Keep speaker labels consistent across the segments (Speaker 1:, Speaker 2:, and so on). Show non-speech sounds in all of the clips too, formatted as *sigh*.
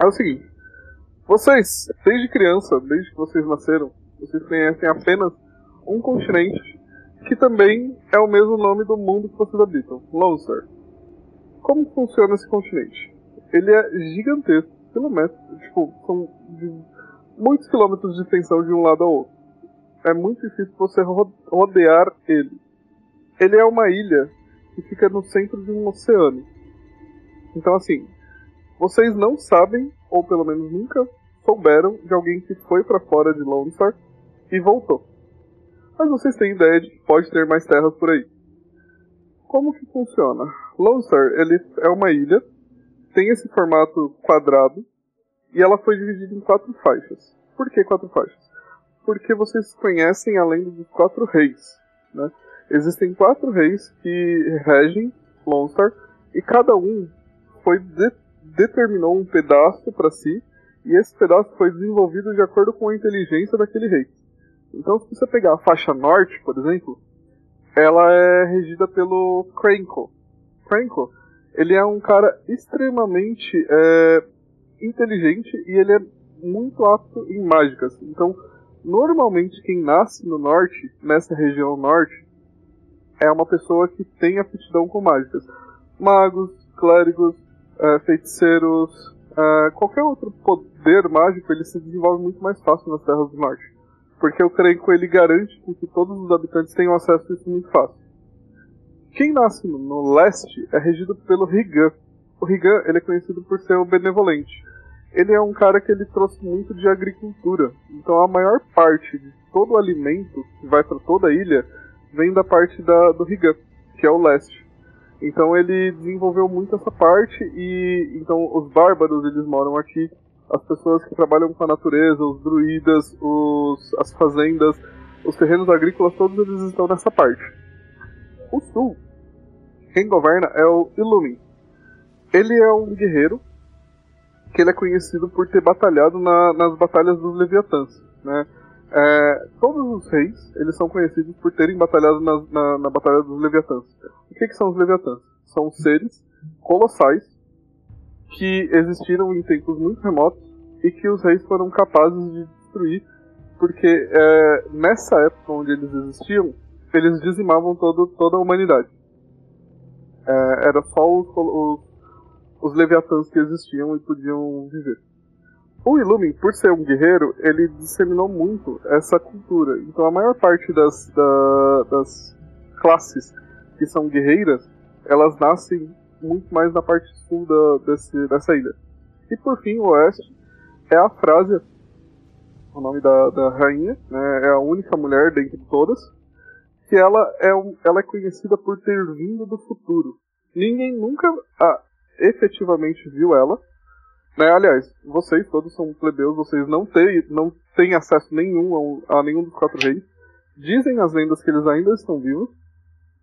Speaker 1: É o seguinte. Vocês, desde criança, desde que vocês nasceram, vocês conhecem apenas um continente que também é o mesmo nome do mundo que vocês habitam, Lonestar. Como funciona esse continente? Ele é gigantesco, quilômetros, tipo, são de- muitos quilômetros de extensão de um lado ao outro. É muito difícil você ro- rodear ele. Ele é uma ilha que fica no centro de um oceano. Então, assim, vocês não sabem, ou pelo menos nunca souberam, de alguém que foi pra fora de Lonestar e voltou. Mas vocês têm ideia de que pode ter mais terras por aí. Como que funciona? Lonestar, ele é uma ilha, tem esse formato quadrado, e ela foi dividida em quatro faixas. Por que quatro faixas? Porque vocês conhecem a lenda dos quatro reis, né? Existem quatro reis que regem Lonestar, e cada um foi de- determinou um pedaço para si, e esse pedaço foi desenvolvido de acordo com a inteligência daquele rei. Então, se você pegar a faixa norte, por exemplo, ela é regida pelo Cranko. Cranko, ele é um cara extremamente é, inteligente e ele é muito apto em mágicas. Então, normalmente quem nasce no norte, nessa região norte, é uma pessoa que tem aptidão com mágicas. Magos, clérigos, é, feiticeiros, é, qualquer outro poder mágico, ele se desenvolve muito mais fácil nas terras do norte porque o Crenco ele garante que todos os habitantes tenham acesso a isso muito fácil. Quem nasce no, no leste é regido pelo Rigan. O Rigan ele é conhecido por ser o benevolente. Ele é um cara que ele trouxe muito de agricultura. Então a maior parte de todo o alimento que vai para toda a ilha vem da parte da, do Rigan, que é o leste. Então ele desenvolveu muito essa parte e então os bárbaros eles moram aqui as pessoas que trabalham com a natureza, os druidas, os, as fazendas, os terrenos agrícolas, todos eles estão nessa parte. O sul, quem governa é o Illumin. Ele é um guerreiro que ele é conhecido por ter batalhado na- nas batalhas dos Leviatãs, né? É, todos os reis eles são conhecidos por terem batalhado na, na, na batalha dos Leviatãs. O que, que são os Leviatãs? São seres colossais que existiram em tempos muito remotos e que os reis foram capazes de destruir, porque é, nessa época onde eles existiam, eles dizimavam todo, toda a humanidade. É, era só os, colo- os, os leviatãs que existiam e podiam viver. O Illumin, por ser um guerreiro, ele disseminou muito essa cultura. Então a maior parte das, da- das classes que são guerreiras, elas nascem muito mais na parte sul da, desse- dessa ilha. E por fim, o oeste é a Frásia, o nome da, da rainha, né, é a única mulher dentre todas, que ela é, um- ela é conhecida por ter vindo do futuro. Ninguém nunca ah, efetivamente viu ela. Né, aliás, vocês todos são plebeus, vocês não têm, não têm acesso nenhum ao- a, nenhum dos quatro reis. Dizem as lendas que eles ainda estão vivos.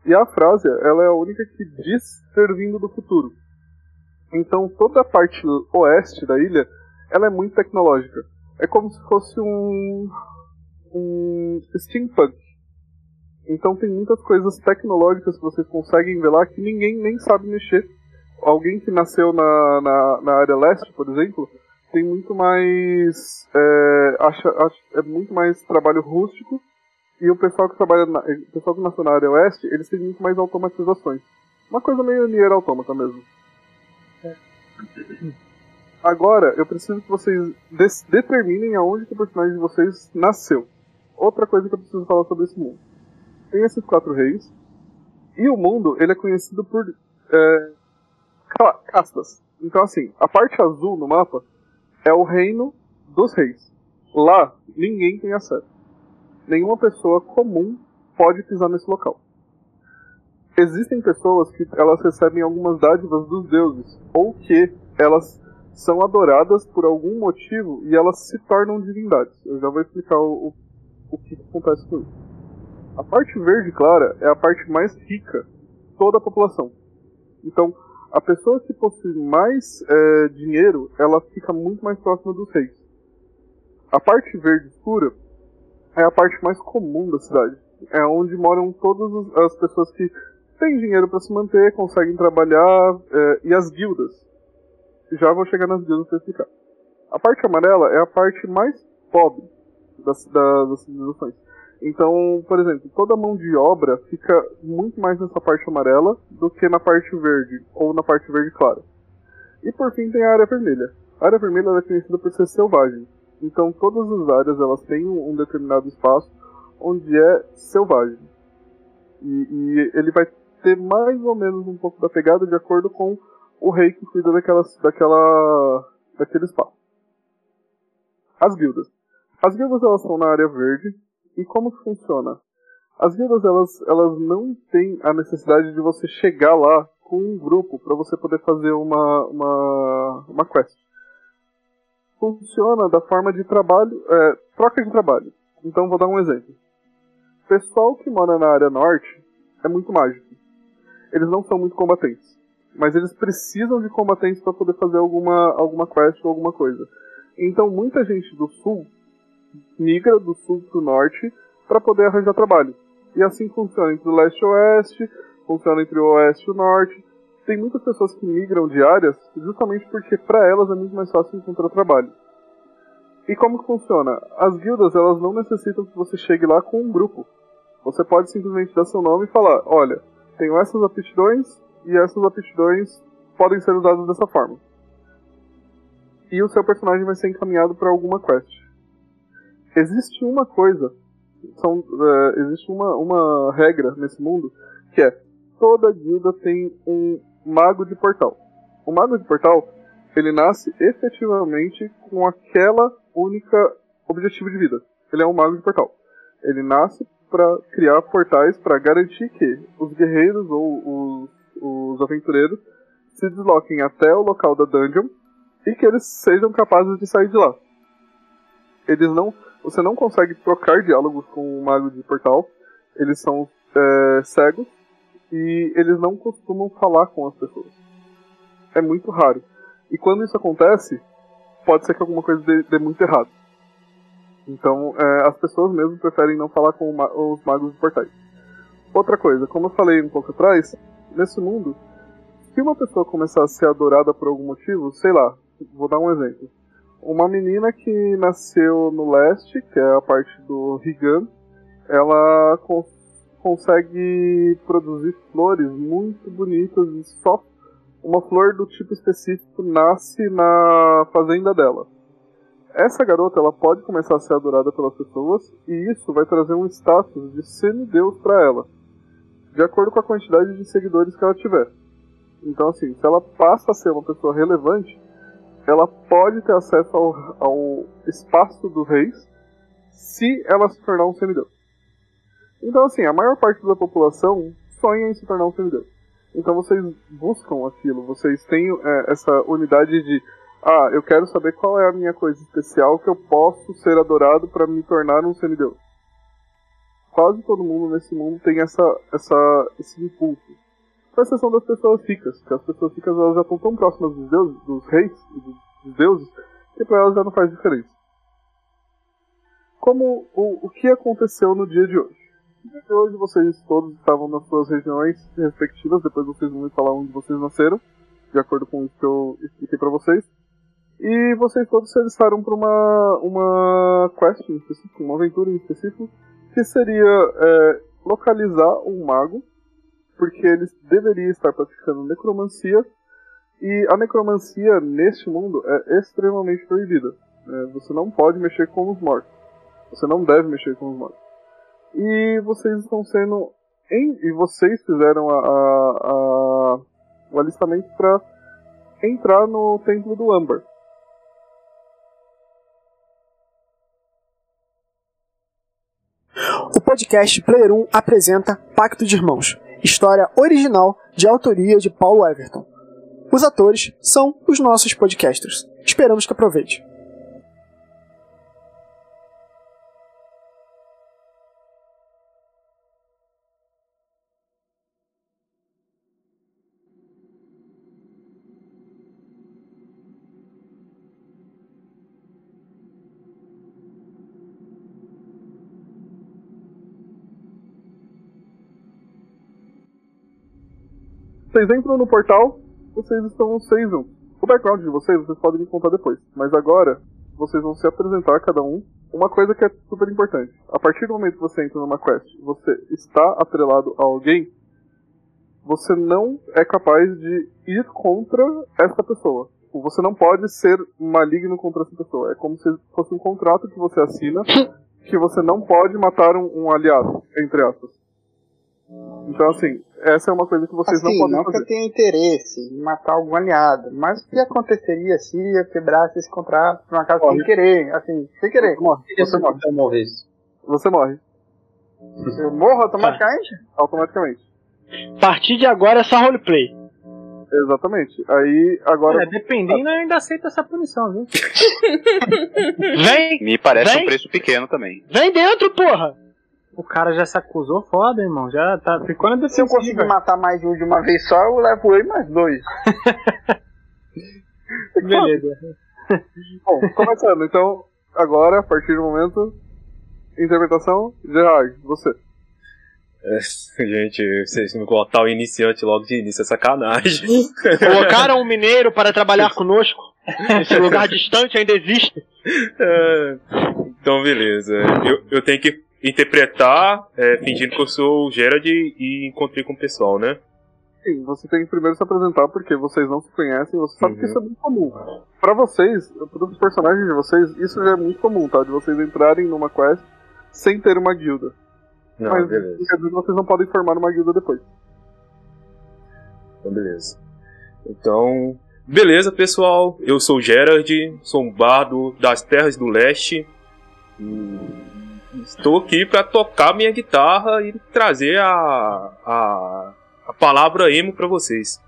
Speaker 1: E a Frásia, ela é a única que diz ter vindo do futuro. Então toda a parte oeste da ilha, ela é muito tecnológica. É como se fosse um um steampunk. Então tem muitas coisas tecnológicas que vocês conseguem ver lá que ninguém nem sabe mexer. Alguém que nasceu na, na, na área leste, por exemplo, tem muito mais é, acha, acha- é muito mais trabalho rústico e o pessoal que trabalha na, o pessoal que nasceu na área oeste, eles têm muito mais automatizações. Uma coisa meio Nier Automata mesmo. Agora, eu preciso que vocês des- determinem aonde que o personagem de vocês nasceu. Outra coisa que eu preciso falar sobre esse mundo. Tem esses quatro reis. E o mundo, ele é conhecido por é, ca- castas. Então, assim, a parte azul no mapa é o reino dos reis. Lá, ninguém tem acesso nenhuma pessoa comum pode pisar nesse local. Existem pessoas que elas recebem algumas dádivas dos deuses, ou que elas são adoradas por algum motivo e elas se tornam divindades. Eu já vou explicar o, o, o que acontece com isso. A parte verde clara é a parte mais rica de toda a população. Então, a pessoa que possui mais eh, dinheiro, ela fica muito mais próxima dos reis. A parte verde escura é a parte mais comum da cidade. É onde moram todas os- as pessoas que têm dinheiro para se manter, conseguem trabalhar, é, e as guildas. Já vou chegar nas guildas para explicar. A parte amarela é a parte mais pobre das, da- das civilizações. Então, por exemplo, toda mão de obra fica muito mais nessa parte amarela do que na parte verde, ou na parte verde clara. E por fim tem a área vermelha. A área vermelha ela é conhecida por ser selvagem. Então todas as áreas elas têm um um determinado espaço onde é selvagem. E, e ele vai ter mais ou menos um pouco da pegada de acordo com o rei que cuida daquela, daquela, daquele espaço. As guildas. As guildas elas são na área verde. E como que funciona? As guildas elas, elas não têm a necessidade de você chegar lá com um grupo para você poder fazer uma, uma, uma quest. Funciona da forma de trabalho, é, troca de trabalho. Então vou dar um exemplo. Pessoal que mora na área norte é muito mágico. Eles não são muito combatentes, mas eles precisam de combatentes para poder fazer alguma alguma quest ou alguma coisa. Então muita gente do sul migra do sul para o norte para poder arranjar trabalho. E assim funciona entre o leste e o oeste, funciona entre o oeste e o norte. Tem muitas pessoas que migram de áreas justamente porque para elas é muito mais fácil encontrar trabalho. E como que funciona? As guildas elas não necessitam que você chegue lá com um grupo. Você pode simplesmente dar seu nome e falar, olha, tenho essas aptidões e essas aptidões podem ser usadas dessa forma. E o seu personagem vai ser encaminhado para alguma quest existe uma coisa, são, é, existe uma, uma regra nesse mundo, que é toda guilda tem um mago de portal. O mago de portal, ele nasce efetivamente com aquela única objetivo de vida. Ele é um mago de portal. Ele nasce para criar portais para garantir que os guerreiros ou os, os aventureiros se desloquem até o local da dungeon e que eles sejam capazes de sair de lá. Eles não você não consegue trocar diálogos com o mago de portal. Eles são é, cegos e eles não costumam falar com as pessoas. É muito raro. E quando isso acontece, pode ser que alguma coisa dê, dê muito errado. Então, é, as pessoas mesmo preferem não falar com o ma- os magos de portais. Outra coisa, como eu falei um pouco atrás, nesse mundo, se uma pessoa começar a ser adorada por algum motivo, sei lá, vou dar um exemplo uma menina que nasceu no leste, que é a parte do Rigan, ela con- consegue produzir flores muito bonitas e só uma flor do tipo específico nasce na fazenda dela. Essa garota ela pode começar a ser adorada pelas pessoas e isso vai trazer um status de semideus para ela, de acordo com a quantidade de seguidores que ela tiver. Então assim, se ela passa a ser uma pessoa relevante, ela pode ter acesso ao, ao espaço dos reis se ela se tornar um semideus. Então, assim, a maior parte da população sonha em se tornar um semideus. Então, vocês buscam aquilo, vocês têm é, essa unidade de: ah, eu quero saber qual é a minha coisa especial que eu posso ser adorado para me tornar um semideus. Quase todo mundo nesse mundo tem essa, essa, esse impulso com exceção das pessoas ricas, que as pessoas ricas elas já estão tão próximas dos deuses, dos reis e dos, dos deuses, que para elas já não faz diferença. Como o, o que aconteceu no dia de hoje? No dia de hoje vocês todos estavam nas suas regiões respectivas, depois vocês vão me falar onde vocês nasceram, de acordo com o que eu expliquei para vocês. E vocês todos se alistaram para uma, uma quest em específico, uma aventura em específico, que seria é, localizar um mago porque ele deveria estar praticando necromancia. E a necromancia neste mundo é extremamente proibida. né? Você não pode mexer com os mortos. Você não deve mexer com os mortos. E vocês estão sendo. em- e vocês fizeram a, a- a- o alistamento para entrar no templo do Amber.
Speaker 2: O podcast Player 1 apresenta Pacto de Irmãos, história original de autoria de Paulo Everton. Os atores são os nossos podcasters. Esperamos que aproveite.
Speaker 1: Vocês entram no portal, vocês estão seis juntos. O O background de vocês, vocês podem me contar depois. Mas agora, vocês vão se apresentar cada um. Uma coisa que é super importante. A partir do momento que você entra numa quest, você está atrelado a alguém, você não é capaz de ir contra esta pessoa. Tipo, Você não pode ser maligno contra essa pessoa. É como se fosse um contrato que você assina que você não pode matar um, um aliado, entre aspas. Então, assim, essa é uma coisa que vocês
Speaker 3: assim,
Speaker 1: não podem
Speaker 3: não que
Speaker 1: fazer.
Speaker 3: eu tenha interesse em matar algum aliado, mas o que aconteceria se eu quebrasse esse contrato por um acaso
Speaker 1: Morre.
Speaker 3: sem querer, assim, sem querer?
Speaker 4: Morre. Você morre. Eu morresse.
Speaker 1: Você morre,
Speaker 3: Eu morro automaticamente?
Speaker 5: Tá.
Speaker 1: automaticamente.
Speaker 6: A partir de agora é só roleplay.
Speaker 1: Exatamente. Aí, agora,
Speaker 5: É,
Speaker 7: Olha, dependendo, eu ainda aceito essa punição, viu?
Speaker 6: Vem,
Speaker 8: Me parece
Speaker 6: Vem.
Speaker 8: um preço pequeno também.
Speaker 6: vem dentro, porra!
Speaker 7: O cara já se acusou foda, irmão. Já tá ficou na
Speaker 3: Se eu
Speaker 7: defensiva.
Speaker 3: conseguir matar mais de um de uma vez só, eu levo eu e mais
Speaker 5: *laughs*
Speaker 3: dois.
Speaker 7: Beleza.
Speaker 1: Bom, começando, então, agora, a partir do momento, interpretação, Gerard, você.
Speaker 5: *laughs* Gente, vocês me botar o iniciante logo de início é sacanagem. *laughs*
Speaker 6: Colocaram um mineiro para trabalhar conosco. Esse lugar distante ainda existe.
Speaker 5: É, então, beleza. Eu, eu tenho que interpretar, é, fingindo que eu sou o Gerard e, e encontrei com o pessoal, né?
Speaker 1: Sim, você tem que primeiro se apresentar, porque vocês não se conhecem, você sabe que
Speaker 5: Uhum.
Speaker 1: isso é muito comum. Pra vocês, pros personagens de vocês, isso já é muito comum, tá? De vocês entrarem numa quest sem ter uma guilda.
Speaker 5: Não,
Speaker 1: Mas
Speaker 5: beleza.
Speaker 1: quer dizer que vocês não podem formar uma guilda depois.
Speaker 5: Então, beleza. Então, beleza, pessoal. Eu sou o Gerard, sou um bardo das terras do leste. E estou aqui para tocar minha guitarra e trazer a, a, a palavra emo para vocês.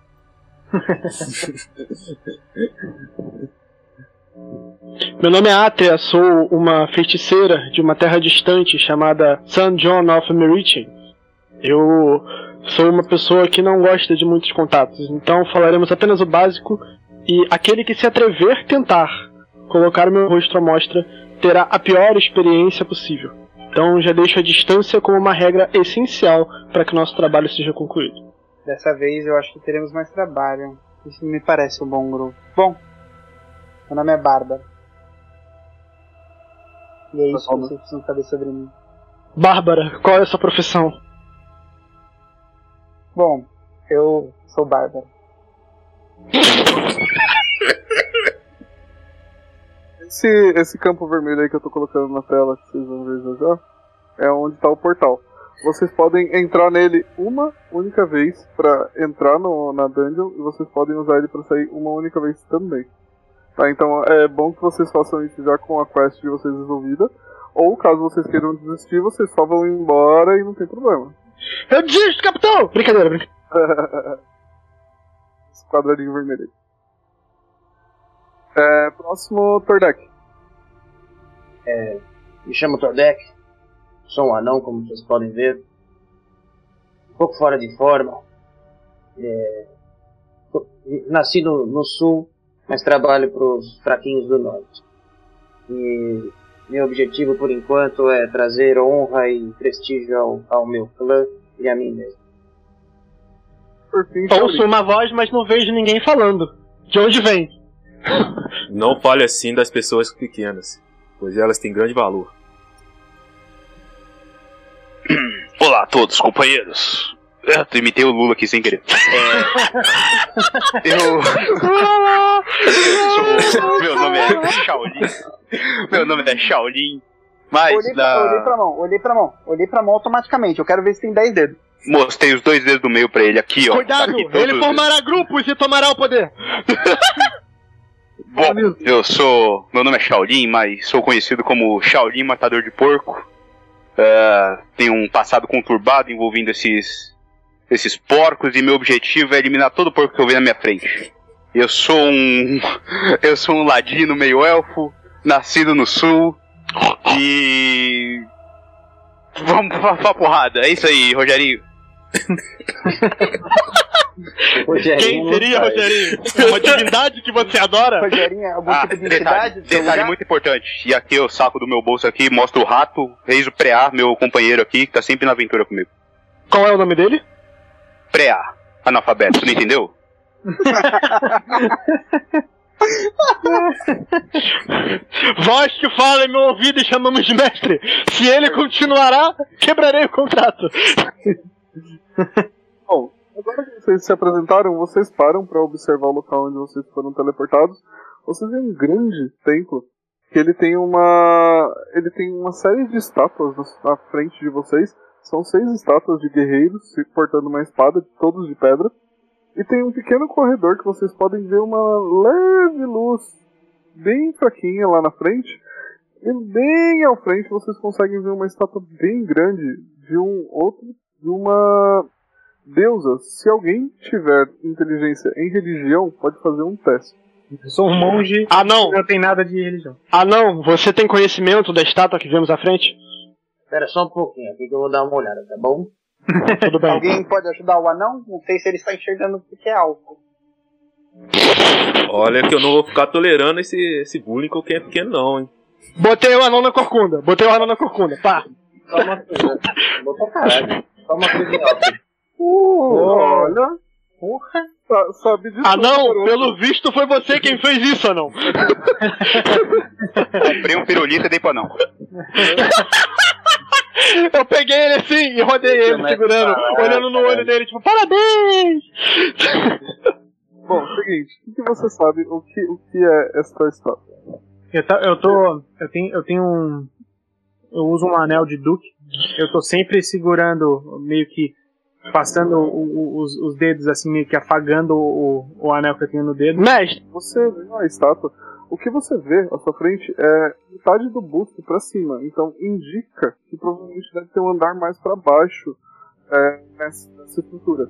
Speaker 6: Meu nome é Atria, sou uma feiticeira de uma terra distante chamada San John of Meridian. Eu sou uma pessoa que não gosta de muitos contatos, então falaremos apenas o básico e aquele que se atrever tentar colocar o meu rosto à mostra terá a pior experiência possível. Então já deixo a distância como uma regra essencial para que nosso trabalho seja concluído.
Speaker 3: Dessa vez eu acho que teremos mais trabalho. Isso me parece um bom grupo. Bom, meu nome é Bárbara. E é isso que vocês precisam saber sobre mim.
Speaker 6: Bárbara, qual é a sua profissão?
Speaker 3: Bom, eu sou Bárbara.
Speaker 1: Esse, esse campo vermelho aí que eu tô colocando na tela, que vocês vão ver já já, é onde tá o portal. Vocês podem entrar nele uma única vez pra entrar no, na dungeon e vocês podem usar ele pra sair uma única vez também. Tá, então é bom que vocês façam isso já com a quest de vocês resolvida. Ou caso vocês queiram desistir, vocês só vão embora e não tem problema. *laughs*
Speaker 6: Eu desisto, capitão! Brincadeira, brincadeira.
Speaker 1: Esse quadradinho vermelho aí. É, próximo Tordek.
Speaker 4: Me chamo Tordek. Sou um anão, como vocês podem ver. Um pouco fora de forma. É, co- Nasci no, no sul, mas trabalho para os fraquinhos do norte. E meu objetivo, por enquanto, é trazer honra e prestígio ao, ao meu clã e a mim mesmo.
Speaker 1: Por fim,
Speaker 6: Ouço
Speaker 1: Shaolin.
Speaker 6: uma voz, mas não vejo ninguém falando. De onde *laughs* vem?
Speaker 5: Não fale assim das pessoas pequenas, pois elas têm grande valor.
Speaker 8: Olá a todos, companheiros. Eu imitei o Lula aqui sem querer. É, eu. Eu sou- Meu nome é Shaolin. Meu nome é Shaolin. Mas
Speaker 3: Olhei pra, olhei
Speaker 8: Ah, da...
Speaker 3: pra mão, olhei pra mão, olhei pra mão automaticamente. Eu quero ver se tem 10 dedos.
Speaker 8: mostrei os dois dedos do meio pra ele aqui, ó. Tá
Speaker 6: Cuidado,
Speaker 8: Aqui, todos
Speaker 6: ele
Speaker 8: os
Speaker 6: formará grupos e tomará o poder.
Speaker 8: Bom, eu sou. Meu nome é Shaolin, mas sou conhecido como Shaolin Matador de Porco. Ah, tenho um passado conturbado envolvendo esses. esses porcos e meu objetivo é eliminar todo porco que eu vejo na minha frente. Eu sou um. *laughs* Eu sou um ladino meio elfo, nascido no sul. E. Vamos pra, pra porrada. É isso aí, Rogerinho.
Speaker 4: é
Speaker 6: Quem
Speaker 4: um
Speaker 6: seria, Rogerinho? *laughs* Uma divindade que você adora?
Speaker 3: Rogerinho, é algum
Speaker 8: Ah,
Speaker 3: tipo de
Speaker 8: detalhe,
Speaker 3: entidade? do seu
Speaker 8: detalhe
Speaker 3: lugar?
Speaker 8: muito importante. E aqui eu saco do meu bolso aqui, mostro o rato, eis o Preá, meu companheiro aqui, que tá sempre na aventura comigo.
Speaker 6: Qual é o nome dele?
Speaker 8: Preá, analfabeto, não entendeu?
Speaker 6: Voz que fala em meu ouvido e chamamos de mestre. Se ele continuará, quebrarei o contrato.
Speaker 1: Agora que vocês se apresentaram, vocês param pra observar o local onde vocês foram teleportados. Vocês veem um grande templo que ele tem uma ele tem uma série de estátuas na- na frente de vocês. São seis estátuas de guerreiros se portando uma espada, todos de pedra. E tem um pequeno corredor que vocês podem ver uma leve luz bem fraquinha lá na frente. E bem ao frente vocês conseguem ver uma estátua bem grande de um outro de uma deusa. Se alguém tiver inteligência em religião, pode fazer um teste.
Speaker 7: Eu sou um monge,
Speaker 6: Ah não,
Speaker 7: não tem nada de religião.
Speaker 6: ah não, você tem conhecimento da estátua que vimos à frente?
Speaker 4: Espera só um pouquinho aqui que eu vou dar uma olhada, tá bom?
Speaker 6: Tudo bem.
Speaker 3: Alguém pode ajudar o anão? Não sei se ele está enxergando o que é álcool.
Speaker 5: Olha que eu não vou ficar tolerando esse, esse bullying com quem é pequeno, não, hein?
Speaker 6: *laughs* Botei o anão na corcunda, botei o anão na corcunda, pá.
Speaker 4: Só uma coisa. Vou pra caralho. Só uma coisa em off.
Speaker 1: Olha! Sa- sabe disso?
Speaker 6: Anão,
Speaker 1: garoto.
Speaker 6: Ah, pelo visto foi você quem fez isso, anão.
Speaker 8: Comprei um pirulito e dei pra não.
Speaker 6: Eu peguei ele assim e rodei ele, segurando, olhando no olho dele, tipo, parabéns!
Speaker 1: Bom, seguinte, o que você sabe? O que, o que é esta estátua?
Speaker 7: Eu, tá- eu tô. Eu tenho, eu tenho um. Eu uso um anel de Duke. Eu tô sempre segurando, meio que. Passando o- o- os, os dedos, assim, meio que afagando o, o anel que eu tenho no dedo.
Speaker 6: Mestre,
Speaker 1: Você vê a estátua, o que você vê à sua frente é metade do busto pra cima, então indica que provavelmente deve ter um andar mais pra baixo é, nessa, nessa estrutura.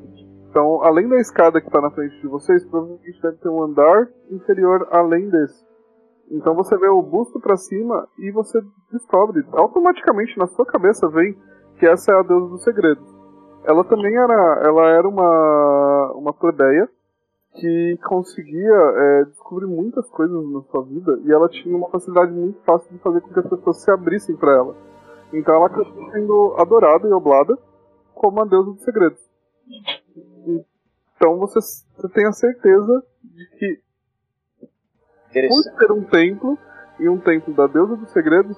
Speaker 1: Então, além da escada que tá na frente de vocês, provavelmente deve ter um andar inferior além desse. Então você vê o busto pra cima e você descobre, automaticamente na sua cabeça vem que essa é a deusa do segredo. Ela também era, ela era uma, uma plebeia que conseguia é, descobrir muitas coisas na sua vida e ela tinha uma facilidade muito fácil de fazer com que as pessoas se abrissem para ela. Então ela acabou sendo adorada e oblada como a deusa dos segredos. Então você, s- você tem a certeza de que por
Speaker 4: Interessante.
Speaker 1: ser um templo e um templo da deusa dos segredos,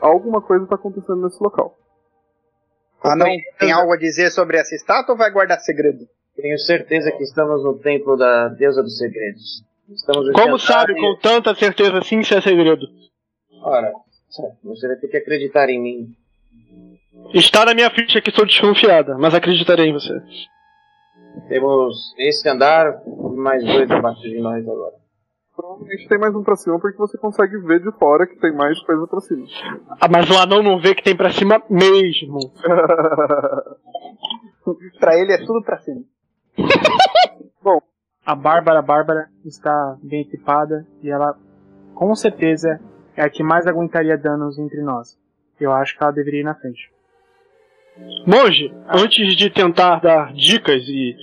Speaker 1: alguma coisa está acontecendo nesse local.
Speaker 3: Anão, Ah, tem algo a dizer sobre essa estátua ou vai guardar segredo?
Speaker 4: Tenho certeza que estamos no templo da deusa dos segredos. Estamos no jantar
Speaker 6: como
Speaker 9: tá
Speaker 6: sabe
Speaker 4: e-
Speaker 6: com tanta certeza assim se é segredo?
Speaker 4: Ora, você vai ter que acreditar em mim.
Speaker 6: Está na minha ficha que sou desconfiada, mas acreditarei em você.
Speaker 4: Temos esse andar e mais dois abaixo de nós agora.
Speaker 1: Provavelmente tem mais um pra cima porque você consegue ver de fora que tem mais coisa pra cima.
Speaker 6: Ah, mas o anão não vê que tem pra cima mesmo.
Speaker 3: Pra ele é tudo pra cima.
Speaker 7: A Bárbara, Bárbara está bem equipada e ela, com certeza, é a que mais aguentaria danos entre nós. Eu acho que ela deveria ir na frente.
Speaker 6: Monge, antes de tentar dar dicas e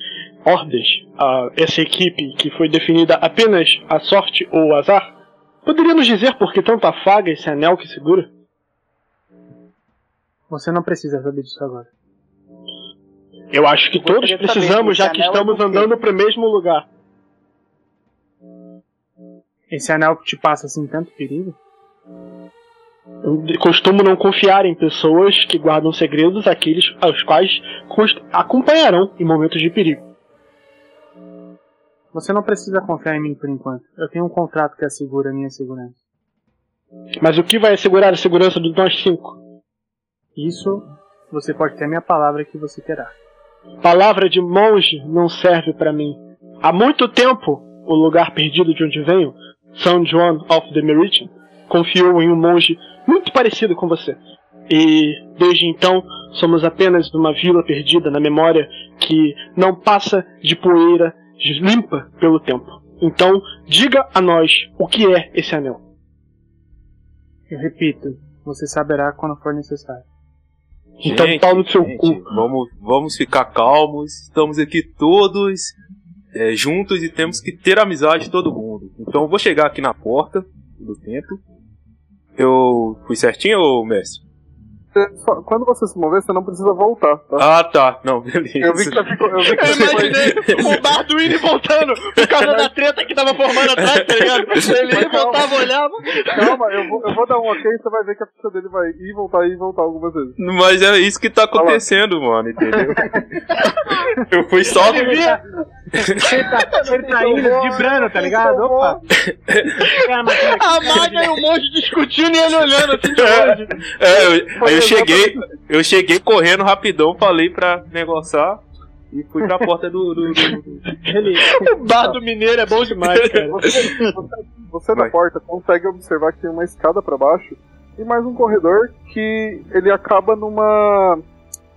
Speaker 6: ordens a essa equipe que foi definida apenas a sorte ou o azar, poderia nos dizer por que tanta faga esse anel que segura?
Speaker 7: Você não precisa saber disso agora.
Speaker 6: Eu acho que todos
Speaker 3: Gostaria de
Speaker 6: precisamos,
Speaker 3: saber,
Speaker 6: já
Speaker 3: esse
Speaker 6: que
Speaker 3: anel é
Speaker 6: estamos
Speaker 3: do quê?
Speaker 6: andando para o mesmo lugar.
Speaker 7: Esse anel que te passa assim tanto perigo?
Speaker 6: Eu costumo não confiar em pessoas que guardam segredos àqueles aos quais cons- acompanharão em momentos de perigo.
Speaker 7: Você não precisa confiar em mim por enquanto. Eu tenho um contrato que assegura a minha segurança.
Speaker 6: Mas o que vai assegurar a segurança de nós cinco?
Speaker 7: Isso você pode ter a minha palavra que você terá.
Speaker 6: Palavra de monge não serve para mim. Há muito tempo, o lugar perdido de onde venho, São John of the Meridian, confiou em um monge muito parecido com você. E desde então somos apenas uma vila perdida na memória que não passa de poeira limpa pelo tempo. Então, diga a nós o que é esse anel.
Speaker 7: Eu repito, você saberá quando for necessário.
Speaker 6: Então, pau no seu
Speaker 5: gente,
Speaker 6: cu.
Speaker 5: Vamos, vamos ficar calmos. Estamos aqui todos é, juntos e temos que ter amizade de todo mundo. Então eu vou chegar aqui na porta do templo. Eu fui certinho, ô mestre?
Speaker 1: você só- quando você se mover, você não precisa voltar, tá?
Speaker 5: Ah, tá. Não, *laughs* beleza.
Speaker 1: Eu vi que você ficou. Eu vi que
Speaker 8: Eu
Speaker 1: você foi-
Speaker 8: imaginei o bardo indo e voltando por causa da treta que tava formando atrás, tá ligado? Ele ia e voltava, olhava.
Speaker 1: Calma, eu vou, eu vou dar um ok e você vai ver que a ficha dele vai ir e voltar e ir e voltar algumas vezes.
Speaker 5: Mas é isso que tá acontecendo, mano, entendeu? eu fui só. *laughs*
Speaker 8: Devia,
Speaker 3: Ele tá indo, vibrando, tá ligado? Opa!
Speaker 6: *laughs*
Speaker 3: Cara, mas como é que-
Speaker 8: a maga e o monge discutindo e ele olhando assim de longe.
Speaker 5: É, eu- aí eu cheguei, eu cheguei correndo rapidão, falei pra negociar e fui pra porta do. do- do-
Speaker 8: O bardo mineiro é bom demais, cara.
Speaker 1: Você da
Speaker 5: Vai.
Speaker 1: porta consegue observar que tem uma escada pra baixo e mais um corredor que ele acaba numa.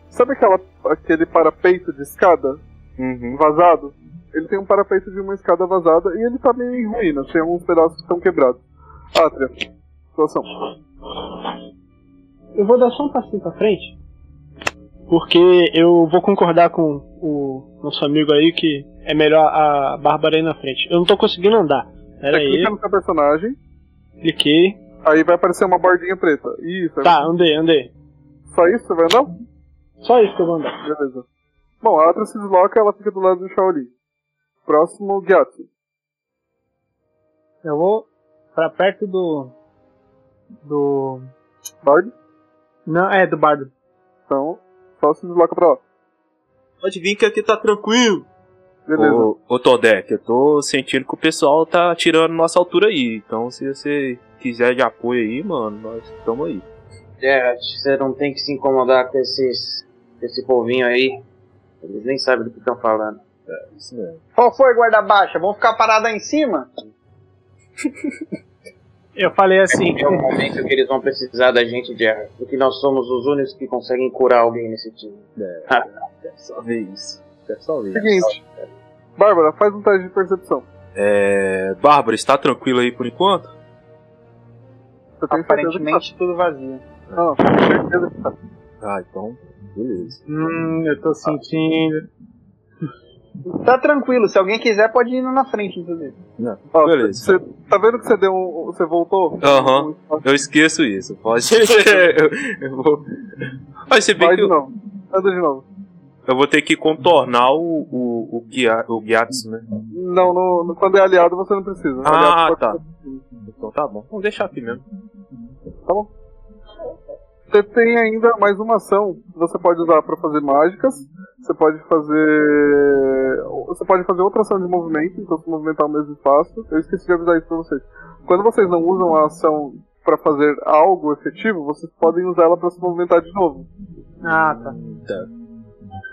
Speaker 1: Sabe aquela, aquele parapeito de escada
Speaker 5: Uhum.
Speaker 1: vazado? Ele tem um parapeito de uma escada vazada e ele tá meio em ruínas, tem alguns pedaços que estão quebrados. Átria, situação.
Speaker 6: Eu vou dar só um passinho pra frente. Porque eu vou concordar com o nosso amigo aí que é melhor a Bárbara aí na frente. Eu não tô conseguindo andar. Pera
Speaker 1: Você
Speaker 6: aí,
Speaker 8: Tá
Speaker 1: clica no seu personagem,
Speaker 6: cliquei.
Speaker 1: aí vai aparecer uma bordinha preta. Isso, é
Speaker 6: Tá, andei, andei.
Speaker 1: só isso? Você vai andar?
Speaker 6: Só isso que eu vou andar.
Speaker 1: Beleza. Bom, a Atra se desloca ela fica do lado do Shaolin. Próximo, Gyatso.
Speaker 3: Eu vou pra perto do. Do.
Speaker 1: Bard?
Speaker 3: Não, é, do bardo.
Speaker 1: Então, só se desloca pra lá.
Speaker 9: Pode vir que aqui tá tranquilo.
Speaker 1: Beleza.
Speaker 5: Ô, ô Todek, eu tô sentindo que o pessoal tá tirando nossa altura aí. Então se você quiser de apoio aí, mano, nós estamos aí.
Speaker 9: Gerard, É, você não tem que se incomodar com esses. com esse povinho aí. Eles nem sabem do que estão falando.
Speaker 5: É Isso mesmo.
Speaker 10: Qual foi, guarda baixa? Vão ficar parados aí em cima?
Speaker 3: Eu falei assim.
Speaker 9: É o momento que eles vão precisar da gente, Gerard. Porque nós somos os únicos que conseguem curar alguém nesse time.
Speaker 5: Deve só ver isso. Deve só ver.
Speaker 1: Seguinte. Bárbara, faz um teste de percepção.
Speaker 5: É. Bárbara, está tranquilo aí por enquanto?
Speaker 1: Você tem certeza que tá...
Speaker 10: Aparentemente tudo vazio.
Speaker 1: Não, tem certeza que tá.
Speaker 5: Ah, então. Beleza.
Speaker 3: Hum, eu tô sentindo.
Speaker 10: Tá tranquilo, se alguém quiser pode ir indo na frente, inclusive.
Speaker 1: Ó,
Speaker 5: Beleza.
Speaker 1: Você tá vendo que você deu um. Você voltou?
Speaker 5: Aham.
Speaker 1: Um espaço
Speaker 5: Eu esqueço isso. *laughs* Pode. eu, eu vou. Mas se bem
Speaker 1: Vai
Speaker 5: que
Speaker 1: de
Speaker 5: eu,
Speaker 1: novo. Anda de novo.
Speaker 5: eu vou ter que contornar o, o, o, Gia- o Gyatso, né?
Speaker 1: Não, no, no- quando é aliado você não precisa.
Speaker 5: Ah,
Speaker 1: Aliado,
Speaker 5: tá.
Speaker 1: pode-
Speaker 5: Então tá bom. Vamos deixar aqui mesmo.
Speaker 1: Você tem ainda mais uma ação que você pode usar pra fazer mágicas. Você pode fazer. Você pode fazer outra ação de movimento, então se movimentar o mesmo espaço. Eu esqueci de avisar isso pra vocês. Quando vocês não usam a ação pra fazer algo efetivo, vocês podem usar ela pra se movimentar de novo.
Speaker 3: Ah, tá.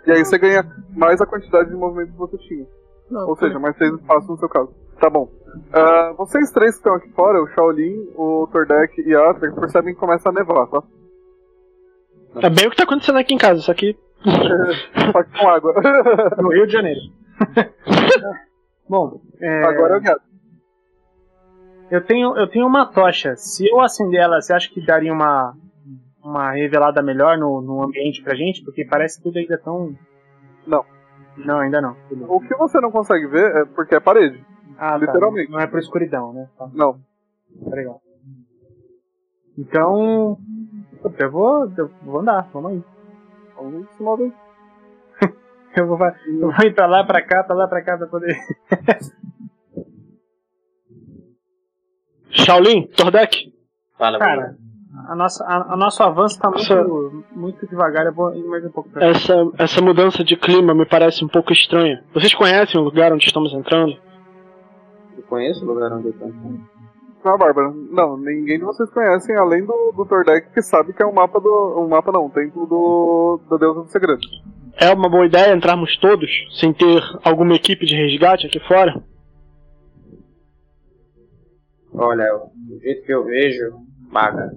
Speaker 1: E aí você ganha mais a quantidade de movimento que você tinha. Ou seja, mais três espaços no seu caso. Tá bom. Ah, vocês três que estão aqui fora, o Shaolin, o Tordek e a Atra, percebem que começa a nevar, tá?
Speaker 6: É bem o que tá acontecendo aqui em casa, só que. tá
Speaker 1: Só que com água. *laughs*
Speaker 3: No Rio de Janeiro. Bom, é,
Speaker 1: Agora eu quero.
Speaker 3: eu tenho eu tenho uma tocha. Se eu acender ela, você acha que daria uma uma revelada melhor no, no ambiente pra gente? Porque parece tudo ainda tão
Speaker 1: Não.
Speaker 3: Não, ainda não. Tudo bem.
Speaker 1: O que você não consegue ver é porque é parede.
Speaker 3: Ah, tá.
Speaker 1: Literalmente.
Speaker 3: Não é por escuridão, né? Tá,
Speaker 1: Não.
Speaker 3: tá legal. Então, puta, eu vou eu vou andar, vamos aí.
Speaker 1: Vamos se mover.
Speaker 3: *laughs* Eu vou, fa- eu vou ir pra lá, pra cá, pra lá, pra cá, pra poder.
Speaker 6: Shaolin, Tordek,
Speaker 9: Fala,
Speaker 3: Cara, a nossa, a, a nosso avanço tá muito,
Speaker 6: Nossa. É,
Speaker 3: muito devagar, eu vou ir mais um pouco pra cá.
Speaker 6: essa, essa mudança de clima me parece um pouco estranha. Vocês conhecem o lugar onde estamos entrando?
Speaker 9: Eu conheço o lugar onde eu tô.
Speaker 1: Não, é Bárbara. Não, ninguém de vocês conhecem, além do, do Tordek, que sabe que é um mapa do. Um mapa não, um templo do. do Deus do Segredo.
Speaker 6: É uma boa ideia entrarmos todos, sem ter alguma equipe de resgate aqui fora?
Speaker 9: Olha, do jeito que eu vejo, maga.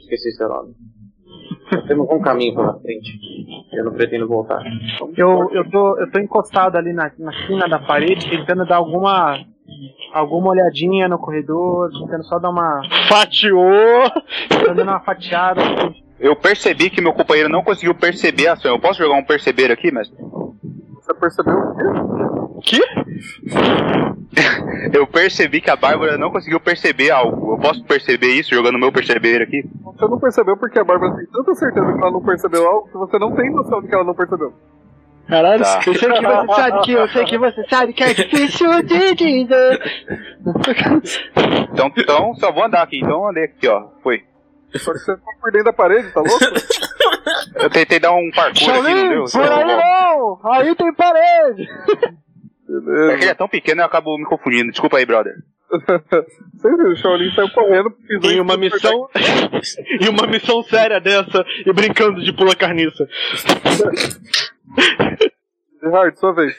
Speaker 9: Esqueci seu nome. Nós Temos um caminho pela frente. Eu não pretendo voltar.
Speaker 3: Eu, eu, tô, eu tô encostado ali na, na quina da parede, tentando dar alguma alguma olhadinha no corredor, tentando só dar uma.
Speaker 6: Fatiou!
Speaker 3: dando uma fatiada. assim.
Speaker 8: Eu percebi que meu companheiro não conseguiu perceber a ação. Eu posso jogar um perceber aqui, mestre?
Speaker 1: Você percebeu o quê?
Speaker 6: Que?
Speaker 8: Eu percebi que a Bárbara não conseguiu perceber algo. Eu posso perceber isso jogando meu perceber aqui?
Speaker 1: Não Você não percebeu porque a Bárbara tem tanta certeza que ela não percebeu algo que você não tem noção de que ela não percebeu.
Speaker 6: Caralho, *laughs*
Speaker 8: Tá.
Speaker 6: eu sei que você sabe que eu sei que você sabe que é difícil de dizer.
Speaker 8: Então, então só vou andar aqui. Então andei aqui, ó. Foi.
Speaker 1: Só que você tá por dentro da parede,
Speaker 6: *laughs*
Speaker 1: tá louco?
Speaker 8: Eu tentei dar um parkour aqui, não deu.
Speaker 6: Shaolin, por aí não! Aí tem parede!
Speaker 8: É que ele é tão pequeno eu acabo me confundindo. Desculpa aí, brother.
Speaker 1: Vocês viram, o Shaolin saiu correndo. pisou
Speaker 6: Tem
Speaker 1: em
Speaker 6: uma
Speaker 1: tudo,
Speaker 6: missão. e uma missão séria dessa e brincando de pula carniça.
Speaker 1: Gerard, sua vez.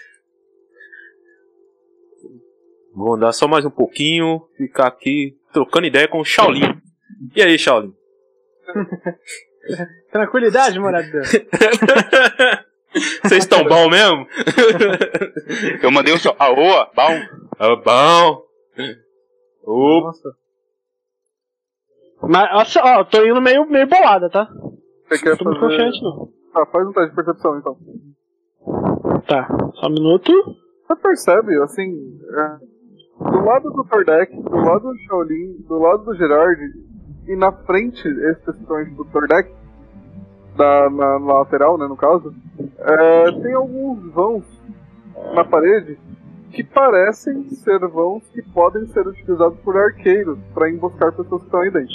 Speaker 5: Vou andar só mais um pouquinho, ficar aqui trocando ideia com o Shaolin. E aí, Shaolin? *laughs*
Speaker 7: Tranquilidade, morador.
Speaker 5: Vocês *laughs* estão bom mesmo?
Speaker 8: Eu mandei o seu. ah, Aoa, bom.
Speaker 5: Tá bom. Opa.
Speaker 6: Mas, ó, só- ó, tô indo meio, meio bolada, tá?
Speaker 1: Você quer
Speaker 6: Tô muito
Speaker 1: fazer...
Speaker 6: confiante, não.
Speaker 1: Ah, faz um teste de percepção, então.
Speaker 6: Tá, só um minuto.
Speaker 1: Você percebe, assim, é, do lado do Tordek, do lado do Shaolin, do lado do Gerard, e na frente, excepções do Tordek, da, na, na lateral, né, no caso, é, tem alguns vãos na parede que parecem ser vãos que podem ser utilizados por arqueiros para emboscar pessoas que estão aí dentro.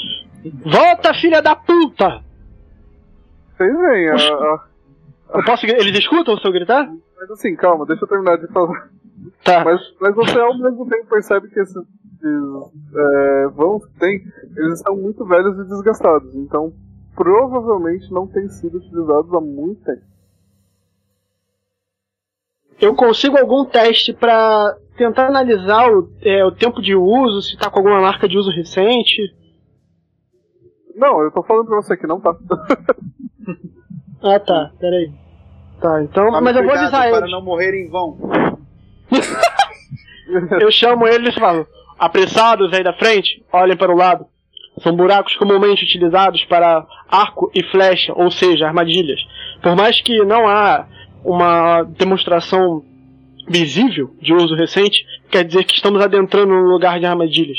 Speaker 6: Volta, filha da puta!
Speaker 1: Vocês veem, a- a-
Speaker 6: Eu posso, gri- eles escutam se eu gritar?
Speaker 1: mas assim, calma, deixa eu terminar de falar.
Speaker 6: Tá.
Speaker 1: Mas, mas você ao mesmo tempo percebe que esses, esses, é, vãos que tem, eles estão muito velhos e desgastados. Então, provavelmente não têm sido utilizados há muito tempo.
Speaker 6: Eu consigo algum teste pra tentar analisar o, é, o tempo de uso, se tá com alguma marca de uso recente.
Speaker 1: Não, eu tô falando pra você que
Speaker 6: *laughs*
Speaker 1: não tá.
Speaker 6: Ah, tá, peraí. Tá, então.
Speaker 3: Tome
Speaker 6: mas eu vou
Speaker 3: cuidado
Speaker 6: avisar
Speaker 3: Para
Speaker 6: eles.
Speaker 3: não morrer em vão.
Speaker 6: *laughs* Eu chamo eles e falo: apressados aí da frente, olhem para o lado. São buracos comumente utilizados para arco e flecha, ou seja, armadilhas. Por mais que não há uma demonstração visível de uso recente, quer dizer que estamos adentrando um lugar de armadilhas.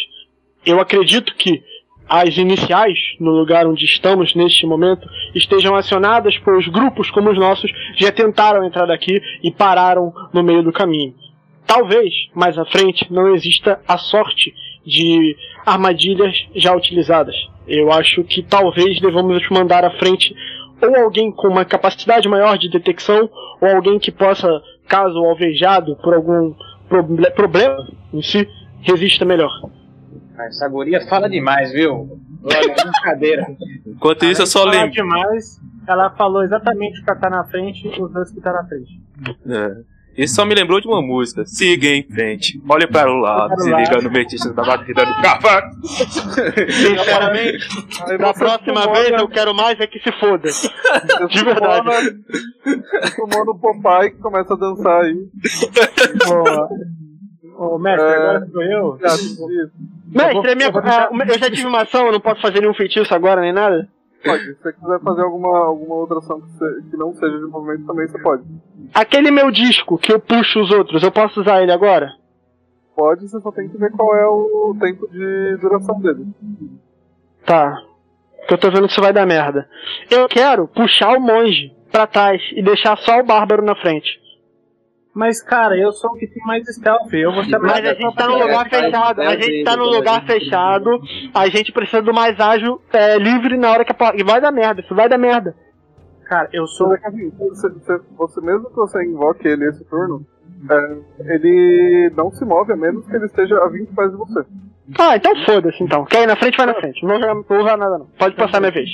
Speaker 6: Eu acredito que as iniciais, no lugar onde estamos neste momento, estejam acionadas, pois grupos como os nossos já tentaram entrar daqui e pararam no meio do caminho. Talvez mais à frente não exista a sorte de armadilhas já utilizadas. Eu acho que talvez devamos nos mandar à frente ou alguém com uma capacidade maior de detecção, ou alguém que possa, caso alvejado por algum proble- problema em si, resista melhor.
Speaker 4: Ah, Essa guria fala demais, viu? Olha, é brincadeira.
Speaker 5: Enquanto isso, eu só
Speaker 7: Falar
Speaker 5: lembro.
Speaker 7: demais, ela falou exatamente o que tá na frente e os dois que tá na frente.
Speaker 5: É. Isso só me lembrou de uma música. Siga em frente. Olha para o lado.
Speaker 7: Para o
Speaker 5: se
Speaker 7: lado.
Speaker 5: liga no metista da batida do cavaco.
Speaker 6: Sinceramente, da próxima vez eu quero mais é que se foda. De verdade.
Speaker 1: Tomou no Popeye que começa a dançar aí.
Speaker 7: *laughs* Ô, ô, mestre,
Speaker 1: É.
Speaker 7: agora sou eu.
Speaker 1: Já, isso.
Speaker 6: Mestre, é minha-
Speaker 7: eu vou deixar-
Speaker 6: ah, eu já tive uma ação, eu não posso fazer nenhum feitiço agora nem nada?
Speaker 1: Pode. Se você quiser fazer alguma, alguma outra ação que, você- que não seja de movimento também, você pode.
Speaker 6: Aquele meu disco que eu puxo os outros, eu posso usar ele agora?
Speaker 1: Pode, você só tem que ver qual é o tempo de duração dele.
Speaker 6: Tá. Que eu tô vendo que isso vai dar merda. Eu quero puxar o monge pra trás e deixar só o bárbaro na frente.
Speaker 7: Mas, cara, eu sou o que tem mais stealth. Eu vou chamar.
Speaker 6: Mas a gente tá num lugar fechado, a gente tá num lugar fechado, a gente precisa do mais ágil é, livre na hora que a po- E vai dar merda, isso vai dar merda.
Speaker 7: Cara, eu sou.
Speaker 1: Você, você, você, você mesmo que você invoque ele esse turno, é, ele não se move a menos que ele esteja a 20 pés de você.
Speaker 6: Ah, então foda-se então. Quer ir na frente, vai na frente. Não vou, jogar- não vou usar nada não. Pode passar minha vez.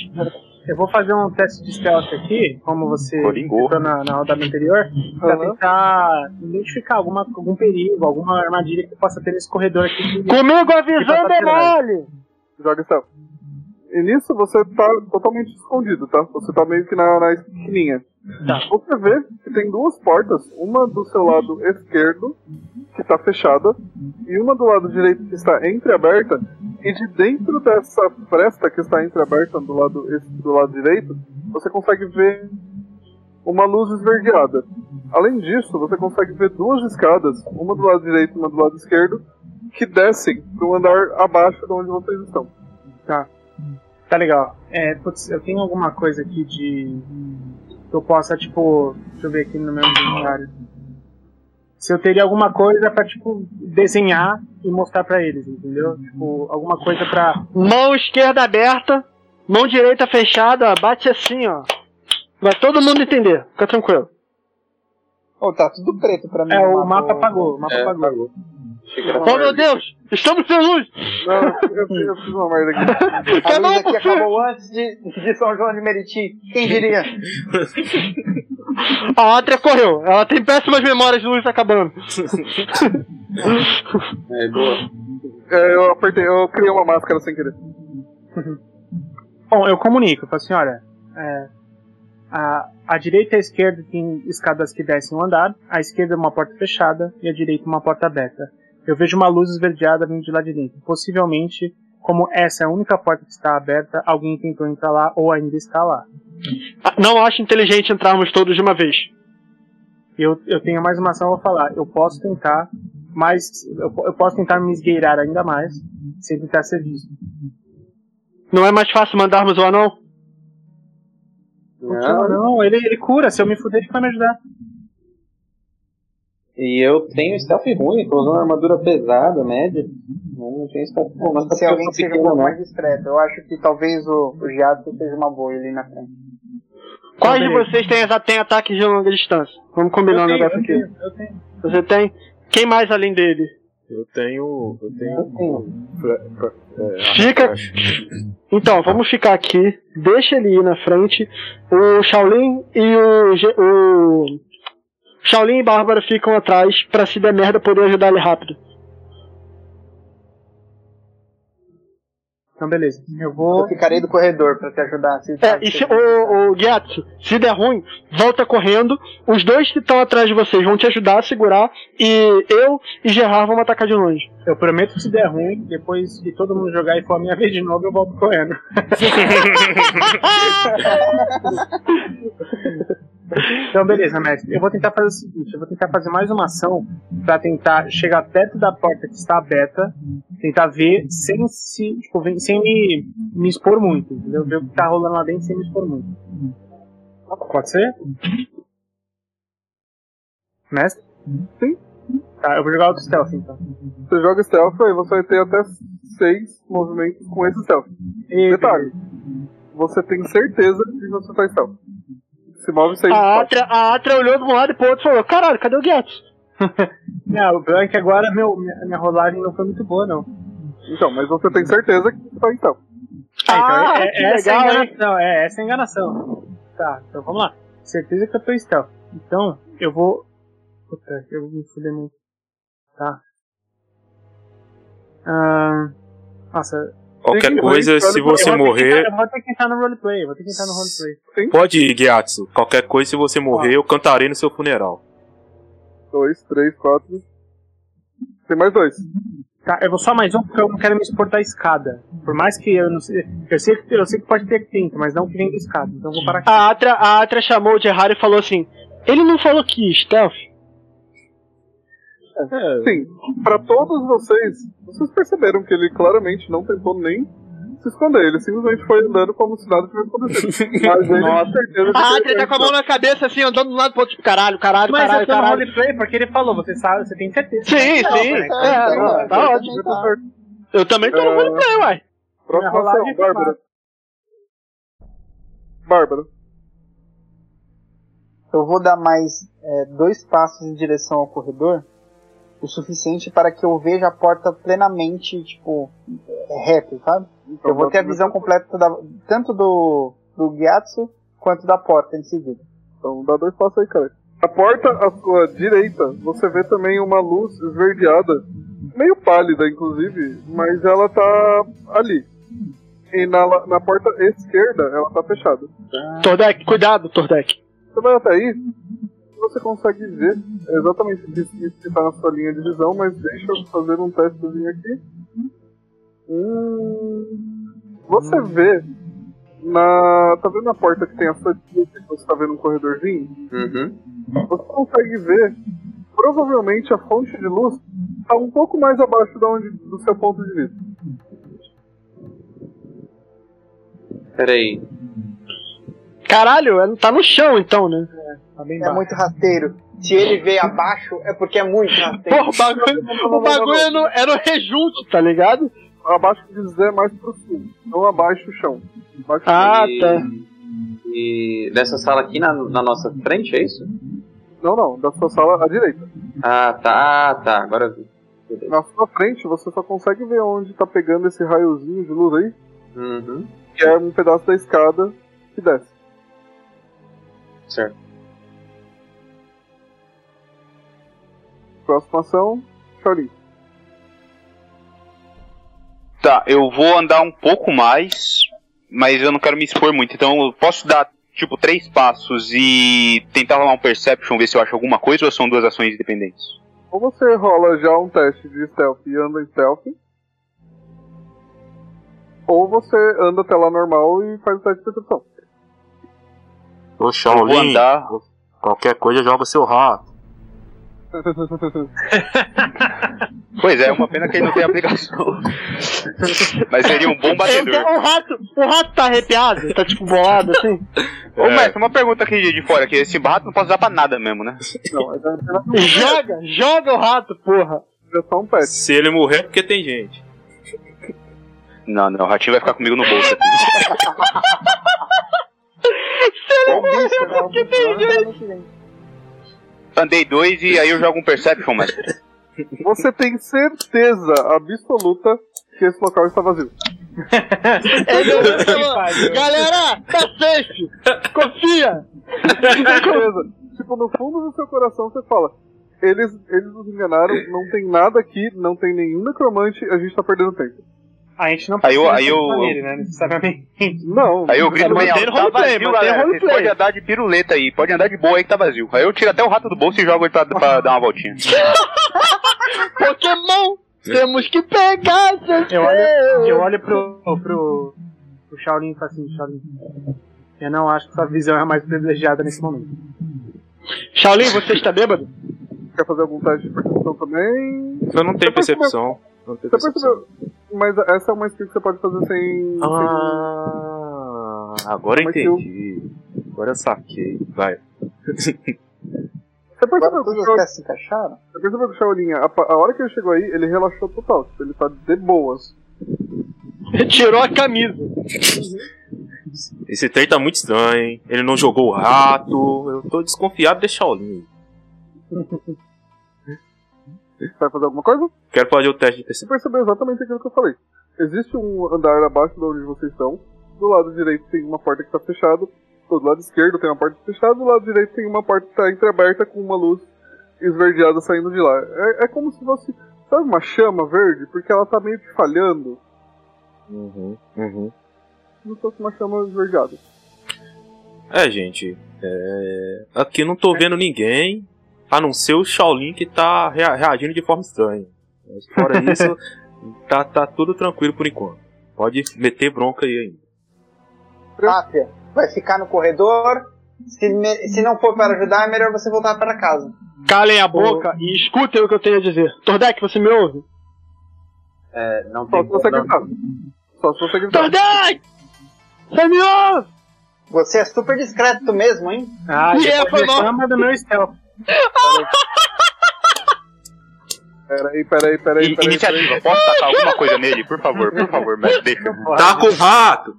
Speaker 7: Eu vou fazer um teste de stealth aqui, como você
Speaker 8: Coringou.
Speaker 7: citou na, na rodada anterior, pra
Speaker 1: Aham.
Speaker 7: tentar identificar alguma, algum perigo, alguma armadilha que possa ter nesse corredor aqui. de-
Speaker 6: Comigo a visão
Speaker 7: pra
Speaker 6: é
Speaker 7: trás.
Speaker 6: mole!
Speaker 1: Joga stealth. E nisso você tá totalmente escondido, tá? Você tá meio que na, na esquininha.
Speaker 7: Tá.
Speaker 1: Você vê que tem duas portas, uma do seu lado esquerdo, que tá fechada, e uma do lado direito que está entreaberta, e de dentro dessa fresta que está entreaberta do lado, es- do lado direito, você consegue ver uma luz esverdeada. Além disso, você consegue ver duas escadas, uma do lado direito e uma do lado esquerdo, que descem para um andar abaixo de onde vocês estão.
Speaker 3: Tá legal. É, putz, eu tenho alguma coisa aqui de. que eu possa, tipo. Deixa eu ver aqui no meu inventário. Se eu teria alguma coisa pra, tipo, desenhar e mostrar pra eles, entendeu? Tipo, alguma coisa pra.
Speaker 6: Mão esquerda aberta, mão direita fechada, bate assim, ó. Vai todo mundo entender, fica tranquilo.
Speaker 11: Ô, tá tudo preto pra mim.
Speaker 3: É, o
Speaker 11: no
Speaker 3: mapa apagou, o mapa apagou.
Speaker 6: Oh meu Deus, estamos sem luz!
Speaker 1: Não, eu fiz, eu fiz uma merda aqui.
Speaker 11: A
Speaker 6: Cada um
Speaker 11: luz
Speaker 6: por
Speaker 11: aqui
Speaker 6: si.
Speaker 11: acabou antes de, de São João de Meriti. Quem diria?
Speaker 6: A Atria correu, ela tem péssimas memórias de luz acabando.
Speaker 9: É, boa.
Speaker 1: É, eu apertei, eu criei uma máscara sem querer.
Speaker 3: Bom, eu comunico, eu falo assim, olha, é, a, a direita e a esquerda tem escadas que descem um andar, a esquerda é uma porta fechada e a direita uma porta aberta. Eu vejo uma luz esverdeada vindo de lá de dentro. Possivelmente, como essa é a única porta que está aberta, alguém tentou entrar lá ou ainda está lá.
Speaker 6: Ah, Não acho inteligente entrarmos todos de uma vez.
Speaker 3: Eu, eu tenho mais uma ação a falar. Eu posso tentar, mas eu, po- eu posso tentar me esgueirar ainda mais, sem tentar ser visto.
Speaker 6: Não é mais fácil mandarmos o anão?
Speaker 3: Não, não, ele, ele cura. Se eu me fuder, ele vai me ajudar.
Speaker 9: E eu tenho um stealth ruim, tô usando armadura pesada, média. Não tenho stealth
Speaker 11: Bom,
Speaker 9: mas
Speaker 11: se alguém
Speaker 9: se
Speaker 11: seja um pouco mais discreto. Eu acho que talvez o, o Jato seja uma boa ali na frente.
Speaker 6: Quais de
Speaker 3: beleza.
Speaker 6: vocês tem, tem ataques de longa distância? Vamos combinar um negócio aqui. Você tem? Quem mais além dele?
Speaker 5: Eu tenho. Eu tenho.
Speaker 9: Sim,
Speaker 5: fra- fra- é,
Speaker 6: Fica.
Speaker 5: acho.
Speaker 6: Então, vamos ficar aqui. Deixa ele ir na frente. O Shaolin e o. Ge- o... Shaolin e Bárbara ficam atrás pra se der merda poder ajudar ele rápido.
Speaker 3: Então, beleza. Eu
Speaker 11: Eu
Speaker 3: vou.
Speaker 11: ficarei do corredor pra te ajudar. Se
Speaker 6: É, e se, o, o Gyatso, se der ruim, volta correndo. Os dois que estão atrás de vocês vão te ajudar a segurar. E eu e Gerard vamos atacar de longe.
Speaker 3: Eu prometo que se der ruim, depois que todo mundo jogar e for a minha vez de novo, eu volto correndo. então, beleza, mestre. Eu vou tentar fazer o seguinte: eu vou tentar fazer mais uma ação pra tentar chegar perto da porta que está aberta, tentar ver sem se, tipo, vem- sem me, me expor muito, entendeu? Ver o que tá rolando lá dentro sem me expor muito. Pode ser? Mestre? Tá, eu vou jogar outro stealth então.
Speaker 1: Você joga stealth e você vai ter até seis movimentos com esse stealth.
Speaker 3: E,
Speaker 1: Detalhe, você tem certeza que você tá em stealth. Se move seis
Speaker 6: A
Speaker 1: espaços.
Speaker 6: Atra, a Atra olhou de um lado e pro outro e falou: Caralho, cadê o Gyatso?
Speaker 3: Não, o pior é que agora meu, minha, minha rolagem não foi muito boa, não.
Speaker 1: Então, mas você tem certeza que você tá em stealth.
Speaker 3: É, então,
Speaker 6: Ah,
Speaker 3: é,
Speaker 6: que
Speaker 3: é essa
Speaker 6: legal,
Speaker 3: a
Speaker 6: hein?
Speaker 3: enganação, é essa a enganação. Tá, então vamos lá. Certeza que eu tô em stealth. Então, eu vou. Puta, eu vou me fuder muito. Tá. Ah, nossa.
Speaker 5: Qualquer
Speaker 1: Tem que-
Speaker 5: coisa,
Speaker 1: tem que-
Speaker 5: se
Speaker 1: eu vou
Speaker 5: você
Speaker 3: eu vou
Speaker 5: morrer.
Speaker 3: Tentar, eu vou ter que entrar no roleplay, vou ter que entrar no roleplay.
Speaker 5: Pode ir, Gyatso. Qualquer coisa, se você morrer, eu cantarei no seu funeral.
Speaker 1: Dois, três, quatro. Tem mais dois.
Speaker 3: Tá, eu vou só mais um porque eu não quero me expor da escada. Por mais que eu não sei. Eu sei que, eu sei que pode ter tinta, mas não que vem da escada. Então eu vou parar aqui.
Speaker 6: A Atra, a Atra chamou o Gerard e falou assim: Ele não falou que stealth?
Speaker 1: Sim, pra todos vocês, vocês perceberam que ele claramente não tentou nem se esconder. Ele simplesmente foi andando como se nada tivesse acontecido. Mas ele tem certeza que
Speaker 6: A
Speaker 1: ele
Speaker 6: Atra
Speaker 1: tá
Speaker 6: tá
Speaker 1: em
Speaker 6: com a mão
Speaker 1: stealth.
Speaker 6: na cabeça assim, andando de um lado pro outro, tipo, caralho, caralho,
Speaker 3: Mas
Speaker 6: caralho,
Speaker 3: eu tô no
Speaker 6: caralho.
Speaker 3: roleplay porque ele falou, você sabe, você tem certeza.
Speaker 6: Sim, sim.
Speaker 1: Ah,
Speaker 6: É, não, tá ótimo.
Speaker 1: Eu tô certo.
Speaker 6: Eu também tô no
Speaker 1: É.
Speaker 6: roleplay, uai.
Speaker 1: Próxima
Speaker 3: rolar
Speaker 1: ação,
Speaker 3: de
Speaker 1: Bárbara. Bárbara.
Speaker 11: Eu vou dar mais é, dois passos em direção ao corredor, o suficiente para que eu veja a porta plenamente, tipo, reto, sabe?
Speaker 1: Então,
Speaker 11: Eu vou ter a visão completa da- tanto do, do Gyatso quanto da porta em seguida.
Speaker 1: Então dá dois passos aí, cara. A porta à sua direita, você vê também uma luz esverdeada, meio pálida inclusive, mas ela tá ali. E na, la- na porta esquerda, ela tá fechada.
Speaker 6: Tordek, cuidado, Tordek.
Speaker 1: Você vai até aí, você consegue ver exatamente isso que está na sua linha de visão, mas deixa eu fazer um testezinho aqui. Hum, você vê na. Tá vendo a porta que tem a sua direita que você tá vendo um corredorzinho?
Speaker 9: Uhum.
Speaker 1: Você consegue ver, provavelmente a fonte de luz está um pouco mais abaixo da onde, do seu ponto de vista.
Speaker 4: Peraí.
Speaker 6: Caralho, ela tá no chão então, né?
Speaker 7: Tá bem
Speaker 3: É
Speaker 7: baixo.
Speaker 3: muito rasteiro. Se ele veio abaixo, é porque é muito rasteiro.
Speaker 6: Porra, o bagulho, o bagulho era no- era o rejunte, tá ligado?
Speaker 1: Abaixo de dizer mais pro cima, não abaixo do chão. Abaixo
Speaker 6: Ah,
Speaker 4: E-
Speaker 6: tá.
Speaker 4: E dessa sala aqui na, na nossa frente, é isso?
Speaker 1: Não, não, da sua sala à direita.
Speaker 4: Ah, tá, ah, tá, agora eu vi. Beleza.
Speaker 1: Na sua frente, você só consegue ver onde tá pegando esse raiozinho de luz aí,
Speaker 4: Uhum,
Speaker 1: que é um pedaço da escada que desce.
Speaker 4: certo.
Speaker 1: Próxima ação, Shaolin.
Speaker 8: Tá, eu vou andar um pouco mais, mas eu não quero me expor muito. Então eu posso dar, tipo, três passos e tentar rolar um Perception, ver se eu acho alguma coisa ou são duas ações independentes?
Speaker 1: Ou você rola já um teste de stealth e anda em stealth. Ou você anda até lá normal e faz o teste de percepção. *laughs*
Speaker 9: Ô,
Speaker 8: Eu vou
Speaker 9: Shaolin,
Speaker 8: andar.
Speaker 9: qualquer coisa joga seu rato.
Speaker 8: Pois é, é uma pena que ele não tem *laughs* aplicação. mas seria um bom batedor.
Speaker 6: O rato, o rato tá arrepiado, tá tipo bolado assim.
Speaker 8: Ô, mestre, uma pergunta aqui de- de fora, que esse rato não posso usar pra nada mesmo, né?
Speaker 1: Não, é já
Speaker 6: Joga, joga o rato, porra.
Speaker 1: é só um teste.
Speaker 5: Se ele morrer, é porque tem gente.
Speaker 8: Não, não, o ratinho vai ficar comigo no bolso aqui.
Speaker 3: Ou bicho, né? Ou bicho.
Speaker 8: Andei dois e aí eu jogo um Perception, mestre.
Speaker 1: Você tem certeza absoluta que esse local está vazio.
Speaker 6: É, meu Deus, falou, Galera, tá safe. Confia.
Speaker 8: É.
Speaker 1: Certeza. tipo, no fundo do seu coração você fala: eles, eles nos enganaram,
Speaker 8: É.
Speaker 1: não tem nada aqui, não tem nenhum necromante, a gente tá perdendo tempo.
Speaker 7: A gente não
Speaker 8: Aí eu-
Speaker 7: precisa
Speaker 8: aí eu-
Speaker 7: continuar nele, né? Necessariamente.
Speaker 1: Não,
Speaker 8: Aí eu grito bem
Speaker 6: mantendo
Speaker 8: alto, tá
Speaker 6: roleplay,
Speaker 8: vazio,
Speaker 6: mantendo
Speaker 8: galera. Vocês
Speaker 6: roleplay.
Speaker 8: podem andar de piruleta aí, pode andar de boa aí que tá vazio. Aí eu tiro até o rato do bolso e jogo ele pra, pra dar uma voltinha.
Speaker 6: Pokémon, temos que pegar seus
Speaker 7: Eu olho, eu olho pro, pro, pro Shaolin e falo assim, Shaolin, eu não acho que sua visão é a mais privilegiada nesse momento.
Speaker 6: Shaolin, você está bêbado?
Speaker 1: quer fazer algum teste de percepção também.
Speaker 5: Eu não tenho percepção. Não tenho
Speaker 1: Você
Speaker 5: percepção.
Speaker 1: percebeu? Mas essa é uma skill que você pode fazer sem.
Speaker 5: Ah, agora eu
Speaker 1: Mas é eu-
Speaker 5: entendi. Agora eu saquei. Vai.
Speaker 1: sem... Você
Speaker 3: Agora
Speaker 1: percebeu que
Speaker 3: todos
Speaker 1: o
Speaker 3: os
Speaker 1: Shaolin-
Speaker 3: caras se encaixaram?
Speaker 1: você percebeu que o Shaolin, a, pa- a hora que ele chegou aí, ele relaxou total. Tipo, ele tá de boas.
Speaker 6: *laughs* Tirou a camisa.
Speaker 5: Esse trem tá muito estranho, hein? Ele não jogou o rato. Eu tô desconfiado de Shaolin.
Speaker 1: Você vai fazer alguma coisa?
Speaker 5: Quero fazer o teste de
Speaker 1: Você
Speaker 5: percepção.
Speaker 1: percebeu exatamente aquilo que eu falei. Existe um andar abaixo de onde vocês estão. Do lado direito tem uma porta que tá fechada. Do lado esquerdo tem uma porta fechada. Do lado direito tem uma porta que tá entreaberta com uma luz esverdeada saindo de lá. É, é como se fosse, sabe, uma chama verde? Porque ela tá meio que falhando.
Speaker 5: Uhum, uhum.
Speaker 1: Não fosse uma chama esverdeada.
Speaker 5: É, gente. é, Aqui eu não tô vendo ninguém. A não ser o Shaolin que tá rea- reagindo de forma estranha. Mas
Speaker 7: *laughs*
Speaker 5: fora isso, tá, tá tudo tranquilo por enquanto. Pode meter bronca aí ainda.
Speaker 3: Tápia, vai ficar no corredor. Se, me- se não for para ajudar, é melhor você voltar para casa.
Speaker 6: Calem a boca e escutem o que eu tenho a dizer. Tordek, você me ouve?
Speaker 4: É, não
Speaker 1: Só
Speaker 4: tem
Speaker 1: se você
Speaker 4: como-
Speaker 1: gritar. Só se você gritar.
Speaker 6: Tordek! Você me ouve?
Speaker 3: Você é super discreto mesmo, hein?
Speaker 7: Ah,
Speaker 6: E
Speaker 7: depois
Speaker 6: é, foi mal.
Speaker 7: reclama do meu stealth.
Speaker 1: Peraí, peraí, peraí,
Speaker 8: In-
Speaker 1: peraí. peraí.
Speaker 8: iniciativa, posso tacar alguma coisa nele? Por favor, por favor, mestre, deixa.
Speaker 5: Tá com o rato!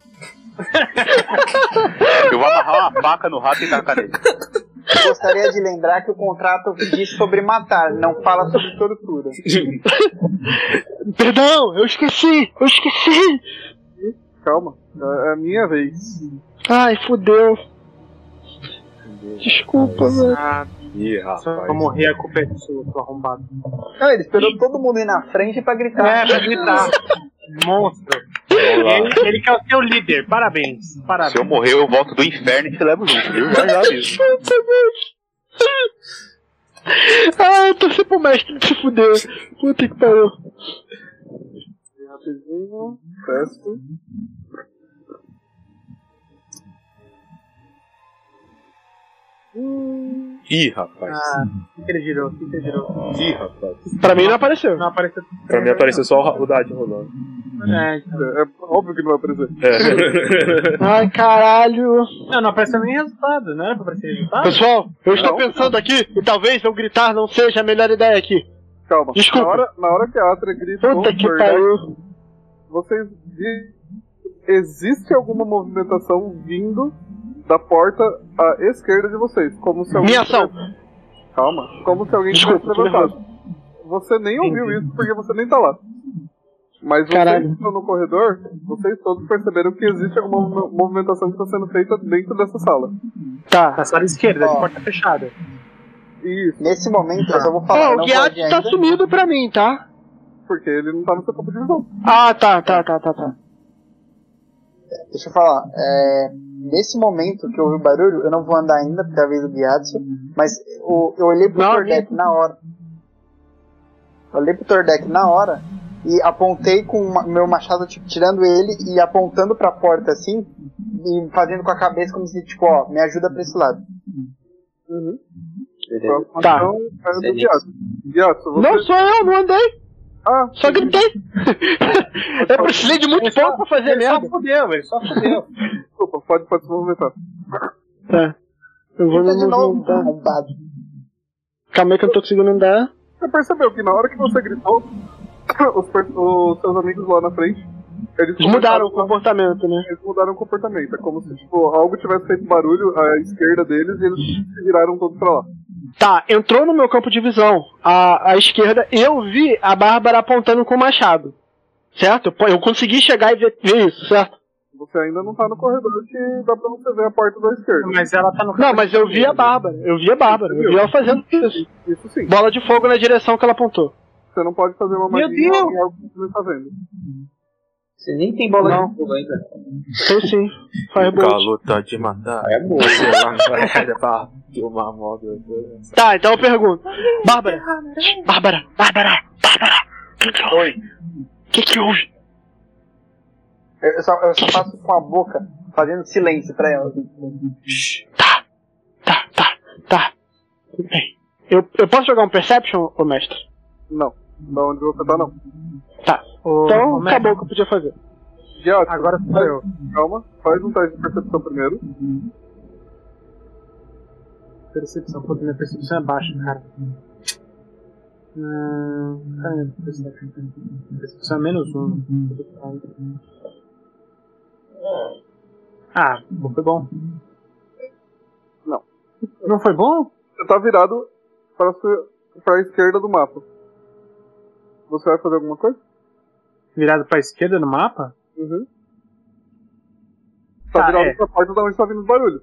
Speaker 8: Eu vou amarrar uma faca no rato e tacar nele.
Speaker 3: Gostaria de lembrar que o contrato diz sobre matar, não fala sobre tortura.
Speaker 6: Perdão, eu esqueci, eu esqueci.
Speaker 1: Calma. É a minha vez.
Speaker 6: Ai, fudeu. Desculpa, mano.
Speaker 5: Ih,
Speaker 7: Se eu
Speaker 5: rapaz.
Speaker 7: morrer, a culpa é sua, tô arrombado.
Speaker 3: Não, Ah, ele esperou todo mundo ir na frente pra gritar.
Speaker 7: É, pra gritar. Monstro. Ele, ele quer ser o líder, parabéns.
Speaker 8: Se eu
Speaker 7: Parabéns.
Speaker 8: morrer, eu volto do inferno e te levo junto, viu? Já, já aviso.
Speaker 6: Ah, eu torci pro mestre que se fudeu. Puta que pariu.
Speaker 1: Rapidinho. Teste.
Speaker 5: Ih, rapaz.
Speaker 7: Ah, o que que ele girou? O que que ele girou?
Speaker 5: Ih, rapaz.
Speaker 6: Pra mim não apareceu.
Speaker 7: Não apareceu.
Speaker 5: Pra mim apareceu só o ra- o dadinho rolando.
Speaker 7: É,
Speaker 1: É óbvio que não vai aparecer.
Speaker 5: É.
Speaker 6: Ai, caralho.
Speaker 7: não, não apareceu nem resultado, não era pra aparecer resultado?
Speaker 6: Pessoal, eu estou
Speaker 1: Não.
Speaker 6: pensando aqui e talvez eu gritar não seja a melhor ideia aqui.
Speaker 1: Calma.
Speaker 6: Desculpa.
Speaker 1: Na hora, na hora que a Atra grita
Speaker 6: Puta que
Speaker 1: Goldberg,
Speaker 6: pariu.
Speaker 1: vocês dizem existe alguma movimentação vindo da porta à esquerda de vocês, como se alguém
Speaker 6: Minha ação.
Speaker 1: Calma, como se alguém
Speaker 6: Desculpa,
Speaker 1: tivesse
Speaker 6: tô
Speaker 1: levantado. Você nem ouviu isso porque você nem tá lá. Mas vocês
Speaker 6: Caralho.
Speaker 1: que estão no corredor, vocês todos perceberam que existe alguma mo- movimentação que está sendo feita dentro dessa sala.
Speaker 6: Tá.
Speaker 7: Na sala esquerda, de
Speaker 3: Ó.
Speaker 7: porta fechada.
Speaker 1: Isso,
Speaker 3: Nesse momento, eu só vou falar.
Speaker 6: Ó,
Speaker 3: eu
Speaker 6: o
Speaker 3: não
Speaker 6: Guiado
Speaker 3: pode
Speaker 6: tá
Speaker 3: ainda.
Speaker 6: sumido pra mim, tá?
Speaker 1: porque ele não tá no seu campo de visão.
Speaker 6: Ah, tá, tá, tá, tá, tá.
Speaker 3: Deixa eu falar. é, nesse momento que eu ouvi o barulho, eu não vou andar ainda, porque é a vez do Gyatso, mas o- eu olhei pro
Speaker 6: Não,
Speaker 3: Tordek na hora. Eu olhei pro Tordek na hora e apontei com uma- meu machado, tipo, tirando ele e apontando pra porta assim, e fazendo com a cabeça como se, tipo, ó, me ajuda pra esse lado.
Speaker 4: Beleza.
Speaker 6: Tá.
Speaker 1: Então, é do
Speaker 4: Beleza.
Speaker 1: Gyatso. Gyatso, você...
Speaker 6: Não sou eu, não andei,
Speaker 1: Ah,
Speaker 6: só gritei. *laughs* eu precisei de muito pouco pra fazer merda.
Speaker 7: fudeu, ele só fudeu.
Speaker 1: desculpa, pode, pode se movimentar.
Speaker 6: Tá. Eu vou então.
Speaker 3: Fica
Speaker 6: me
Speaker 3: Então, de novo,
Speaker 6: movimentar.
Speaker 3: arrombado.
Speaker 6: Calma aí que eu não tô conseguindo andar.
Speaker 1: Você percebeu que na hora que você gritou, *coughs* os, per- os seus amigos lá na frente, eles
Speaker 6: Eles mudaram
Speaker 1: começaram-
Speaker 6: o comportamento, né?
Speaker 1: Eles mudaram o comportamento. É como se tipo, algo tivesse feito barulho à esquerda deles e eles se viraram todos pra lá.
Speaker 6: Tá, entrou no meu campo de visão, à, à esquerda, e eu vi a Bárbara apontando com o machado. Certo? Eu, po- eu consegui chegar e ver, ver isso, certo?
Speaker 1: Você ainda não tá no corredor que dá pra você ver a porta da esquerda.
Speaker 7: Mas ela tá no
Speaker 6: Não, mas eu vi a Bárbara, eu vi a Bárbara, eu vi ela fazendo isso.
Speaker 1: Isso sim.
Speaker 6: Bola de fogo na direção que ela apontou.
Speaker 1: Você não pode fazer uma
Speaker 7: Meu
Speaker 1: magia
Speaker 7: Deus!
Speaker 1: em algo que você não tá vendo.
Speaker 4: Você nem tem bola
Speaker 6: Não.
Speaker 4: de fogo ainda.
Speaker 6: Sei sim, Firebolt.
Speaker 9: Calor tá de matar.
Speaker 4: É boa.
Speaker 9: Sei
Speaker 5: *laughs*
Speaker 9: lá, merda, pra filmar mal, meu Deus.
Speaker 6: Tá, então eu pergunto. Bárbara, Bárbara, Bárbara, Bárbara, que que houve? Que que houve?
Speaker 3: Eu, eu só, eu só faço com a boca, fazendo silêncio pra ela.
Speaker 6: Tá, tá, tá, tá. Tudo bem. Eu, eu posso jogar um Perception, ô mestre?
Speaker 1: Não. Da onde você tá, não.
Speaker 6: Tá. Então acabou o que eu podia fazer.
Speaker 1: Giotto,
Speaker 7: Agora sou eu.
Speaker 1: calma. Faz um teste de percepção primeiro.
Speaker 7: Percepção, puta, minha percepção é baixa, cara. Hum, cadê minha percepção? Percepção é menos um. Ah, bom, foi bom.
Speaker 1: Não.
Speaker 7: Não foi bom?
Speaker 1: Você tá virado pra, sua- pra esquerda do mapa. Você vai fazer alguma coisa?
Speaker 7: Virado pra esquerda no mapa?
Speaker 1: Uhum. Tá
Speaker 7: Tá,
Speaker 1: virado
Speaker 7: é.
Speaker 1: pra porta da onde tá vindo os barulhos.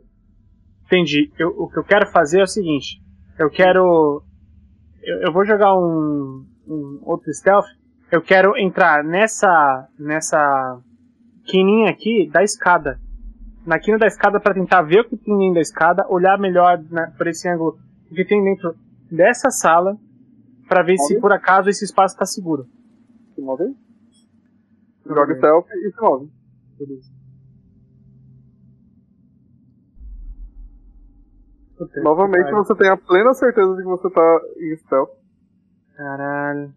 Speaker 7: Entendi. Eu- o que eu quero fazer é o seguinte. Eu quero... Eu, eu vou jogar um, um outro stealth. Eu quero entrar nessa... Nessa... Quininha aqui da escada. Na quina da escada pra tentar ver o que tem dentro da escada. Olhar melhor né, por esse ângulo. O que tem dentro dessa sala. Pra ver se por acaso esse espaço tá seguro.
Speaker 1: Se move aí. Joga stealth e se move. Novamente você tem a plena certeza de que você tá em stealth.
Speaker 7: Caralho.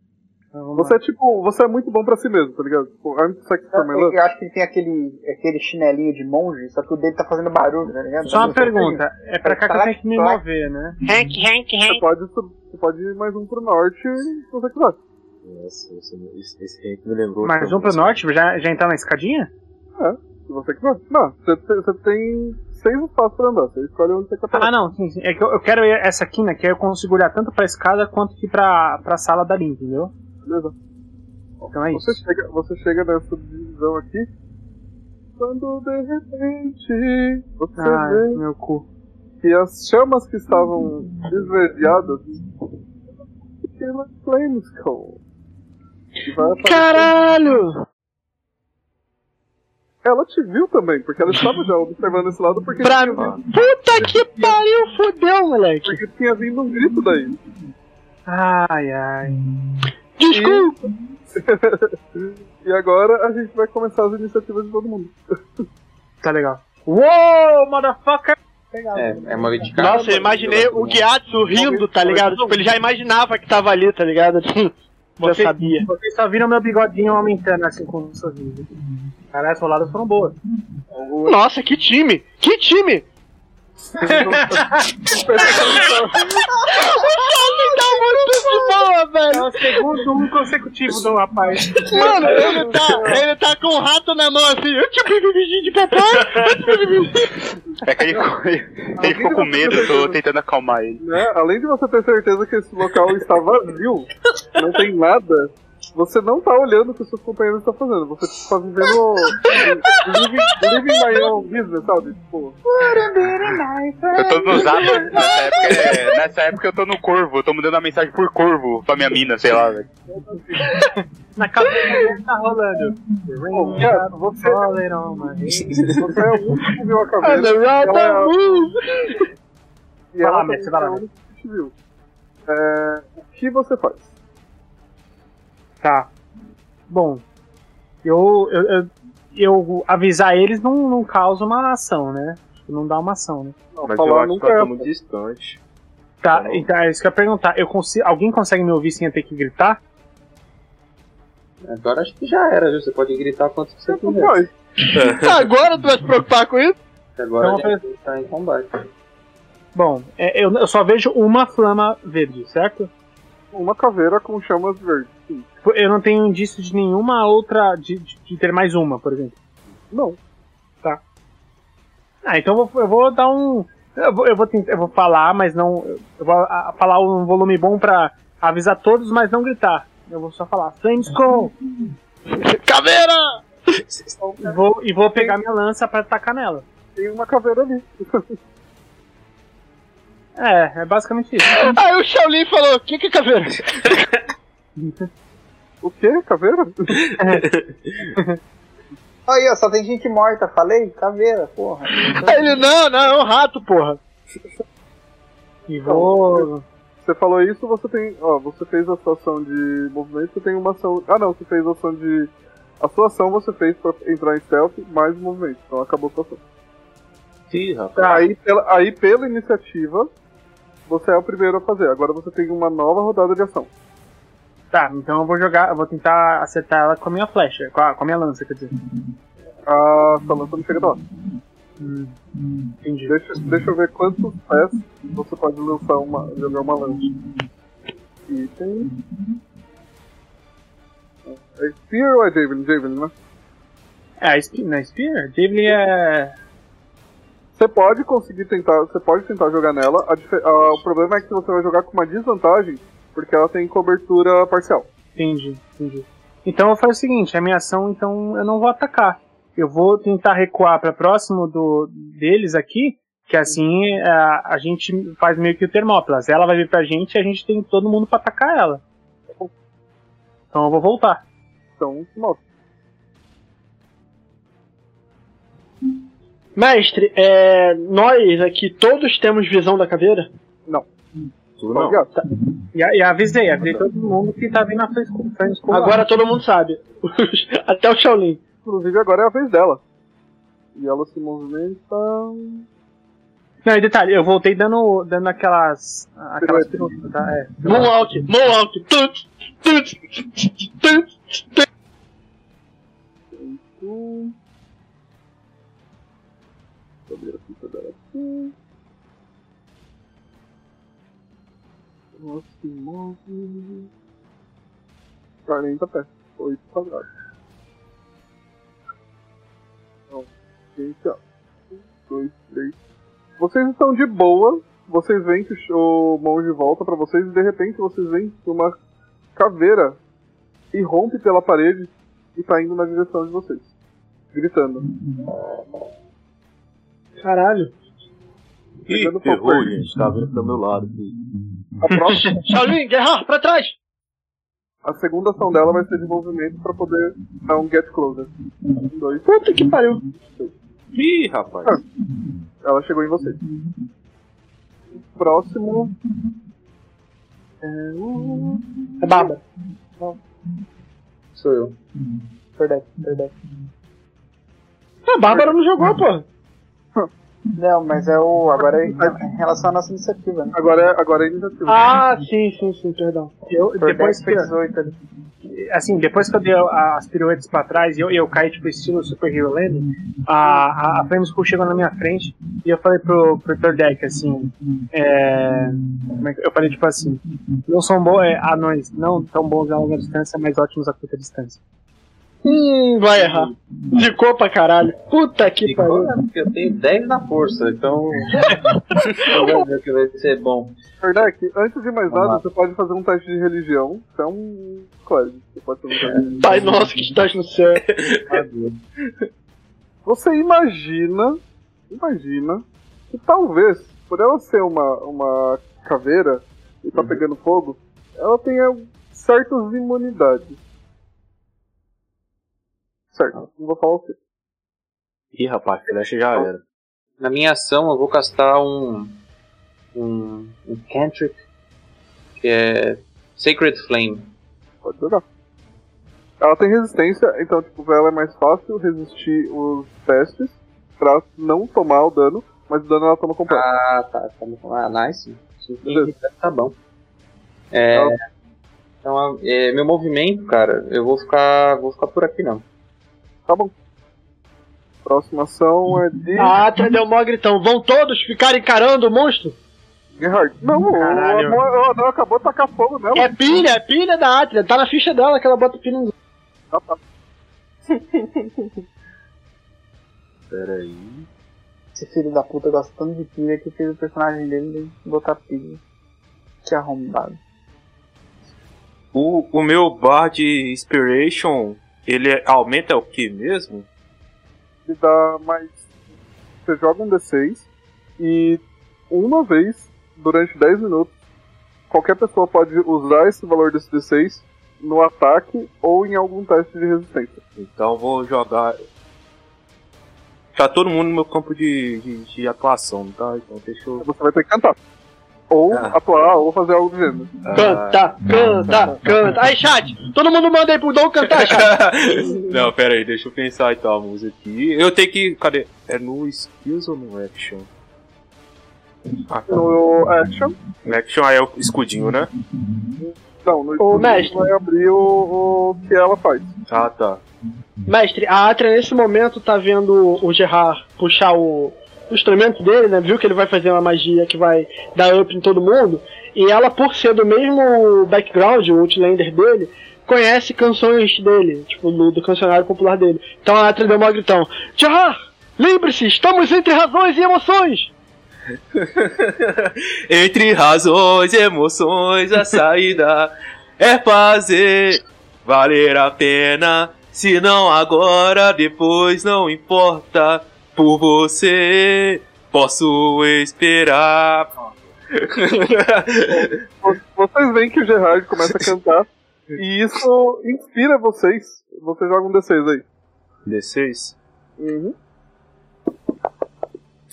Speaker 7: Então, vamos
Speaker 1: Você é tipo, você é muito bom pra si mesmo, tá ligado? Tipo, I'm sexy for my
Speaker 3: Eu,
Speaker 1: love.
Speaker 3: eu acho que ele tem aquele, aquele chinelinho de monge, só que o dele tá fazendo barulho, tá ligado?
Speaker 7: Só uma pergunta, é pra cá que eu tenho que me
Speaker 3: Clac, clac.
Speaker 7: mover, né?
Speaker 1: Você pode, sub- você pode ir mais um pro norte se você quiser.
Speaker 9: Nossa, esse, esse, esse tempo me lembrou.
Speaker 7: Mais um pro norte, já, já entrar na escadinha?
Speaker 1: Se você quiser. Não, você, te- você tem seis espaços pra andar. Você escolhe onde você quer
Speaker 6: Tá
Speaker 1: parar.
Speaker 7: Ah, não, sim, sim. É que eu, eu quero ir- essa quina, que aí eu consigo olhar tanto pra escada quanto que pra, pra sala da Link, entendeu?
Speaker 1: Beleza.
Speaker 7: Então é
Speaker 1: Você
Speaker 7: isso.
Speaker 1: chega, você chega nessa divisão aqui. Quando de repente você
Speaker 7: Ah,
Speaker 1: vê
Speaker 7: meu cu.
Speaker 1: que as chamas que estavam desverdeadas pequena flames cone. E vai aparecer-
Speaker 6: Caralho!
Speaker 1: Ela te viu também, porque ela estava já observando esse lado porque
Speaker 6: Pra
Speaker 1: tinha vindo-
Speaker 6: mim. Puta que pariu, fodeu, moleque.
Speaker 1: porque tinha vindo um grito daí.
Speaker 7: Ai, ai.
Speaker 6: Desculpa.
Speaker 1: E *laughs* agora a gente vai começar as iniciativas de todo mundo.
Speaker 7: Tá legal. Uou, motherfucker!
Speaker 4: É, é uma vez de cada.
Speaker 6: Nossa, eu imaginei o Gyatso rindo, tá ligado? *laughs* Tipo, ele já imaginava que tava ali, tá ligado?
Speaker 12: Já
Speaker 6: Vocês-
Speaker 12: sabia.
Speaker 6: Vocês só viram meu bigodinho aumentando assim com o sorriso. Caralho, as roladas foram boas.
Speaker 12: Nossa, que time! Que time! tá muito de boa, velho!
Speaker 6: É o segundo um consecutivo do rapaz.
Speaker 12: Mano, ele tá, ele tá com o rato na mão assim. Eu te bebi de papai!
Speaker 8: É que ele, ficou- ele ficou com medo, eu tô tentando acalmar ele.
Speaker 1: Né? Além de você ter certeza que esse local está vazio, não tem nada, você não tá olhando o que os seus companheiros estão fazendo. Você tá vivendo. living, living my own business, sabe? Tipo,
Speaker 8: Eu tô no zap, nessa época, é, nessa época eu tô no corvo, eu tô mandando a mensagem por corvo pra minha mina, sei lá, velho.
Speaker 6: Na cabeça tá rolando.
Speaker 1: oh, cara, você,
Speaker 6: Tolerão, mano.
Speaker 1: você é o único que viu a cabeça.
Speaker 12: Ela é a-
Speaker 1: E ela
Speaker 6: Fala,
Speaker 1: também
Speaker 6: Mestre, vai lá,
Speaker 1: é a única que te viu. É, o que você faz?
Speaker 6: Tá. Bom, eu, eu, eu, eu avisar eles não, não causa uma ação, né? Tipo, Não dá uma ação, né?
Speaker 1: Não,
Speaker 5: Mas eu
Speaker 1: falar
Speaker 5: acho que
Speaker 1: nunca
Speaker 5: nós
Speaker 1: é.
Speaker 5: estamos distante.
Speaker 6: Tá, então é isso que eu ia perguntar. Eu consigo, alguém consegue me ouvir sem eu ter que gritar?
Speaker 9: Agora acho que já era, viu? Você pode gritar quanto você
Speaker 1: Não
Speaker 9: quiser.
Speaker 1: faz.
Speaker 12: Agora tu vai se preocupar com isso?
Speaker 9: Agora
Speaker 6: Então,
Speaker 9: a gente
Speaker 4: é
Speaker 9: está
Speaker 4: um
Speaker 9: em combate.
Speaker 6: Bom, é, eu, eu só vejo uma flama verde, certo?
Speaker 1: Uma caveira com chamas verdes. Sim.
Speaker 6: Eu não tenho indício de nenhuma outra. de, de- de ter mais uma, por exemplo.
Speaker 1: Não.
Speaker 6: Tá. Ah, então eu vou, eu vou dar um. Eu vou, eu, vou tentar, eu vou falar, mas não. Eu vou ah, falar um volume bom pra avisar todos, mas não gritar. Eu vou só falar, Flames Call!
Speaker 12: Caveira!
Speaker 6: E vou, e vou pegar minha lança pra atacar nela.
Speaker 1: Tem uma caveira ali.
Speaker 6: É, é basicamente isso.
Speaker 12: Aí o Shaolin falou: que que é caveira?
Speaker 1: O quê? Caveira?
Speaker 3: Aí, ó, só tem gente morta, falei? Caveira, porra.
Speaker 12: Aí ele: não, não, é um rato, porra.
Speaker 6: E vou.
Speaker 1: Você falou isso, você tem. Ó, você fez a sua ação de movimento, você tem uma ação. Ah não, você fez a ação de. A sua ação você fez pra entrar em stealth mais movimento. Então acabou a sua ação.
Speaker 5: Ih, rapaz.
Speaker 1: Aí pela, aí pela iniciativa, você é o primeiro a fazer. Agora você tem uma nova rodada de ação.
Speaker 6: Tá, então eu vou jogar, eu vou tentar acertar ela com a minha flecha, com a, com a minha lança, quer dizer.
Speaker 1: A sua lança não chega da hora.
Speaker 6: Entendi.
Speaker 1: Deixa, deixa eu ver quantos pés você pode lançar uma. jogar uma lança. E tem. É Spear ou é Javelin? Javelin, né?
Speaker 6: É, a Spe- na Spear? Javelin é.
Speaker 1: Você pode conseguir tentar, você pode tentar jogar nela. a dife- a- o problema é que você vai jogar com uma desvantagem, porque ela tem cobertura parcial.
Speaker 6: Entendi, entendi. Então eu faço o seguinte, a minha ação, então eu não vou atacar. Eu vou tentar recuar pra próximo do deles aqui, que assim a, a gente faz meio que o termópilas. Ela vai vir pra gente e a gente tem todo mundo pra atacar ela. Então eu vou voltar.
Speaker 1: Então, nossa.
Speaker 12: Mestre, é, nós aqui todos temos visão da caveira?
Speaker 5: Tu
Speaker 1: Não.
Speaker 5: não.
Speaker 6: E, a- e avisei, avisei todo mundo que tá vindo na frente com frente com
Speaker 12: Agora todo mundo sabe. *laughs* Até o Shaolin.
Speaker 1: Inclusive agora é a vez dela. E ela se movimenta.
Speaker 6: Não, e detalhe, eu voltei dando, dando aquelas. aquelas piruetas, tá? É.
Speaker 12: Moonwalk, moonwalk. Tut, tut, tut, tut.
Speaker 1: Hum. Deixa eu abrir a ficha dela aqui. Ela se move. 40 pés. 8 quadrados. Então, gente, ó. 1, 2, 3. Vocês estão de boa. Vocês veem que o ch- o monge volta pra vocês e de repente vocês veem que uma caveira e rompe pela parede e tá indo na direção de vocês. Gritando.
Speaker 12: Caralho.
Speaker 5: Ih,
Speaker 1: Pegando
Speaker 5: ferrou,
Speaker 1: papai.
Speaker 5: gente. Tá vindo pro meu lado. filho.
Speaker 1: A, próxima,
Speaker 12: Shaolin, guerra, pra trás.
Speaker 1: a segunda ação dela vai ser de movimento pra poder dar um get closer. Um, dois.
Speaker 12: Puta que pariu.
Speaker 5: Ih, rapaz.
Speaker 1: Ela chegou em vocês. Próximo.
Speaker 12: É baba.
Speaker 9: Sou eu.
Speaker 3: Tordek, Tordek.
Speaker 6: Ah,
Speaker 12: A Bárbara não jogou, porra.
Speaker 3: Não, mas é o. Agora é em relação à nossa iniciativa, né?
Speaker 1: Agora, é- agora é iniciativa.
Speaker 7: Ah, sim, sim, sim, perdão. Eu, depois
Speaker 12: é.
Speaker 3: Depois
Speaker 7: que,
Speaker 3: foi 18 ali.
Speaker 7: assim, depois que eu dei a- as piruetas pra trás e eu, eu caí, tipo, estilo Super Hero Land, a, a, a Flame School chegou na minha frente e eu falei pro, pro Tordek, assim, é, como é que- eu falei, tipo assim, não são bons é, anões, não tão bons a longa distância, mas ótimos a curta distância.
Speaker 6: Hum, vai errar. Zicou pra caralho. Puta que pariu.
Speaker 9: Agora, porque eu tenho 10 na força,
Speaker 7: *laughs*
Speaker 9: então. Vamos ver que vai ser bom.
Speaker 1: Kardec, antes de mais
Speaker 9: Vamos
Speaker 1: nada,
Speaker 9: lá.
Speaker 1: você pode fazer um teste de religião. Você é um clérigo. Você pode fazer um
Speaker 9: É.
Speaker 1: teste.
Speaker 6: Pai nosso que estás no céu.
Speaker 1: Você imagina, imagina, que talvez, por ela ser uma, uma caveira e tá pegando fogo, ela tenha certas imunidades. Certo, não vou falar o quê.
Speaker 9: Ih, rapaz, flecha já era.
Speaker 4: Na minha ação eu vou castar um. um. um cantrip, que é. Sacred Flame.
Speaker 1: Pode jogar. Ela tem resistência, então tipo, pra ela é mais fácil resistir os testes pra não tomar o dano, mas o dano ela toma completo.
Speaker 4: Ah, tá. tá bom. Ah,
Speaker 7: *laughs*
Speaker 4: nice. Sim,
Speaker 1: Beleza.
Speaker 4: Tá bom. É, então, é, meu movimento, cara, eu vou ficar. vou ficar por aqui não.
Speaker 1: Tá bom. Próxima ação é de.
Speaker 6: A Atra deu mó gritão. Vão todos ficar encarando o monstro?
Speaker 1: Gerhard. Não, o
Speaker 7: Caralho.
Speaker 1: anão, o anão acabou de tacar fogo nela.
Speaker 6: É pilha, é pilha da Atra. Tá na ficha dela que ela bota pilha no.
Speaker 1: Tá, tá.
Speaker 3: Esse filho da puta gosta tanto de pilha que fez o personagem dele botar pilha. Que arrombado.
Speaker 5: O, o meu bar de inspiration, ele é- aumenta o que mesmo?
Speaker 1: Ele dá mais. Você joga um D6 e uma vez, durante 10 minutos, qualquer pessoa pode usar esse valor desse D6 no ataque ou em algum teste de resistência.
Speaker 5: Então eu vou jogar. Tá todo mundo no meu campo de, de, de atuação, tá? Então deixa eu.
Speaker 1: Você vai ter que cantar. Ou
Speaker 5: Ah.
Speaker 1: atuar, ou fazer algo do gênero.
Speaker 6: Canta, canta, canta. Aí, chat, todo mundo manda aí pro Dom cantar,
Speaker 5: *laughs*
Speaker 6: chat.
Speaker 5: Ah. Não, pera aí, deixa eu pensar então a música aqui. Eu tenho que. Cadê? É no skills ou no action? Ah, tá.
Speaker 1: No action.
Speaker 5: No action aí é o escudinho, né?
Speaker 1: Não, no
Speaker 6: Ô,
Speaker 1: escudo
Speaker 6: mestre.
Speaker 1: vai abrir o, o que ela faz.
Speaker 5: Ah, tá.
Speaker 6: Mestre, a Atria nesse momento tá vendo o Gerard puxar o, o instrumento dele, né? Viu que ele vai fazer uma magia que vai dar up em todo mundo. E ela, por ser do mesmo background, o Outlander dele, conhece canções dele, tipo, do, do cancionário popular dele. Então a Atria deu um gritão: Gerard, lembre-se, estamos entre razões e emoções!
Speaker 5: Entre razões e emoções, a saída é fazer valer a pena. Se não agora, depois não importa. Por você posso esperar.
Speaker 1: Vocês veem que o Gerard começa a cantar e isso inspira vocês. Vocês jogam um D6 aí.
Speaker 5: D6?
Speaker 1: Uhum.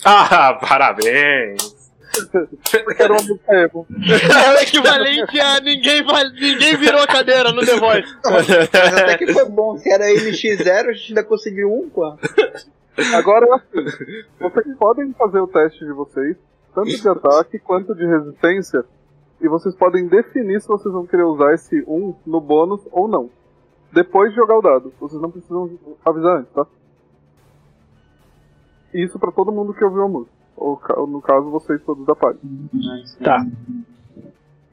Speaker 5: Ah, *laughs* parabéns!
Speaker 1: Quero uma música emo.
Speaker 6: É o equivalente a ninguém, va- ninguém virou a cadeira no The Voice.
Speaker 3: Mas até que foi bom. Se era MX0, a gente ainda conseguiu um, pô.
Speaker 1: Agora é assim. Vocês podem fazer o teste de vocês, tanto de ataque quanto de resistência, e vocês podem definir se vocês vão querer usar esse 1 no bônus ou não. Depois de jogar o dado. Vocês não precisam avisar antes, tá? Isso pra todo mundo que ouviu a música. Ou ca- no caso, vocês todos da parte.
Speaker 6: Tá.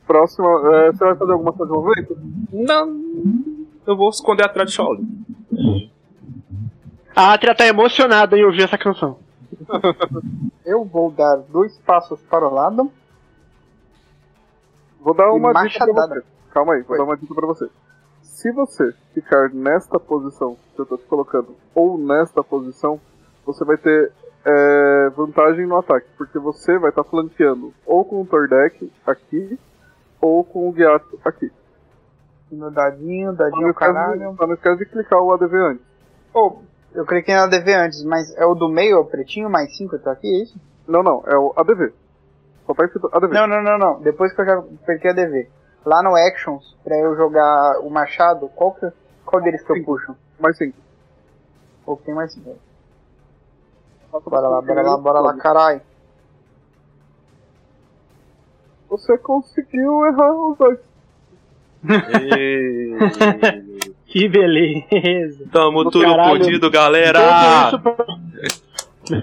Speaker 1: Próxima. é, você vai fazer alguma coisa de movimento?
Speaker 5: Não, eu vou esconder atrás de Shaolin.
Speaker 6: A Atria tá emocionada em ouvir essa canção.
Speaker 3: Eu vou dar dois passos para o lado.
Speaker 1: Vou dar
Speaker 3: E
Speaker 1: uma dica pra
Speaker 3: machadada.
Speaker 1: você. Calma aí, vou
Speaker 3: Oi.
Speaker 1: dar uma dica pra você. Se você ficar nesta posição que eu tô te colocando, ou nesta posição, você vai ter é, vantagem no ataque, porque você vai estar flanqueando ou com o Tordek aqui, ou com o Guiato aqui.
Speaker 3: No dadinho,
Speaker 1: Só
Speaker 3: dadinho,
Speaker 1: não, esquece
Speaker 3: caralho.
Speaker 1: de, só não esquece de clicar o ADV antes.
Speaker 3: Ô, eu cliquei na DV antes, mas é o do meio, é o pretinho, mais 5 eu tô aqui, é isso?
Speaker 1: Não, não, é o ADV. Só tá escrito ADV.
Speaker 3: Não, não, não, não. Depois que eu já cliquei a DV. Lá no Actions, pra eu jogar o machado, qual, que, qual deles que eu puxo?
Speaker 1: Mas sim,
Speaker 3: Ou tem mais 5? Bora lá, bora lá, bora lá, caralho.
Speaker 1: Você conseguiu errar os dois.
Speaker 7: Que beleza.
Speaker 5: Tamo tudo
Speaker 6: Caralho.
Speaker 5: fodido,
Speaker 6: Tudo
Speaker 5: galera!
Speaker 6: isso pra-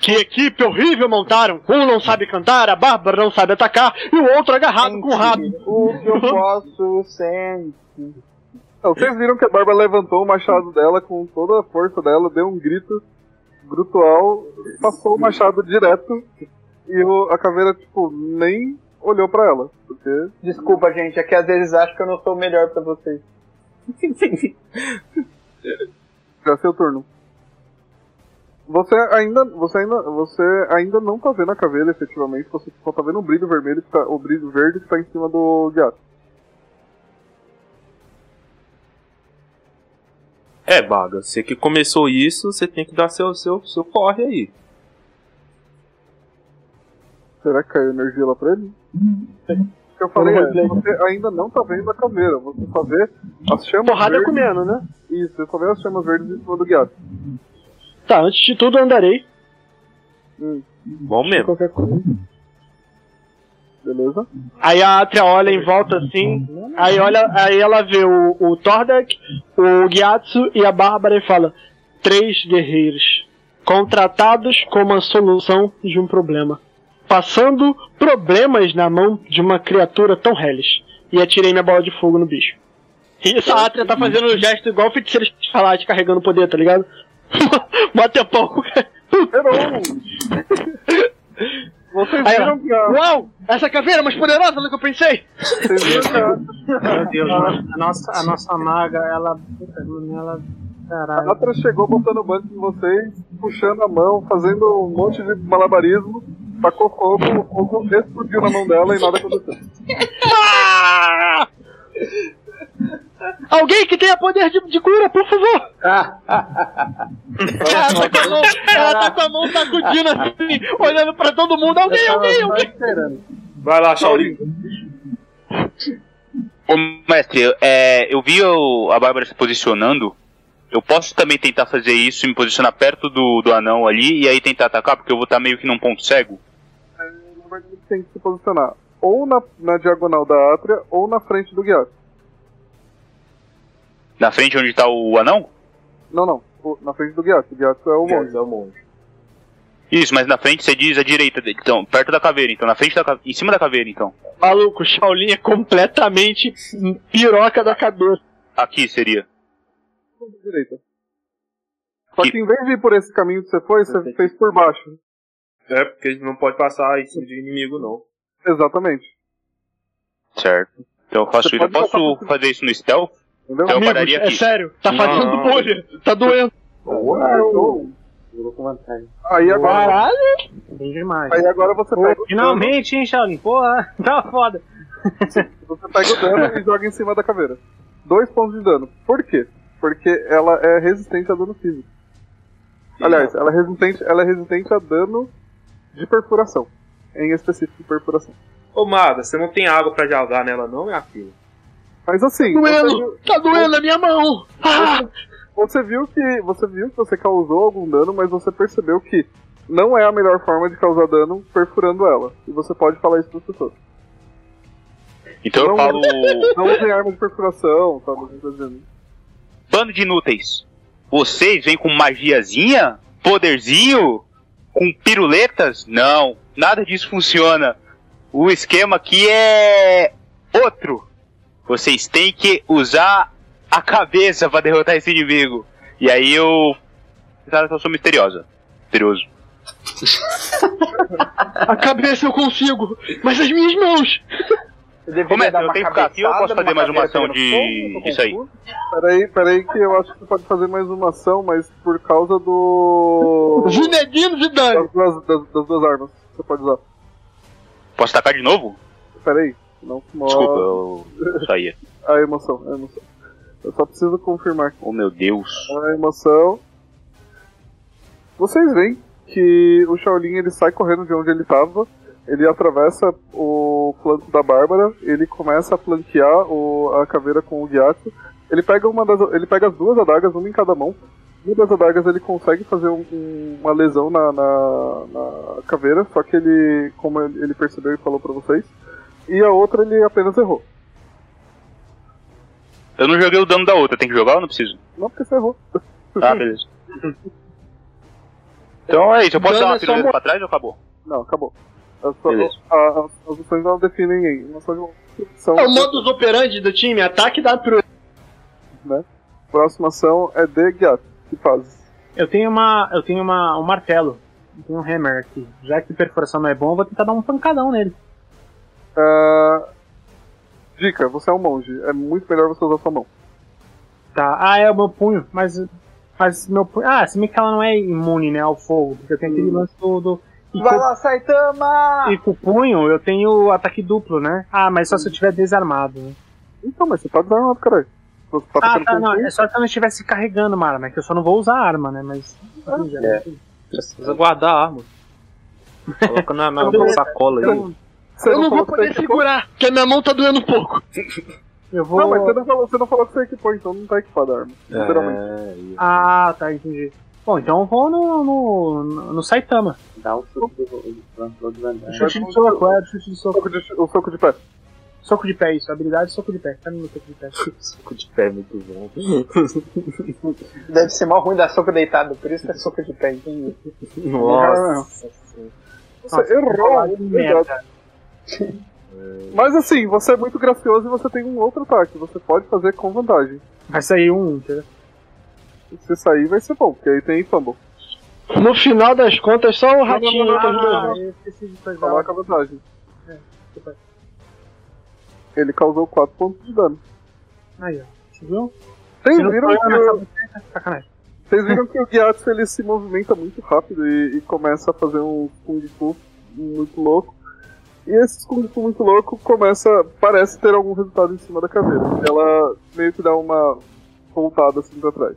Speaker 6: Que equipe horrível montaram! Um não sabe cantar, a Bárbara não sabe atacar e o outro agarrado com o rabo.
Speaker 3: O que eu posso sem.
Speaker 1: Não, vocês viram que a Barba levantou o machado dela com toda a força dela, deu um grito brutal, passou o machado direto e o- a caveira, tipo, nem olhou pra ela. Porque.
Speaker 3: Desculpa, gente, é que às vezes acho que eu não sou o melhor pra vocês.
Speaker 1: Já é seu turno. Você ainda, você ainda, você ainda não tá vendo a caveira efetivamente, você só tá vendo o brilho vermelho, que tá, o brilho verde que tá em cima do gato.
Speaker 5: É, Baga, você que começou isso, você tem que dar seu, seu, seu corre aí.
Speaker 1: Será que caiu energia lá pra ele? O que eu falei é, você ainda não tá vendo a caveira, você só vê as chamas
Speaker 6: Porrada
Speaker 1: verdes.
Speaker 6: comendo, né?
Speaker 1: Isso, você só vê as chamas verdes em cima do guiado.
Speaker 6: Tá, antes de tudo andarei.
Speaker 5: Bom mesmo.
Speaker 2: Qualquer coisa.
Speaker 1: Beleza?
Speaker 6: Aí a Atria olha em volta assim, aí olha, aí ela vê o, o Tordek, o Gyatso e a Bárbara e fala: Três guerreiros contratados como a solução de um problema. Passando problemas na mão de uma criatura tão hellish. E atirei minha bola de fogo no bicho. E essa Atria tá fazendo o gesto igual o feiticeiro escalate carregando o poder, tá ligado? *laughs* Mó tempão.
Speaker 1: Vocês
Speaker 6: Aí,
Speaker 1: viram que a.
Speaker 6: Uau! Essa caveira é mais poderosa do que eu pensei!
Speaker 1: Vocês viram que a-
Speaker 7: Meu Deus, mano. A nossa, a nossa maga, ela. puta, mano, ela.
Speaker 1: a
Speaker 7: Caralho.
Speaker 1: Atra chegou botando o banco em vocês, puxando a mão, fazendo um monte de malabarismo, tacou fogo, o fogo explodiu na mão dela e nada aconteceu.
Speaker 6: Ah! Alguém que tenha poder de, de cura, por favor! ela, tá com a mão, ela tá com a mão sacudindo assim, olhando pra todo mundo. Alguém,
Speaker 1: Tá
Speaker 6: alguém, alguém!
Speaker 5: Vai lá, Shaolin.
Speaker 8: Ô, mestre, eu- é, eu vi o- a Bárbara se posicionando. Eu posso também tentar fazer isso e me posicionar perto do, do anão ali e aí tentar atacar, porque eu vou estar meio que num ponto cego.
Speaker 1: Na verdade, você tem que se posicionar ou na, na diagonal da Átria ou na frente do guiado.
Speaker 8: Na frente onde tá o anão?
Speaker 1: Não, não, o- na frente do guiado. O guiado é o monge.
Speaker 8: Isso, mas na frente você diz à direita dele, então, perto da caveira, então, na frente da caveira, em cima da caveira, então.
Speaker 6: Maluco, Shaolin é completamente piroca da cabeça.
Speaker 8: Aqui seria.
Speaker 1: direita. Só que em vez de ir por esse caminho que você foi, você fez por baixo.
Speaker 5: É, porque a gente não pode passar em cima de inimigo, não.
Speaker 1: Exatamente.
Speaker 8: Certo. Então eu faço
Speaker 1: Você
Speaker 8: isso. Eu
Speaker 1: pode
Speaker 8: posso
Speaker 1: passar-
Speaker 8: fazer isso no stealth?
Speaker 1: Entendeu?
Speaker 8: Então eu
Speaker 6: Amigos,
Speaker 8: pararia
Speaker 6: é
Speaker 8: aqui.
Speaker 6: sério, tá
Speaker 5: Não,
Speaker 6: fazendo
Speaker 5: não.
Speaker 6: bolha, tá doendo.
Speaker 9: Jogou com vantagem.
Speaker 1: Ah, Aí agora,
Speaker 7: Bem demais.
Speaker 1: aí agora você pega o dano,
Speaker 7: Finalmente, hein, Shaolin? Porra, tá foda.
Speaker 1: você pega o dano e joga em cima da caveira. Dois pontos de dano. Por quê? Porque ela é resistente a dano físico. Aliás, ela é resistente, ela é resistente a dano de perfuração. Em específico, perfuração.
Speaker 5: Ô, Maga, você não tem água pra jogar nela, não, minha filha?
Speaker 1: Mas assim, você,
Speaker 6: Doendo, tá doendo a minha mão. Ah!
Speaker 1: você viu que você viu que você causou algum dano, mas você percebeu que não é a melhor forma de causar dano perfurando ela. E você pode falar isso para as pessoas.
Speaker 8: Então eu
Speaker 1: Não.
Speaker 8: falo.
Speaker 1: Não usem arma de perfuração, tá? Mas eu tô dizendo.
Speaker 8: Bando de inúteis. Vocês vêm com magiazinha? Poderzinho? Com piruletas? Não. Nada disso funciona. O esquema aqui é. outro. Vocês têm que usar a cabeça pra derrotar esse inimigo. E aí eu. Cara, eu sou misteriosa. Misterioso.
Speaker 6: A cabeça eu consigo, mas as minhas mãos!
Speaker 3: Eu deveria
Speaker 8: Como é?
Speaker 3: dar
Speaker 8: Eu
Speaker 3: uma
Speaker 8: tenho que ficar aqui ou eu posso
Speaker 3: cabeçada
Speaker 8: fazer mais uma
Speaker 3: numa
Speaker 8: ação
Speaker 3: cadeira pegando
Speaker 8: de.
Speaker 3: fogo?
Speaker 8: Isso aí.
Speaker 1: Peraí, peraí, que eu acho que você pode fazer mais uma ação, mas por causa do.
Speaker 6: Zinedine Zidane!
Speaker 1: das duas, das, das duas armas que você pode usar.
Speaker 8: Posso tacar de novo?
Speaker 1: Peraí, não se move
Speaker 8: Desculpa, eu. Isso aí.
Speaker 1: a emoção, a emoção. Eu só preciso confirmar aqui.
Speaker 8: Oh meu Deus.
Speaker 1: Então, a emoção. Vocês veem que o Shaolin ele sai correndo de onde ele tava, ele atravessa o flanco da Bárbara, ele começa a flanquear o, a caveira com o Gyatso, ele pega uma das ele pega as duas adagas, uma em cada mão, Uma das adagas ele consegue fazer um- um- uma lesão na, na- na caveira, só que ele, como ele ele percebeu e falou pra vocês, e a outra ele apenas errou.
Speaker 8: Eu não joguei o dano da outra, tem que jogar ou não preciso?
Speaker 1: Não, porque você errou.
Speaker 8: Ah, beleza. Então é isso, eu posso
Speaker 9: Dano
Speaker 8: dar
Speaker 9: é
Speaker 8: uma
Speaker 9: só
Speaker 8: piruleta
Speaker 9: mo-
Speaker 8: pra trás ou acabou?
Speaker 1: Não, acabou. As, suas-
Speaker 8: Beleza.
Speaker 1: a- as- as opções não definem aí. Não são, são
Speaker 6: É o modus operandi do time, ataque da pro.
Speaker 1: próxima ação é de Gap, que faz.
Speaker 7: Eu tenho uma. Eu tenho uma, um martelo. Eu tenho um hammer aqui. Já que perfuração não é bom, eu vou tentar dar um pancadão nele.
Speaker 1: Ah, dica, você é um monge. É muito melhor você usar sua mão.
Speaker 7: Tá. Ah, é o meu punho, mas. Mas meu punho. Ah, se bem que ela não é imune, né, ao fogo. Porque eu tenho
Speaker 4: Hum.
Speaker 7: aquele lance do. do- e,
Speaker 3: Vai
Speaker 7: com,
Speaker 3: lá, Saitama!
Speaker 7: e com o punho eu tenho ataque duplo, né? Ah, mas só se eu tiver desarmado, né?
Speaker 1: Então, mas você tá desarmado, caralho. Você tá
Speaker 7: Ah,
Speaker 1: atacando
Speaker 7: tá,
Speaker 1: com
Speaker 7: não.
Speaker 1: o-
Speaker 7: É só se eu não estivesse carregando uma arma, é que eu só não vou usar a arma, né? Mas.
Speaker 9: Precisa guardar a arma.
Speaker 5: Tá
Speaker 9: Coloca
Speaker 5: é
Speaker 9: na, na
Speaker 7: Beleza.
Speaker 9: sacola aí.
Speaker 5: Então,
Speaker 7: Eu,
Speaker 1: Você
Speaker 6: eu não vou
Speaker 1: falou que
Speaker 6: poder
Speaker 1: você equipou?
Speaker 6: segurar, porque a minha mão tá doendo um pouco.
Speaker 7: eu vou.
Speaker 1: Não, mas você não, falou, você não falou que você equipou, então não tá equipada a arma.
Speaker 5: É.
Speaker 1: Literalmente.
Speaker 7: Ah, tá, entendi. Bom, então eu vou no, no, no- no Saitama.
Speaker 4: Dá um chute do.
Speaker 7: Chute de soco, é, chute de soco.
Speaker 1: Soco de- o soco de pé.
Speaker 7: Soco de pé, isso. Habilidade, soco de pé. Tá no meu soco de pé.
Speaker 9: Soco de pé, muito
Speaker 5: *laughs*
Speaker 9: bom.
Speaker 3: Deve ser mal ruim dar soco deitado, por isso que é soco de pé, entendi.
Speaker 9: Nossa.
Speaker 1: Você
Speaker 7: Nossa,
Speaker 1: errou.
Speaker 7: que
Speaker 1: Exato.
Speaker 7: merda.
Speaker 1: Mas assim, você é muito gracioso e você tem um outro ataque. Você pode fazer com vantagem.
Speaker 7: Vai sair um, entendeu?
Speaker 1: E se sair, vai ser bom, porque aí tem fumble.
Speaker 6: No final das contas, só o ratinho.
Speaker 1: não, não,
Speaker 6: tá
Speaker 1: não,
Speaker 6: ajudando.
Speaker 1: não.
Speaker 7: eu esqueci de coisa.
Speaker 1: Coloca a vantagem.
Speaker 7: É,
Speaker 1: Ele causou 4 pontos de dano.
Speaker 7: Aí, ó. Você viu?
Speaker 1: Vocês
Speaker 7: Se não
Speaker 1: viram,
Speaker 7: foi
Speaker 1: que,
Speaker 7: na
Speaker 1: o-
Speaker 7: cabeça, Sacanagem.
Speaker 1: vocês viram que o Gyatso ele se movimenta muito rápido e, e começa a fazer um Kung Fu muito louco. E esse Kung Fu muito louco começa. parece ter algum resultado em cima da caveira. Ela meio que dá uma voltada assim pra trás.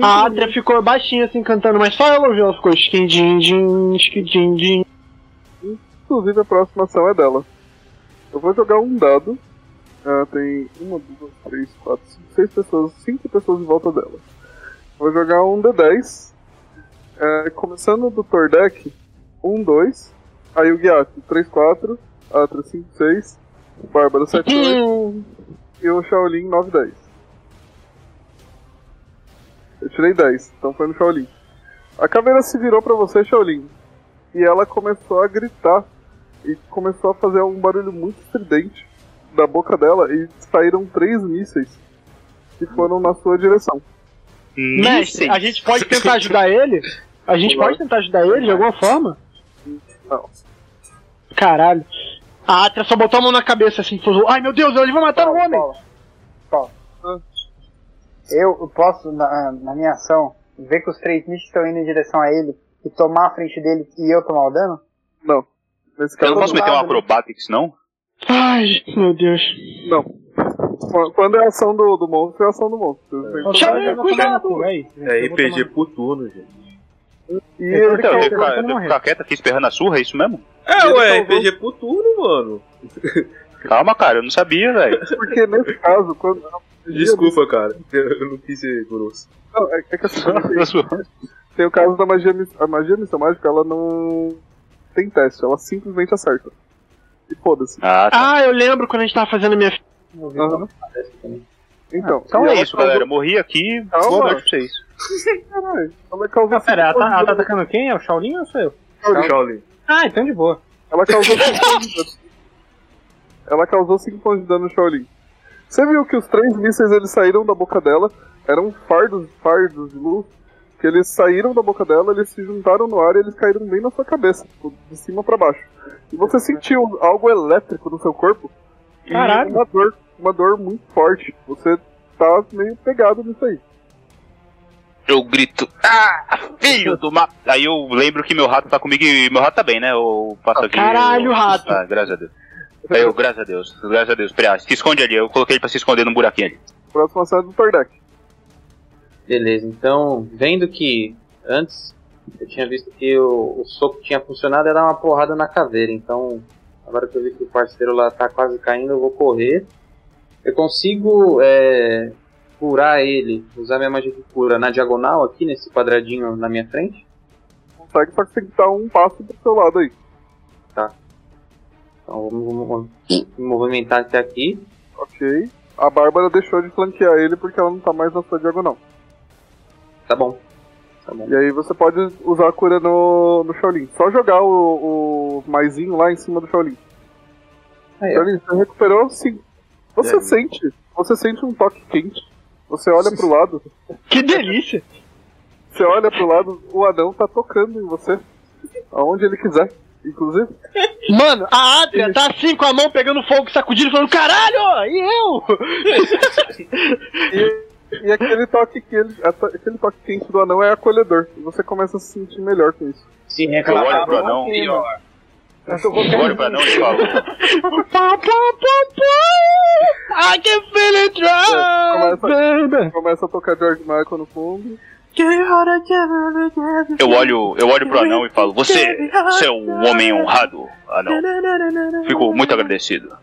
Speaker 1: Ah,
Speaker 6: A Adria ficou baixinha assim cantando, mas só ela ouviu, ela ficou skin-din, din, skin-din-din.
Speaker 1: Inclusive a próxima ação é dela. Eu vou jogar um dado. Ah, tem uma, duas, três, quatro, cinco, seis pessoas, cinco pessoas em volta dela. Vou jogar um D10. Ah, começando do Tordek, um, dois. Aí o Guiato, três, quatro. Atra, cinco, seis. Bárbara, sete, oito. E o Shaolin, nove, dez. Eu tirei 10, então foi no Shaolin. A caveira se virou pra você, Shaolin e ela começou a gritar e começou a fazer um barulho muito estridente da boca dela e saíram três mísseis que foram na sua direção.
Speaker 6: Mestre, a gente pode tentar ajudar ele? A gente pode tentar ajudar ele de alguma forma?
Speaker 1: Não.
Speaker 6: Caralho. A Atria só botou a mão na cabeça assim, falou: Ai meu Deus, ele vai matar o homem!
Speaker 3: Paulo, Paulo.
Speaker 1: Hum.
Speaker 3: Eu posso, na, na minha ação, ver que os três mísseis estão indo em direção a ele e tomar a frente dele e eu tomar o dano?
Speaker 1: Não. Nesse
Speaker 8: Eu
Speaker 1: caso,
Speaker 8: não posso meter um
Speaker 3: lado, né?
Speaker 8: acrobatics, não?
Speaker 6: Ai, meu Deus.
Speaker 1: não. Qu- Quando é a ação do, do monstro, é a ação do monstro.
Speaker 6: Shaolin, cuidado!
Speaker 7: É isso. gente,
Speaker 5: É
Speaker 7: eu vou tomar-
Speaker 5: RPG por turno, gente.
Speaker 1: E
Speaker 7: Então,
Speaker 1: ele
Speaker 8: Então,
Speaker 1: caiu.
Speaker 8: eu
Speaker 7: quer-
Speaker 8: ficar,
Speaker 7: ele não
Speaker 8: eu ficar quieto aqui esperando a surra, é isso mesmo?
Speaker 5: É,
Speaker 1: Ele
Speaker 5: ué,
Speaker 1: salvou.
Speaker 5: RPG por turno, mano.
Speaker 8: Calma, cara, eu não sabia, *laughs* velho.
Speaker 1: Porque nesse caso, quando.
Speaker 5: Desculpa, cara. *laughs* Eu não quis ser grosso.
Speaker 1: Não, é, é que assim, tem o caso da magia. mis- A magia missão mágica, ela não tem teste, ela simplesmente acerta. E foda-se.
Speaker 8: Ah, tá.
Speaker 6: Ah, eu lembro quando a gente tava fazendo minha.
Speaker 1: Aham. Então,
Speaker 8: Então
Speaker 1: e
Speaker 8: é
Speaker 1: ela
Speaker 8: isso,
Speaker 1: causou-
Speaker 8: galera. Morri aqui.
Speaker 1: Calma.
Speaker 8: Boa noite pra vocês.
Speaker 1: *laughs* Caralho, ela causou.
Speaker 7: Ah, pera, ela tá,
Speaker 1: cinco
Speaker 7: ela tá
Speaker 1: pontos de
Speaker 7: atacando quem? É o Shaolin ou sou eu?
Speaker 1: dano.
Speaker 5: Shaolin.
Speaker 7: Ah, então de boa.
Speaker 1: Ela causou 5 pontos de dano. Ela causou 5 pontos de dano no Shaolin. Você viu que os três mísseis eles saíram da boca dela, eram fardos, fardos de luz, que eles saíram da boca dela, eles se juntaram no ar e eles caíram bem na sua cabeça, tipo, de cima pra baixo. E você sentiu algo elétrico no seu corpo e
Speaker 7: Caralho.
Speaker 1: uma dor, uma dor muito forte. Você tá meio pegado nisso aí.
Speaker 8: Eu grito, ah, filho do ma... Aí eu lembro que meu rato tá comigo e meu rato tá bem, né? Eu passo aqui.
Speaker 6: caralho,
Speaker 8: eu...
Speaker 6: rato.
Speaker 8: Ah, graças a Deus. Aí eu, graças a Deus, graças a Deus. Pera, se esconde ali, eu coloquei ele pra se esconder num buraquinho ali.
Speaker 1: Próxima série do Tordek.
Speaker 9: Beleza, então, vendo que antes eu tinha visto que o, o soco tinha funcionado, era uma porrada na caveira. Então, agora que eu vi que o parceiro lá tá quase caindo, eu vou correr. Eu consigo é, curar ele, usar minha magia de cura na diagonal aqui, nesse quadradinho na minha frente.
Speaker 1: Consegue, só que tem que dar um passo pro seu lado aí.
Speaker 9: Então vamos, vamos- vamos me movimentar até aqui.
Speaker 1: Ok. A Bárbara deixou de flanquear ele porque ela não tá mais na sua diagonal.
Speaker 9: Tá bom. Tá bom.
Speaker 1: E aí você pode usar a cura no, no Shaolin. Só jogar o, o maisinho lá em cima do Shaolin.
Speaker 9: Aí, ó.
Speaker 1: Shaolin, você recuperou sim. Você
Speaker 5: É.
Speaker 1: sente. Você sente um toque quente. Você olha pro lado.
Speaker 6: Que delícia!
Speaker 1: Você olha pro lado, o anão tá tocando em você. Aonde ele quiser, inclusive.
Speaker 6: Mano, a Adria tá assim com a mão pegando fogo, sacudindo, falando: caralho, e eu?
Speaker 1: E aquele toque que ele. ato- Aquele toque quente do anão é acolhedor. E você começa a se sentir melhor com isso.
Speaker 9: Se
Speaker 8: Eu
Speaker 9: reclamar,
Speaker 8: olho pro anão, eu olho pro anão e falo.
Speaker 6: Pá, pá, pá, pá. I can feel it
Speaker 1: É,
Speaker 6: drop, baby.
Speaker 1: Começa a tocar George Michael no fundo.
Speaker 2: é,
Speaker 8: Eu olho, eu olho pro anão e falo, você, você é um homem honrado, anão. Fico muito agradecido.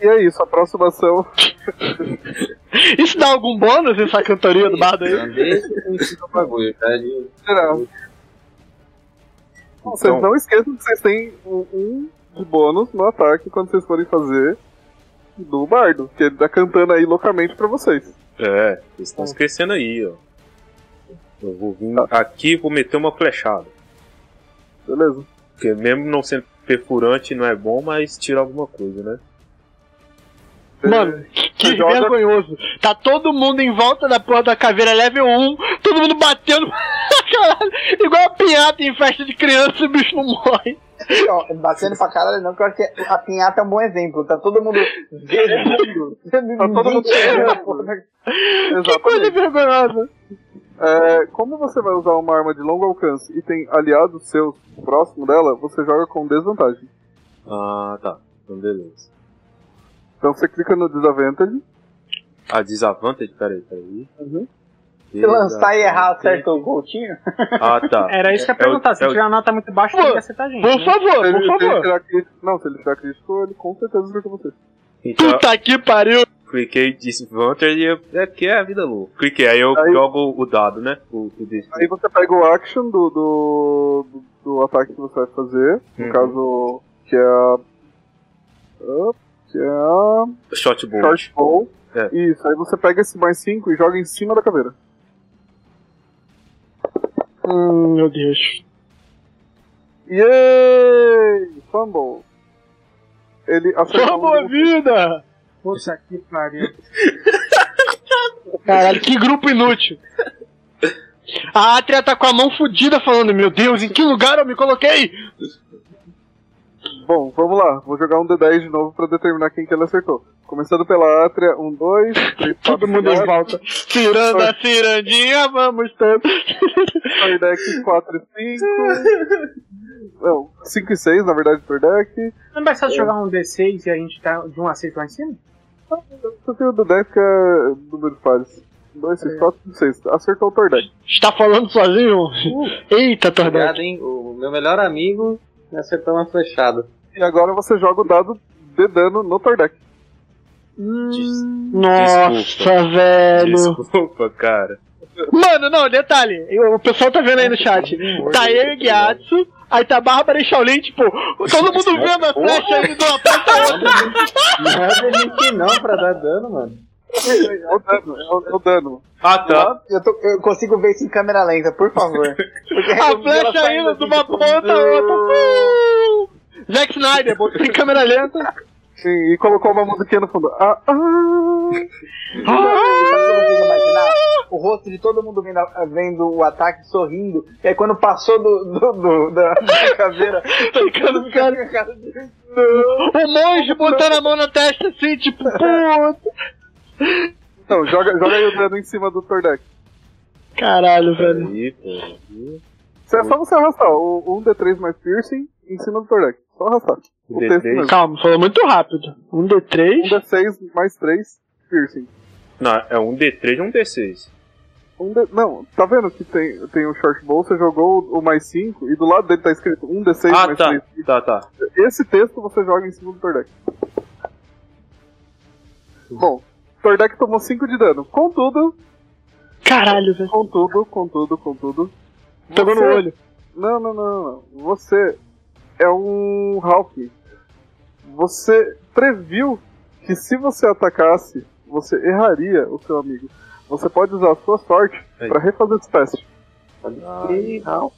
Speaker 1: E é isso, a próxima ação.
Speaker 6: Isso dá algum bônus essa cantoria do bardo aí?
Speaker 9: o bagulho, tá? De-
Speaker 1: Geral. Vocês não esqueçam que vocês têm um, um de bônus no ataque quando vocês forem fazer do bardo, que ele tá cantando aí loucamente pra vocês.
Speaker 5: É, vocês estão esquecendo aí, ó. Tá. Eu vou vir aqui e vou meter uma flechada.
Speaker 1: Beleza?
Speaker 5: Porque mesmo não sendo perfurante não é bom, mas tira alguma coisa, né?
Speaker 1: É,
Speaker 6: Mano, que
Speaker 1: Você joga-
Speaker 6: vergonhoso. Tá todo mundo em volta da porra da caveira level 1, todo mundo batendo. *laughs* Caralho, igual a pinhata em festa de criança, o bicho não morre.
Speaker 3: Ó, batendo pra caralho, não, porque eu acho que a pinhata é um bom exemplo. Tá todo mundo zerando. tá
Speaker 1: todo mundo zerando.
Speaker 6: Que coisa vergonhosa.
Speaker 1: É, como você vai usar uma arma de longo alcance e tem aliados seus próximo dela, você joga com desvantagem.
Speaker 5: Ah, tá. Então beleza.
Speaker 1: Então você clica no disadvantage.
Speaker 5: A desavantage, peraí, peraí.
Speaker 1: Uhum.
Speaker 3: Se lançar e errar, acerta o goltinho.
Speaker 5: Ah, tá.
Speaker 7: Era isso que eu ia
Speaker 5: É o-
Speaker 7: perguntar. Se
Speaker 5: é o-
Speaker 7: tirar uma nota muito baixa,
Speaker 6: Pô,
Speaker 7: tem que acertar a gente.
Speaker 6: Por
Speaker 7: né?
Speaker 6: favor,
Speaker 1: Se ele,
Speaker 6: por
Speaker 1: se ele
Speaker 6: favor.
Speaker 1: tirar crítico, não, se ele tirar crítico, ele com certeza acerta você.
Speaker 5: Então,
Speaker 6: Puta que pariu.
Speaker 5: cliquei disadvantage e eu- é que é a vida louca. Cliquei, aí eu
Speaker 1: Aí-
Speaker 5: jogo o dado, né? O, o desse-
Speaker 1: Aí você pega o action do, do, do, do ataque que você vai fazer, no
Speaker 5: Uhum.
Speaker 1: caso, que é a. ah, Que é a.
Speaker 5: shot bolt.
Speaker 1: Short Bow.
Speaker 5: É.
Speaker 1: Isso, aí você pega esse mais 5 e joga em cima da caveira.
Speaker 6: Hum, meu Deus.
Speaker 1: Yay! Fumble! Ele acertou. um
Speaker 6: Toma vida!
Speaker 7: Puta que pariu.
Speaker 6: Caralho, que grupo inútil. A Atria tá com a mão fodida falando, meu Deus, em que lugar eu me coloquei?
Speaker 1: Bom, vamos lá, vou jogar um D10 de novo pra determinar quem que ele acertou. Começando pela Átria, um, dois, três,
Speaker 6: Todo
Speaker 1: quatro,
Speaker 6: mundo em
Speaker 1: cinco,
Speaker 6: volta. Ciranda, cirandinha, vamos tanto.
Speaker 1: Tordek 4 e 5. Não, 5 e 6, na verdade, Tordek.
Speaker 7: Não vai só jogar um D6 e a gente tá de um a 6 lá em cima?
Speaker 1: Só tem o do 10 que é número pares. 2, 6, 4, 5, 6. Acertou o Tordek.
Speaker 6: Está falando sozinho?
Speaker 7: Uh.
Speaker 6: Eita, Tordão.
Speaker 9: Obrigado, hein? O meu melhor amigo me acertou uma flechada.
Speaker 1: E agora você joga o dado de dano no Tordek.
Speaker 5: Des-
Speaker 6: Nossa,
Speaker 1: É,
Speaker 6: velho.
Speaker 5: Desculpa, cara.
Speaker 6: Mano, não, detalhe. eu- o pessoal tá vendo aí no chat. Tá eu e o Gyatso, aí tá a Bárbara e Shaolin, tipo, todo mundo vendo a flecha e me deu uma patada.
Speaker 9: Não é gente não pra dar dano, mano.
Speaker 1: É o dano, é o, é o dano.
Speaker 5: Ah, tá.
Speaker 3: Eu, tô- eu consigo ver isso em câmera lenta,
Speaker 6: *laughs*
Speaker 3: por favor. Porque
Speaker 6: A
Speaker 3: eu vi ela
Speaker 6: flecha
Speaker 3: saindo
Speaker 6: indo
Speaker 3: assim,
Speaker 6: de uma
Speaker 3: tipo,
Speaker 6: ponta a outra. Zack Snyder, botou em câmera lenta.
Speaker 3: *laughs*
Speaker 1: Sim, e colocou uma musiquinha no fundo. Ah, ah.
Speaker 3: Sabe o que eu consigo imaginar? O rosto de todo mundo vendo, a- vendo o ataque sorrindo. E aí quando passou do, do- do- da, *laughs*
Speaker 6: *laughs*
Speaker 3: da caveira,
Speaker 6: Ficando os caras.
Speaker 3: a cara de-
Speaker 6: O monge botando a mão na testa assim,
Speaker 3: *laughs*
Speaker 6: tipo, puta.
Speaker 1: Então, joga, joga aí o dano em cima do Tordek.
Speaker 6: Caralho, velho.
Speaker 5: Aí, pô.
Speaker 1: Isso É só você arrastar o um D3 mais piercing em cima do Tordek. Só arrastar. O
Speaker 5: D3?
Speaker 1: texto mesmo.
Speaker 6: Calma, falou muito rápido. Um
Speaker 1: Um
Speaker 6: D3.
Speaker 1: D6 mais 3 piercing.
Speaker 5: Não, é um D3 e um D6.
Speaker 1: Um D- Não, tá vendo que tem, tem o short bowl, você jogou o- o mais 5 e do lado dele tá escrito 1d6
Speaker 5: Ah,
Speaker 1: mais
Speaker 5: tá.
Speaker 1: 3.
Speaker 5: Tá, tá.
Speaker 1: Esse texto você joga em cima do Tordek. Bom, Tordek tomou 5 de dano. Contudo,
Speaker 6: Caralho, velho.
Speaker 1: contudo, contudo, contudo.
Speaker 6: Pegou no
Speaker 1: você-
Speaker 6: olho.
Speaker 1: Não, não, não, não. Você é um Hawk. Você previu que se você atacasse, você erraria o seu amigo. Você pode usar a sua sorte
Speaker 9: Aí.
Speaker 1: pra refazer esse teste.
Speaker 9: Ih, não.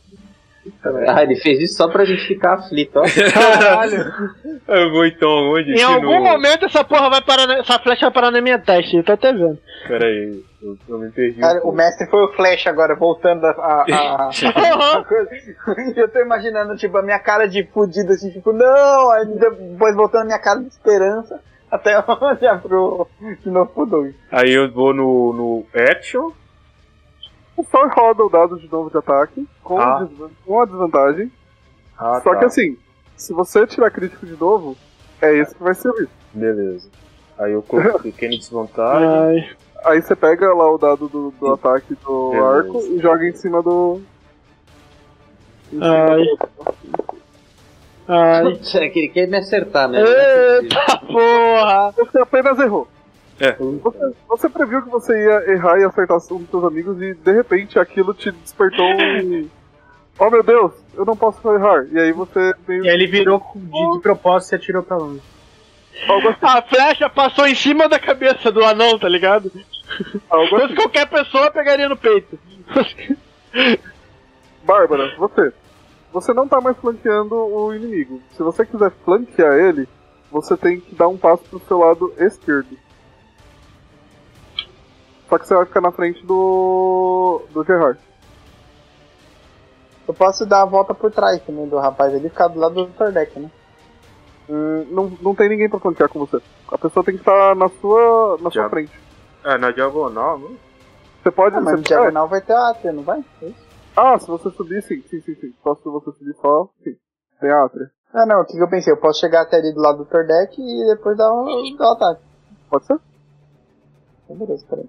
Speaker 9: Ah, ele fez isso só pra gente ficar aflito, ó.
Speaker 5: *laughs* Eu vou então aonde?
Speaker 6: Em
Speaker 5: Se
Speaker 6: algum
Speaker 5: não-
Speaker 6: momento essa porra vai parar. na- Essa flecha vai parar na minha testa, eu tô até vendo.
Speaker 5: Pera aí, eu, eu me perdi. um
Speaker 3: Cara, o mestre foi o Flash agora, voltando a, a-
Speaker 6: *laughs*
Speaker 3: a- a coisa. Eu tô imaginando, tipo, a minha cara de fudido, assim, tipo, não, aí depois voltando a minha cara de esperança, até *laughs* olhar pro. de novo pro Doug.
Speaker 5: Aí eu vou no, no action.
Speaker 1: Só roda o dado de novo de ataque com,
Speaker 5: Ah.
Speaker 1: desvan- com a desvantagem.
Speaker 5: Ah,
Speaker 1: Só
Speaker 5: tá.
Speaker 1: que assim, se você tirar crítico de novo, é isso que vai servir.
Speaker 5: Beleza. Aí eu coloco um pequeno
Speaker 1: *laughs*
Speaker 5: desvantagem.
Speaker 6: Ai.
Speaker 1: Aí você pega lá o dado do, do ataque do
Speaker 5: Beleza.
Speaker 1: arco e joga em cima do. em cima
Speaker 6: Ai. Ai.
Speaker 9: Será que ele quer me acertar, né?
Speaker 6: Eita porra!
Speaker 1: Você apenas errou.
Speaker 5: É.
Speaker 1: Você, você previu que você ia errar e acertar um dos seus amigos e de repente aquilo te despertou um.
Speaker 5: *laughs*
Speaker 1: Oh meu Deus, eu não posso errar. E aí você meio
Speaker 7: E aí ele virou de, de propósito e atirou pra longe.
Speaker 1: algo assim,
Speaker 6: A flecha passou em cima da cabeça do anão, tá ligado?
Speaker 7: *laughs*
Speaker 1: algo
Speaker 6: Mas
Speaker 1: assim.
Speaker 6: qualquer pessoa pegaria no peito.
Speaker 1: Bárbara, você. Você não tá mais flanqueando o inimigo. Se você quiser flanquear ele, você tem que dar um passo pro seu lado esquerdo. Só que você vai ficar na frente do. do Gerard.
Speaker 3: Eu posso dar a volta por trás também do rapaz ali, ficar do lado do Tordek, né?
Speaker 1: Hum, não, não tem ninguém pra flanquear com você. A pessoa tem que estar na sua. na sua
Speaker 5: Já.
Speaker 1: frente.
Speaker 5: Ah, na diagonal, *laughs* mano.
Speaker 1: Você pode.
Speaker 3: Ah, mas no
Speaker 1: você- é,
Speaker 3: diagonal vai ter a Atria, não vai? É isso?
Speaker 1: ah, se você subir, sim, sim, sim, sim. Só se você subir só, sim. Tem a Atria.
Speaker 3: Ah, não, o que, que eu pensei? Eu posso chegar até ali do lado do Tordek e depois dar o, dar o ataque.
Speaker 1: Pode ser?
Speaker 3: Então, beleza, peraí.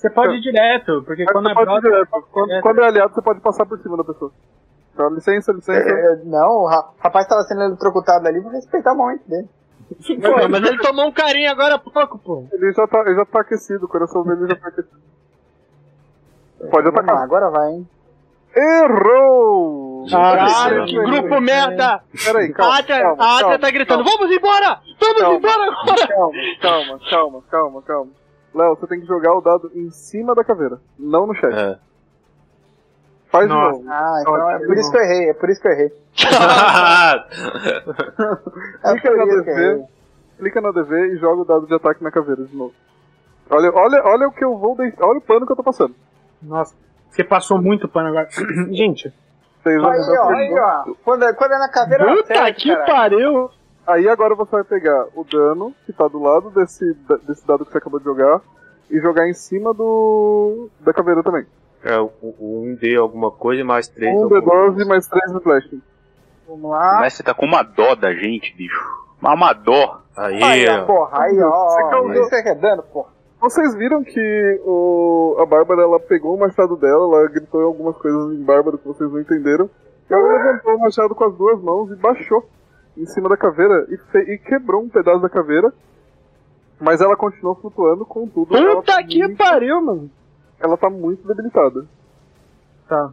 Speaker 7: Você pode ir direto, porque
Speaker 1: Mas
Speaker 7: quando
Speaker 1: você
Speaker 7: é
Speaker 1: pode ir
Speaker 7: brota,
Speaker 1: direto. Quando, quando é aliado, você pode passar por cima da pessoa. Então, licença, licença.
Speaker 3: É, não, o ra- rapaz tava sendo eletrocutado ali, vou respeitar o momento dele.
Speaker 6: Porra, mas ele tomou um carinho agora há pouco, pô.
Speaker 1: Ele já tá, ele já tá aquecido, o coração dele já tá aquecido. Pode
Speaker 3: É, Vamos lá,
Speaker 1: atacar.
Speaker 3: agora vai, hein?
Speaker 1: Errou!
Speaker 6: tá Caralho, que
Speaker 1: Peraí,
Speaker 6: grupo merda!
Speaker 1: Peraí, calma.
Speaker 6: A Adria,
Speaker 1: calma,
Speaker 6: a Adria
Speaker 1: calma,
Speaker 6: tá gritando,
Speaker 1: calma,
Speaker 6: vamos embora! Vamos
Speaker 1: Calma.
Speaker 6: embora agora!
Speaker 1: Calma, calma, calma, calma. Léo, você tem que jogar o dado em cima da caveira, não no chat.
Speaker 5: É.
Speaker 1: Faz
Speaker 7: Nossa.
Speaker 1: de novo.
Speaker 3: Ah, então é por isso que eu errei, é por isso que eu errei.
Speaker 1: Clica na
Speaker 3: É por isso que eu
Speaker 1: DV,
Speaker 3: errei.
Speaker 1: clica na DV e joga o dado de ataque na caveira de novo. Olha, olha, olha o que eu vou deitar. Olha o pano que eu tô passando.
Speaker 7: Nossa, você passou muito
Speaker 6: *clears throat*
Speaker 7: pano agora. Gente,
Speaker 1: Vocês vão-
Speaker 3: Aí, ó, aí, ó. Quando, quando é na caveira, eu
Speaker 6: Puta
Speaker 3: acerto,
Speaker 6: que
Speaker 3: cara.
Speaker 6: pariu!
Speaker 1: Aí agora você vai pegar o dano que tá do lado desse, da- desse dado que você acabou de jogar e jogar em cima do. da caveira também.
Speaker 5: É, o, o 1D alguma coisa, mais 3
Speaker 1: Um D12 mais 3 no flash.
Speaker 3: Vamos lá.
Speaker 8: Mas você tá com uma dó da gente, bicho. Mas Uma dó.
Speaker 5: Aí,
Speaker 3: Aí, ó,
Speaker 5: ó.
Speaker 3: porra, aí, ó.
Speaker 1: Você
Speaker 3: ó.
Speaker 1: causou.
Speaker 3: Você quer dano, porra?
Speaker 1: Vocês viram que o, a Bárbara ela pegou o machado dela, ela gritou algumas coisas em Bárbara que vocês não entenderam. E ela levantou o machado com as duas mãos e baixou em cima da caveira e, fe- e quebrou um pedaço da caveira. Mas ela continuou flutuando, contudo. ela, tá
Speaker 6: Puta que
Speaker 1: muito-
Speaker 6: pariu, mano!
Speaker 1: ela tá muito debilitada.
Speaker 7: tá.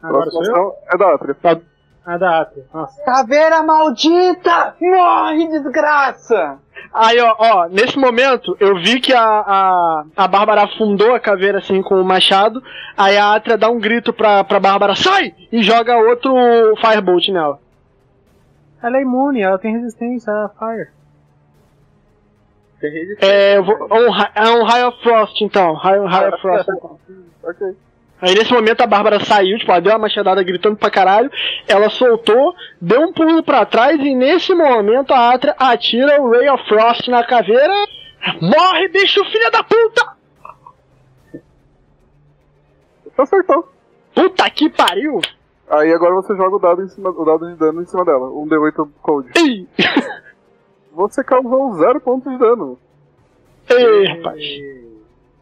Speaker 7: Agora
Speaker 1: Próxima
Speaker 7: sou eu? Tá.
Speaker 1: ação é da Atria.
Speaker 7: A da Atria. Nossa.
Speaker 3: Caveira maldita! Morre, desgraça!
Speaker 6: Aí, ó, ó, nesse momento eu vi que a, a, a Bárbara afundou a caveira assim com o machado. Aí a Atria dá um grito pra, pra Bárbara, sai! E joga outro Firebolt nela.
Speaker 7: Ela é imune, ela tem resistência a fire.
Speaker 6: É, eu vou, é um, ra- é um Raio of Frost então, Raio, raio of Frost.
Speaker 1: Ok.
Speaker 6: Aí nesse momento a Bárbara saiu, tipo, ela deu uma machadada gritando pra caralho, ela soltou, deu um pulo pra trás e nesse momento a Atria atira o Ray of Frost na caveira. Morre, bicho, filha da puta!
Speaker 1: Você acertou.
Speaker 6: Puta que pariu!
Speaker 1: Aí agora você joga o dado, em cima, o dado de dano em cima dela. Um D8 cold.
Speaker 6: Ih!
Speaker 1: Você causou zero pontos de dano.
Speaker 6: Ei, rapaz!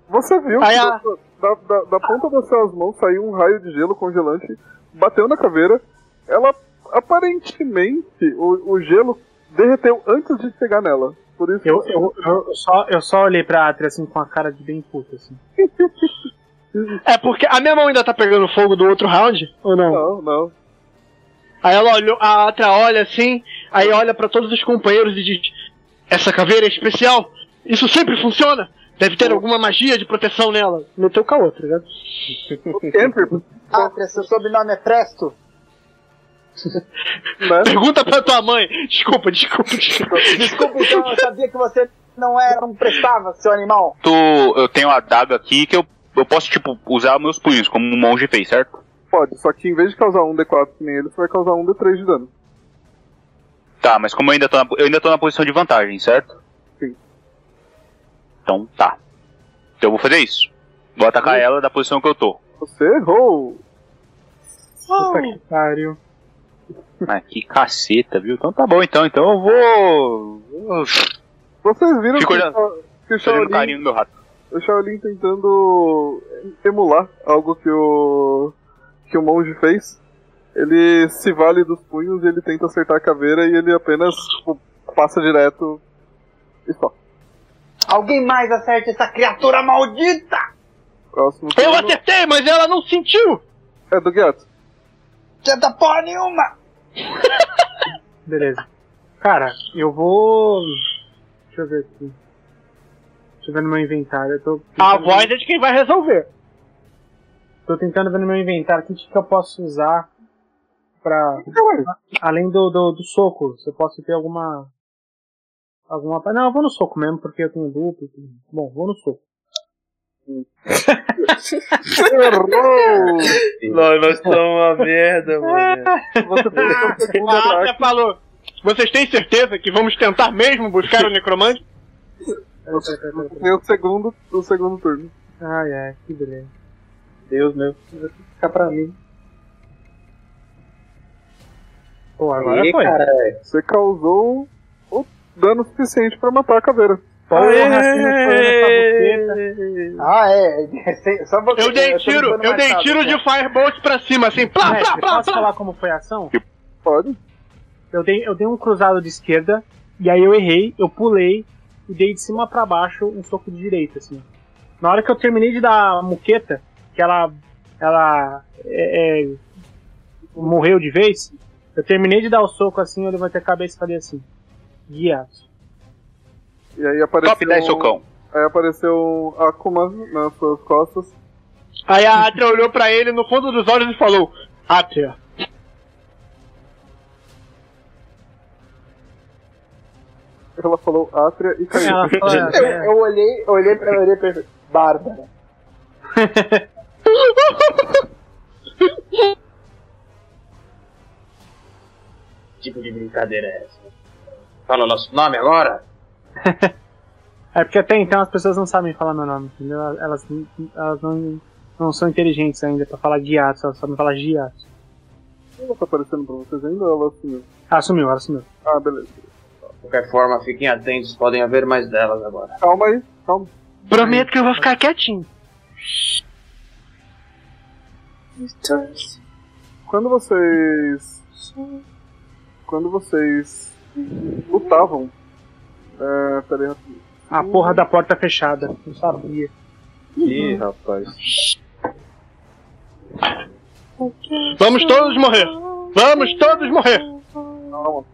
Speaker 1: Você viu que
Speaker 6: Aí a-
Speaker 1: da, sua- da, da- da ponta das suas mãos saiu um raio de gelo congelante, bateu na caveira. Ela, aparentemente, o, o gelo derreteu antes de chegar nela. Por isso
Speaker 7: Eu, eu, eu, só, eu só olhei pra Atria assim com a cara de bem puta, assim.
Speaker 6: É porque a minha mão ainda tá pegando fogo do outro round, ou não?
Speaker 1: Não,
Speaker 7: *laughs*
Speaker 1: não.
Speaker 6: Aí ela olhou, a Atra olha assim, aí olha pra todos os companheiros e diz: Essa caveira é especial, isso sempre funciona. Deve ter alguma magia de proteção nela. Meteu com a outra, né?
Speaker 1: Sempre,
Speaker 3: Atria, seu Ah, sobrenome é Presto?
Speaker 1: né?
Speaker 6: Pergunta pra tua mãe. Desculpa, desculpa, desculpa.
Speaker 3: Desculpa, então, eu sabia que você não era, não prestava, seu animal.
Speaker 8: Tu, eu tenho a adaga aqui que eu, eu posso, tipo, usar meus punhos, como um monge fez, certo?
Speaker 1: Pode, só que em vez de causar um D4 que nem ele, você vai causar um D3 de dano.
Speaker 8: Tá, mas como eu ainda tô na, eu ainda tô na posição de vantagem, certo?
Speaker 1: Sim.
Speaker 8: Então tá. Então eu vou fazer isso. Vou atacar ela da posição que eu tô.
Speaker 1: Você errou!
Speaker 7: Puta que pariu.
Speaker 8: Ah, que caceta, viu? Então tá bom, então. Então eu vou. vou
Speaker 1: Vocês viram
Speaker 8: Fico
Speaker 1: que,
Speaker 8: olhando.
Speaker 1: o- que o
Speaker 8: Fazendo
Speaker 1: Shaolin
Speaker 8: carinho no meu rato.
Speaker 1: o Shaolin tentando emular algo que o que o monge fez. Ele se vale dos punhos, ele tenta acertar a caveira e ele apenas tipo, passa direto e só.
Speaker 3: Alguém mais acerte essa criatura maldita!
Speaker 1: Próximo
Speaker 6: Eu
Speaker 1: turno
Speaker 6: acertei, mas ela não sentiu!
Speaker 1: é do Gato.
Speaker 3: Tenta porra nenhuma!
Speaker 7: Beleza. Cara, eu vou. Deixa eu ver aqui. Deixa eu ver no meu inventário. Eu tô.
Speaker 6: A voz é de quem vai resolver.
Speaker 7: Tô tentando ver no meu inventário o que, que eu posso usar pra. Além do, do, do soco, se eu posso ter alguma. Alguma. Não, eu vou no soco mesmo, porque eu tenho duplo. tudo. Bom, vou no soco.
Speaker 1: Errou!
Speaker 5: Nós, nós estamos uma merda, mano.
Speaker 1: Você perdeu o segundo
Speaker 6: A
Speaker 1: ataque.
Speaker 6: Atra falou: Vocês têm certeza que vamos tentar mesmo buscar o necromante?
Speaker 1: Tem o segundo, o segundo turno.
Speaker 7: Ai, ai, que beleza.
Speaker 9: Deus meu.
Speaker 7: Fica pra mim. Pô, agora
Speaker 9: E,
Speaker 7: foi.
Speaker 9: cara,
Speaker 1: Você causou o dano suficiente pra matar a caveira.
Speaker 7: Porra, assim, foi nessa buceta.
Speaker 3: Ah, é. Só você,
Speaker 6: Eu dei
Speaker 3: tô
Speaker 6: tiro,
Speaker 3: limpando
Speaker 6: eu
Speaker 3: mais
Speaker 6: dei
Speaker 3: tarde,
Speaker 6: tiro
Speaker 3: né?
Speaker 6: de firebolt pra cima, assim, plá, plá,
Speaker 7: Mestre,
Speaker 6: plá,
Speaker 7: posso
Speaker 6: plá.
Speaker 7: né, falar como foi a ação?
Speaker 1: Pode?
Speaker 7: Eu dei, eu dei um cruzado de esquerda, e aí eu errei, eu pulei e dei de cima pra baixo um soco de direita, assim. Na hora que eu terminei de dar a muqueta, que ela. ela. é, é, morreu de vez, eu terminei de dar o soco assim, eu levantei a cabeça e falei assim. Guiaço.
Speaker 1: E aí apareceu.
Speaker 8: Top 10 socão.
Speaker 1: Aí apareceu a Akuma nas suas costas.
Speaker 3: assim.
Speaker 6: Aí a Atria olhou pra ele no fundo dos olhos e falou: Atria,
Speaker 1: Ela falou Átria e caiu.
Speaker 7: *laughs* Ela falou,
Speaker 3: Eu, É, eu olhei, eu olhei pra eu olhei pra ele. Bárbara.
Speaker 9: que tipo de brincadeira é essa? Fala o nosso nome agora?
Speaker 7: É porque até então as pessoas não sabem falar meu nome, entendeu? Elas, elas não, não são inteligentes ainda pra falar Guiaço, elas sabem falar Giaço.
Speaker 1: Ela tá aparecendo pra vocês ainda ou ela sumiu?
Speaker 7: Ah, sumiu, ela sumiu.
Speaker 1: Ah, beleza.
Speaker 9: De qualquer forma, fiquem atentos, podem haver mais delas agora.
Speaker 1: Calma aí, calma.
Speaker 6: prometo que eu vou ficar quietinho.
Speaker 1: Quando vocês. Quando vocês lutavam. É, peraí, rapidinho.
Speaker 7: A porra da porta fechada. Não sabia.
Speaker 5: Ih, rapaz.
Speaker 6: Vamos todos morrer. Vamos todos morrer.
Speaker 1: calma.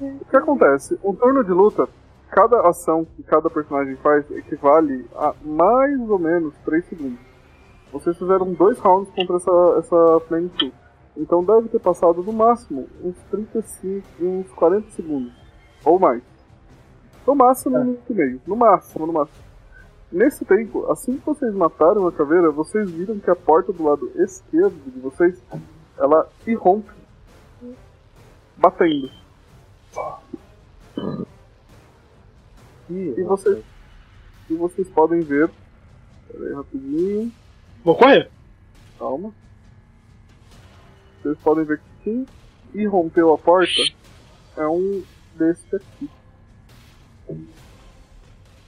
Speaker 1: O que acontece? Um turno de luta, cada ação que cada personagem faz equivale a mais ou menos 3 segundos. Vocês fizeram dois rounds contra essa, essa Flame Two. Então deve ter passado no máximo uns 35, uns 40 segundos. Ou mais. No máximo um minuto e meio. No máximo, no máximo. Nesse tempo, assim que vocês mataram a caveira, vocês viram que a porta do lado esquerdo de vocês, ela irrompe. Batendo. E vocês, e vocês podem ver. Pera aí, rapidinho.
Speaker 6: Vou correr.
Speaker 1: Calma. Vocês podem ver que quem irrompeu a porta é um desse aqui.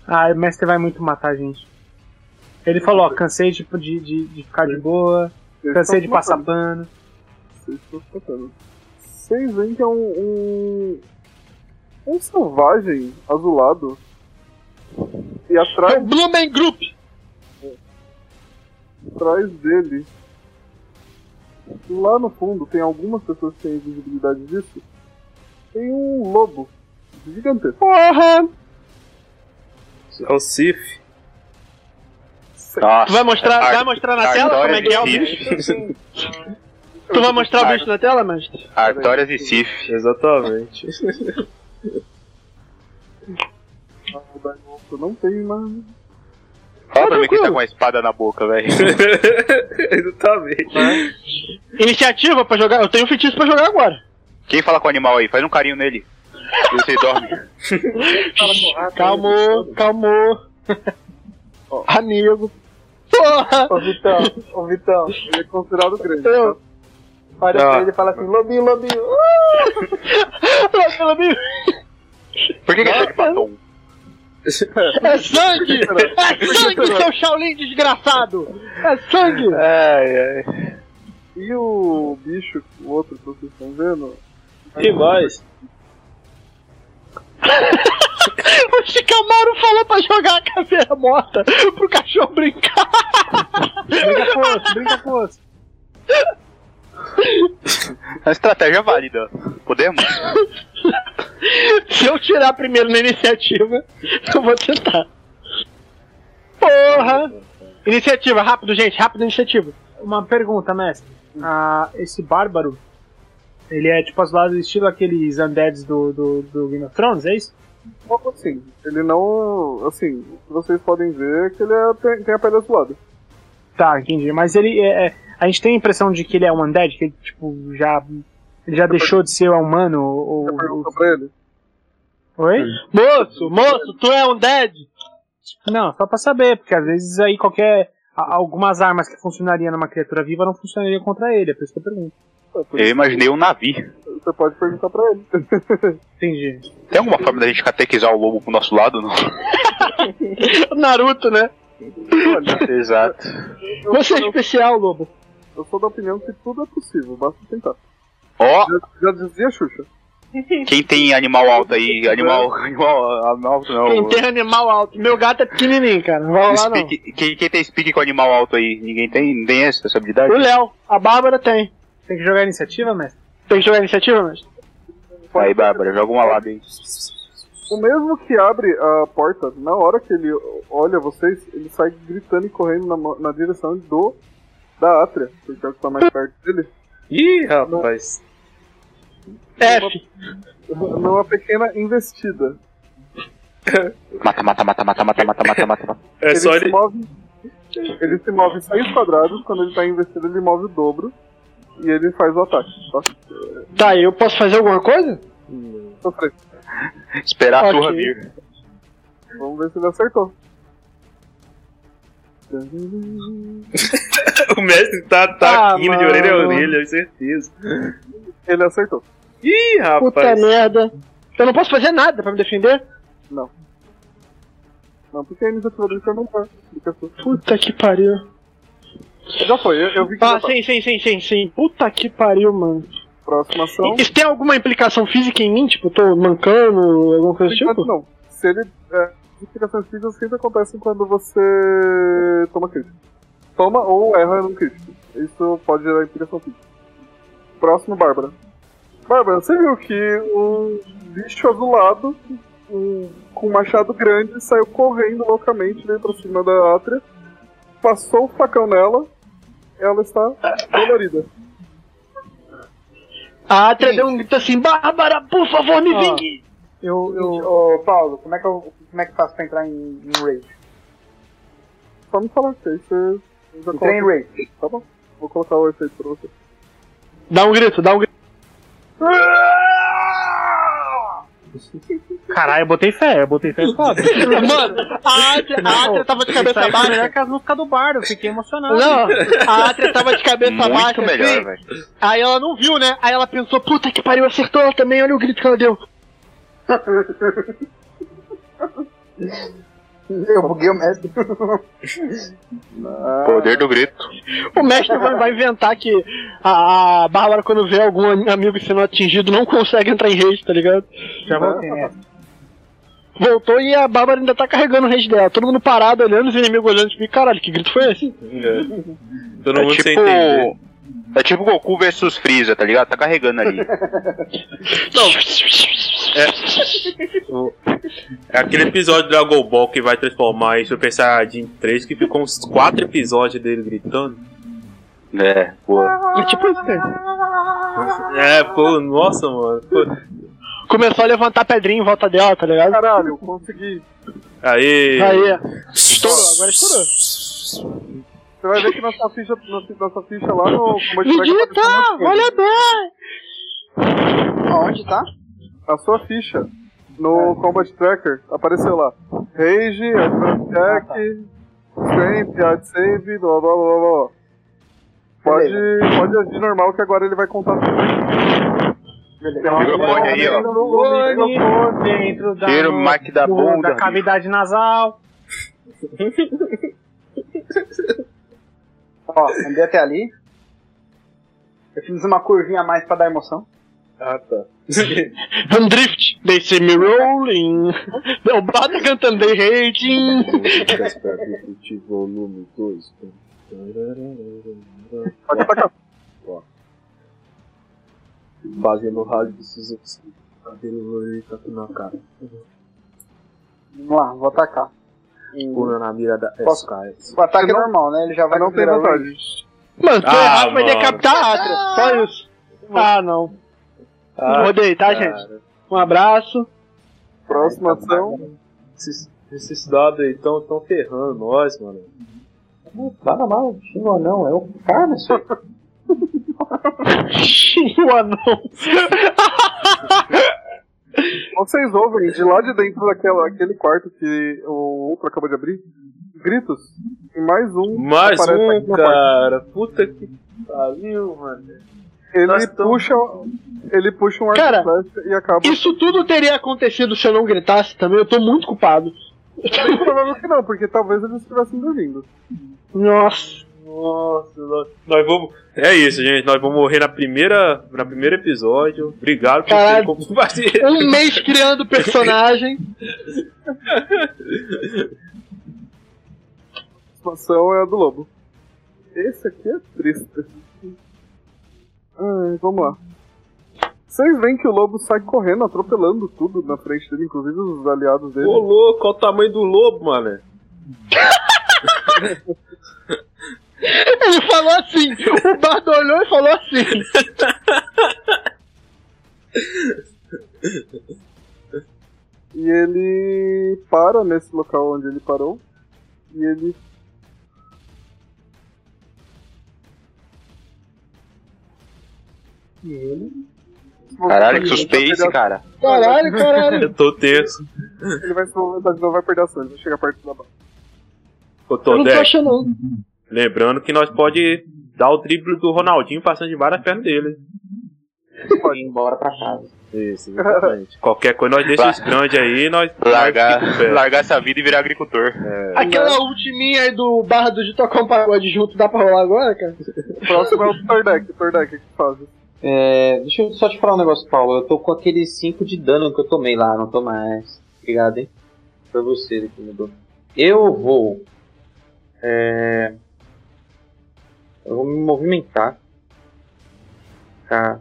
Speaker 7: Ah, o mestre vai muito matar a gente. Ele falou, ó, cansei de, de, de, de ficar de boa,
Speaker 1: Eles
Speaker 7: cansei
Speaker 1: estão
Speaker 7: de
Speaker 1: se
Speaker 7: passar
Speaker 1: matando.
Speaker 7: pano.
Speaker 1: Vocês estão se matando. Vocês veem que é um, um- um selvagem azulado. E
Speaker 6: É
Speaker 1: atrás,
Speaker 6: o Blumen Group!
Speaker 1: atrás dele, lá no fundo, tem algumas pessoas que têm visibilidade disso. Tem um lobo gigantesco.
Speaker 6: Porra!
Speaker 5: É um Sif.
Speaker 8: Nossa,
Speaker 6: Tu vai mostrar,
Speaker 8: a-
Speaker 6: vai mostrar na
Speaker 8: a
Speaker 6: tela como
Speaker 8: história
Speaker 6: é que é o
Speaker 8: de
Speaker 6: bicho?
Speaker 8: Sif.
Speaker 6: Tu vai mostrar o bicho na tela, mestre?
Speaker 8: Artórias e Sif.
Speaker 5: Exatamente.
Speaker 1: O Dark Wolf não tem, mas.
Speaker 8: Fala pra mim quem tá com a espada na boca, velho.
Speaker 5: Exatamente.
Speaker 6: Iniciativa pra jogar. Eu tenho feitiço pra jogar agora.
Speaker 8: Quem fala com o animal aí? Faz um carinho nele. E você dorme.
Speaker 6: Calmou, calmou. *laughs* Amigo. Porra!
Speaker 3: Ô Vitão, ô Vitão,
Speaker 1: Ele é considerado grande.
Speaker 6: Eu.
Speaker 1: Tá?
Speaker 3: olha
Speaker 5: Não.
Speaker 3: pra ele e fala assim, lobinho, lobinho.
Speaker 6: Pelo amigo.
Speaker 8: Por que, que ele tá de batom?
Speaker 6: É sangue! É sangue, seu Shaolin desgraçado! É sangue!
Speaker 5: Ai, ai.
Speaker 1: E o bicho, o outro que vocês estão vendo,
Speaker 5: Que mais?
Speaker 6: O Shikamaru falou pra jogar a caveira morta pro cachorro brincar.
Speaker 7: Brinca com osso, brinca com osso.
Speaker 8: A estratégia é válida. Podemos?
Speaker 6: Se eu tirar primeiro na iniciativa, eu vou tentar. Porra! Iniciativa, rápido, gente, rápido, iniciativa.
Speaker 7: Uma pergunta, mestre. Ah, esse bárbaro, ele é tipo azulado estilo aqueles undeads do, do, do Game of Thrones, é isso?
Speaker 1: pouco assim. Ele não. Assim, o que vocês podem ver é que ele é- tem, tem a pele azulada.
Speaker 7: Tá, entendi. Mas ele é, é- A gente tem a impressão de que ele é um undead, que ele, tipo, já. Ele já deixou de ser um humano ou.
Speaker 1: Você perguntou
Speaker 7: ou-
Speaker 1: pra ele?
Speaker 7: Oi?
Speaker 6: Moço, moço, tu é um dead?
Speaker 7: Não, só pra saber, porque às vezes aí qualquer. a- Algumas armas que funcionariam numa criatura viva não funcionariam contra ele, é por isso que eu pergunto.
Speaker 1: É, por
Speaker 8: Eu
Speaker 1: isso
Speaker 8: imaginei um navio.
Speaker 1: que Você pode perguntar pra ele.
Speaker 7: Entendi.
Speaker 8: Tem alguma forma da gente catequizar o lobo pro nosso lado? Não?
Speaker 6: Naruto, né?
Speaker 8: Exato.
Speaker 6: Você é especial, Lobo.
Speaker 1: Eu sou da opinião que tudo é possível, basta tentar.
Speaker 8: Ó,
Speaker 1: Já, já dizia Xuxa.
Speaker 8: quem tem animal alto aí? Animal, animal, animal alto
Speaker 6: Quem
Speaker 8: não.
Speaker 6: tem animal alto. Meu gato é pequenininho, cara. Não vai lá, não.
Speaker 8: Speak- quem, quem tem speak com animal alto aí? Ninguém tem? Ninguém tem essa, essa habilidade?
Speaker 6: O Léo, a Bárbara tem.
Speaker 7: Tem que jogar a iniciativa, mestre?
Speaker 6: Tem que jogar iniciativa, mas.
Speaker 8: Aí, Bárbara, joga uma lado aí.
Speaker 1: O mesmo que abre a porta, na hora que ele olha vocês, ele sai gritando e correndo na, mo- na direção do. da Átria, porque é o que tá mais perto dele.
Speaker 5: Ih, rapaz.
Speaker 6: F.
Speaker 1: Numa pequena investida.
Speaker 8: Mata, mata, mata, mata, mata, mata, mata, mata. mata.
Speaker 5: É
Speaker 1: ele
Speaker 5: só
Speaker 1: se
Speaker 5: ele.
Speaker 1: move. Ele se move seis quadrados, quando ele tá investido, ele move o dobro. E ele faz o ataque. Tá?
Speaker 6: Tá, eu posso fazer alguma coisa?
Speaker 1: Só três.
Speaker 8: Esperar a turra
Speaker 6: Ok.
Speaker 8: vir.
Speaker 1: Vamos ver se ele acertou.
Speaker 5: *laughs* O mestre tá, tá
Speaker 6: Ah,
Speaker 5: rindo de orelha a
Speaker 6: mano.
Speaker 5: orelha, com certeza.
Speaker 1: Ele acertou.
Speaker 5: Ih,
Speaker 6: Puta
Speaker 5: rapaz.
Speaker 6: merda. Eu não posso fazer nada pra me defender?
Speaker 1: Não, tá. porque a iniciativa dele foi menor. do que a sua.
Speaker 6: Puta que pariu.
Speaker 1: Já foi, eu, eu vi que
Speaker 6: Ah,
Speaker 1: já tá.
Speaker 6: sim, sim, sim, sim, sim. Puta que pariu, mano.
Speaker 1: Próxima ação.
Speaker 6: Isso tem alguma implicação física em mim? Tipo, eu tô mancando, alguma coisa do
Speaker 1: Enquanto
Speaker 6: tipo?
Speaker 1: não. Se ele. É, implicações físicas sempre acontecem quando você toma crítico. Toma ou erra num crítico. Isso pode gerar implicação física. Próximo, Bárbara. Bárbara, você viu que um bicho azulado, um, com um machado grande, saiu correndo loucamente, veio pra cima da Átria, passou o facão nela, ela está dolorida.
Speaker 6: A Atria deu um grito assim: Bárbara, por favor, me
Speaker 3: Ó.
Speaker 6: vingue!
Speaker 3: Eu, Ô Paulo, como é que eu como é que eu faço pra entrar em, em raid?
Speaker 1: Só me falar que aí você. eu já
Speaker 3: Entrei em
Speaker 1: coloco-
Speaker 3: raid.
Speaker 1: Tá bom, vou colocar o efeito pra você.
Speaker 6: Dá um grito, dá um grito.
Speaker 7: Caralho, eu botei fé, eu botei
Speaker 6: *laughs*
Speaker 7: fé. *laughs*
Speaker 6: Mano, a Atria, a Atria tava de cabeça
Speaker 7: Saiu
Speaker 6: baixa.
Speaker 7: melhor que as músicas do bardo, eu fiquei
Speaker 6: *laughs*
Speaker 7: emocionado.
Speaker 6: Não, a Atria tava de cabeça baixa.
Speaker 8: Muito
Speaker 6: assim,
Speaker 8: melhor, velho.
Speaker 6: Aí ela não viu, né? Aí ela pensou, puta que pariu, acertou ela também, olha o grito que ela deu.
Speaker 3: Eu buguei o mestre.
Speaker 8: Poder do grito.
Speaker 6: O mestre vai, vai inventar que a, a Bárbara, quando vê algum am- amigo sendo atingido, não consegue entrar em rede, tá ligado?
Speaker 7: Já voltei, né? mestre.
Speaker 6: Voltou e a Bárbara ainda tá carregando o rede dela. Todo mundo parado, olhando, os inimigos olhando, tipo, caralho, que grito foi esse?
Speaker 5: É. Todo
Speaker 8: É
Speaker 5: mundo sem entender.
Speaker 8: tipo. É tipo Goku versus Freeza, tá ligado? Tá
Speaker 5: *laughs*
Speaker 8: carregando ali.
Speaker 5: É aquele episódio do Dragon Ball que vai transformar em Super Saiyajin 3 que ficou uns 4 episódios dele gritando.
Speaker 8: é, boa.
Speaker 6: É tipo isso, cara.
Speaker 5: É, pô, nossa, mano. Pô.
Speaker 6: Começou a levantar pedrinha em volta dela, tá ligado?
Speaker 1: Caralho, consegui.
Speaker 5: Aí.
Speaker 6: Aí, estourou, agora estourou.
Speaker 1: Você vai ver que nossa ficha, nossa, nossa ficha lá no Combat Tracker tá
Speaker 6: Digita,
Speaker 1: deixando umas coisas.
Speaker 6: olha bem!
Speaker 3: Aonde tá?
Speaker 1: A sua ficha no Combat Tracker apareceu lá. Rage, Advanced Attack, Strength, Yard Save, blá blá blá blá. blá. Pode, pode agir normal que agora ele vai contar tudo.
Speaker 8: Microfone aí, ó.
Speaker 1: Microfone.
Speaker 7: dentro
Speaker 6: tá
Speaker 7: da,
Speaker 8: Tira o Mike da
Speaker 7: do-
Speaker 8: bunda,
Speaker 7: da
Speaker 8: amigo.
Speaker 7: cavidade nasal.
Speaker 3: Ó, andei até ali. Eu fiz uma curvinha a mais pra dar emoção.
Speaker 5: Ah, tá.
Speaker 6: Um drift, they see me rolling. O Bada cantando they hating.
Speaker 5: volume 2. Base no rádio precisa cabelo loiro e na cara.
Speaker 3: Vamos lá, vou atacar.
Speaker 5: Pula na mira da
Speaker 3: Posso-
Speaker 5: SKS.
Speaker 3: O ataque é normal, né? Ele já vai
Speaker 1: Mas não
Speaker 3: com
Speaker 1: tem
Speaker 3: primeira
Speaker 1: vantagem.
Speaker 6: Mano, tô
Speaker 5: Ah,
Speaker 6: errado, vai
Speaker 5: mano.
Speaker 6: decapitar a Atra. Só isso. Ah, não. Rodei, tá, gente? Um abraço.
Speaker 1: Próxima ação.
Speaker 5: Esses, esses dados aí estão tão ferrando nós, mano.
Speaker 4: Para mal, Chico não, é o cara, senhor.
Speaker 6: o anão.
Speaker 1: Vocês ouvem de lá de dentro daquela, aquele quarto que o outro acabou de abrir? Gritos. E mais um.
Speaker 5: Mais
Speaker 1: aparece aqui
Speaker 5: um,
Speaker 1: no quarto.
Speaker 5: cara. Puta que pariu, mano. Nós
Speaker 1: Ele
Speaker 5: tamo-
Speaker 1: puxa, ele puxa um arco
Speaker 6: Cara,
Speaker 1: flecha e acaba.
Speaker 6: Isso tudo teria acontecido se eu não gritasse também. Eu tô muito culpado.
Speaker 1: Bem provável que não, porque talvez eles estivessem dormindo.
Speaker 6: Nossa.
Speaker 5: Nossa, nós, nós vamos. É isso, gente. Nós vamos morrer na primeira, na primeiro episódio. Obrigado por terem
Speaker 6: Caralho.
Speaker 5: compartilhado.
Speaker 7: tá
Speaker 6: Um mês criando personagem.
Speaker 1: A situação é a do lobo. Esse aqui é triste. Ai, vamos lá. Vocês veem que o lobo sai correndo, atropelando tudo na frente dele, inclusive os aliados dele.
Speaker 5: Ô louco, olha o tamanho do lobo, mano.
Speaker 6: Ele falou assim. O Bardo olhou e falou assim.
Speaker 1: E ele para nesse local onde ele parou. E ele. E ele-
Speaker 8: Caralho, que suspense, cara.
Speaker 6: Caralho, caralho.
Speaker 5: Eu tô tenso.
Speaker 1: Ele vai se movimentar de novo, vai perder ação, ele vai chegar perto da barra.
Speaker 5: Ô,
Speaker 6: Eu não tô
Speaker 5: Todek,
Speaker 6: achando. um. não.
Speaker 5: lembrando que nós pode dar o triplo do Ronaldinho passando de várias pernas dele.
Speaker 9: E ir embora pra casa.
Speaker 5: Isso, exatamente. Qualquer coisa, nós deixa os grandes aí nós.
Speaker 8: Largar,
Speaker 5: nós fica-
Speaker 8: largar essa vida e virar agricultor.
Speaker 6: Aquela ultiminha aí do Bardo de tocar um pagode junto dá pra rolar agora, cara?
Speaker 1: Próximo é o Tordek, Tordek que faz.
Speaker 9: É, deixa eu só te falar um negócio, Paulo. Eu tô com aquele 5 de dano que eu tomei lá, não tô mais. Obrigado, hein? Foi você que mudou. Eu vou. é, Eu vou me movimentar. Ficar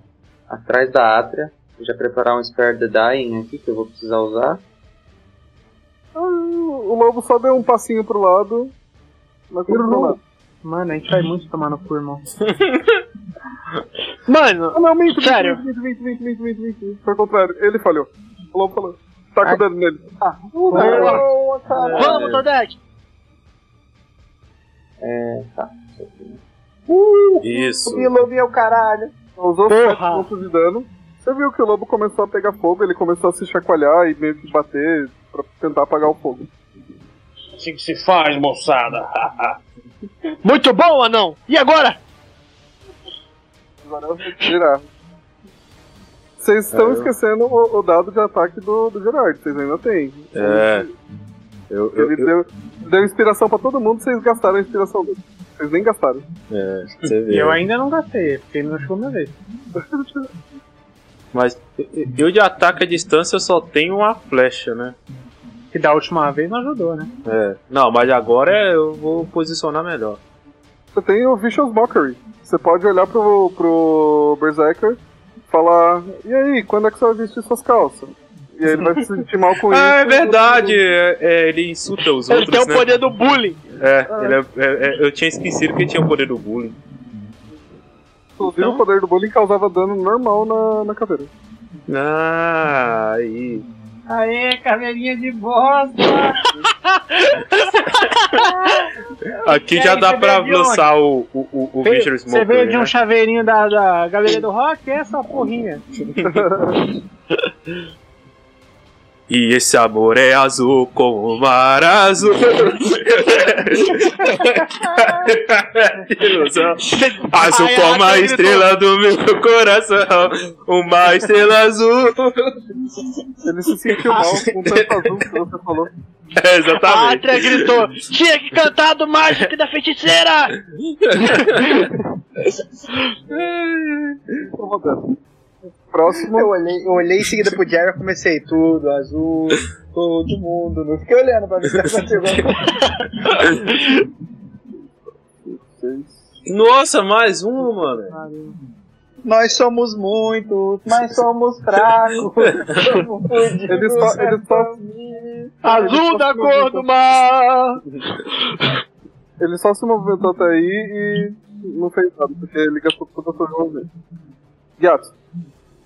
Speaker 9: atrás da Atria. Já preparar um Spare the Dying aqui que eu vou precisar usar.
Speaker 1: Ah, O lobo só deu um passinho pro lado. Mas não,
Speaker 7: Mano, a gente vai muito tomar no cu, irmão.
Speaker 6: *laughs* Mano,
Speaker 1: Ah, não, mente,
Speaker 6: Sério?
Speaker 1: mente, mente, mente, mente, mente, mente, mente. Foi o contrário, ele falhou. O lobo falou. Taca o dedo nele.
Speaker 3: Boa, cara.
Speaker 6: vamos, Todek.
Speaker 5: Isso.
Speaker 3: Me lobinho é o caralho.
Speaker 1: Causou
Speaker 6: Porra.
Speaker 1: 7 pontos de dano. Você viu que o lobo começou a pegar fogo, ele começou a se chacoalhar e meio que bater pra tentar apagar o fogo.
Speaker 9: Assim que se faz, moçada.
Speaker 6: *laughs* Muito bom, anão. E agora?
Speaker 1: Agora eu vou girar. Vocês estão esquecendo o, o dado de ataque do, do Gerard, vocês ainda têm.
Speaker 5: É. Eu, eu,
Speaker 1: Ele deu, deu inspiração pra todo mundo, vocês gastaram a inspiração dele. Vocês nem gastaram.
Speaker 5: é, você
Speaker 7: E
Speaker 5: vê.
Speaker 7: eu ainda não gastei, porque não chegou minha vez.
Speaker 5: Mas eu de ataque à distância eu só tenho uma flecha, né?
Speaker 7: Que da última vez não ajudou, né?
Speaker 5: É. Não, mas agora é, eu vou posicionar melhor.
Speaker 1: Você tem o Vicious Mockery. Você pode olhar pro, pro Berserker falar: E aí, quando é que você vai vestir suas calças? E aí ele vai se sentir mal com isso.
Speaker 5: *laughs* Ah, é verdade! é- é, ele insulta os
Speaker 6: Ele tem
Speaker 5: outros,
Speaker 6: o
Speaker 5: né?
Speaker 6: poder do bullying.
Speaker 7: Ah.
Speaker 5: É, ele é- é- é, eu tinha esquecido que ele tinha o poder do bullying.
Speaker 1: Inclusive, o poder do bullying causava dano normal na, na caveira.
Speaker 5: Ah, aí.
Speaker 7: Aê, caveirinha de bosta!
Speaker 5: Aqui já dá pra lançar o, o, o, o Vicious
Speaker 7: Você veio
Speaker 5: Mockery,
Speaker 7: de um
Speaker 5: né?
Speaker 7: chaveirinho da, da galeria do rock? É essa porrinha.
Speaker 5: E esse amor é azul como o mar *laughs* azul. Ilusão. azul
Speaker 6: Ai,
Speaker 5: como a
Speaker 6: ai,
Speaker 5: estrela do meu coração. Uma estrela azul.
Speaker 1: Ele se sentiu
Speaker 5: *laughs*
Speaker 1: mal com o tanto azul que você falou.
Speaker 5: É,
Speaker 6: A
Speaker 5: exatamente.
Speaker 6: Atria gritou: Tinha que cantar do mágico e da feiticeira!
Speaker 1: Ô, Roberto. Próximo.
Speaker 3: Eu olhei, eu olhei em seguida pro Jerry e comecei tudo, azul, todo mundo. Não fiquei olhando pra ver se aconteceu alguma coisa.
Speaker 5: Nossa, mais uma, mano.
Speaker 3: Nós somos muitos, mas somos fracos. *laughs* Somos fudidos,
Speaker 1: Ele só- ele
Speaker 3: é
Speaker 1: só-
Speaker 3: família.
Speaker 6: Azul da cor do mar!
Speaker 1: Ele só se movimentou até aí e não fez nada, porque ele gastou toda a sua movimento. Gato,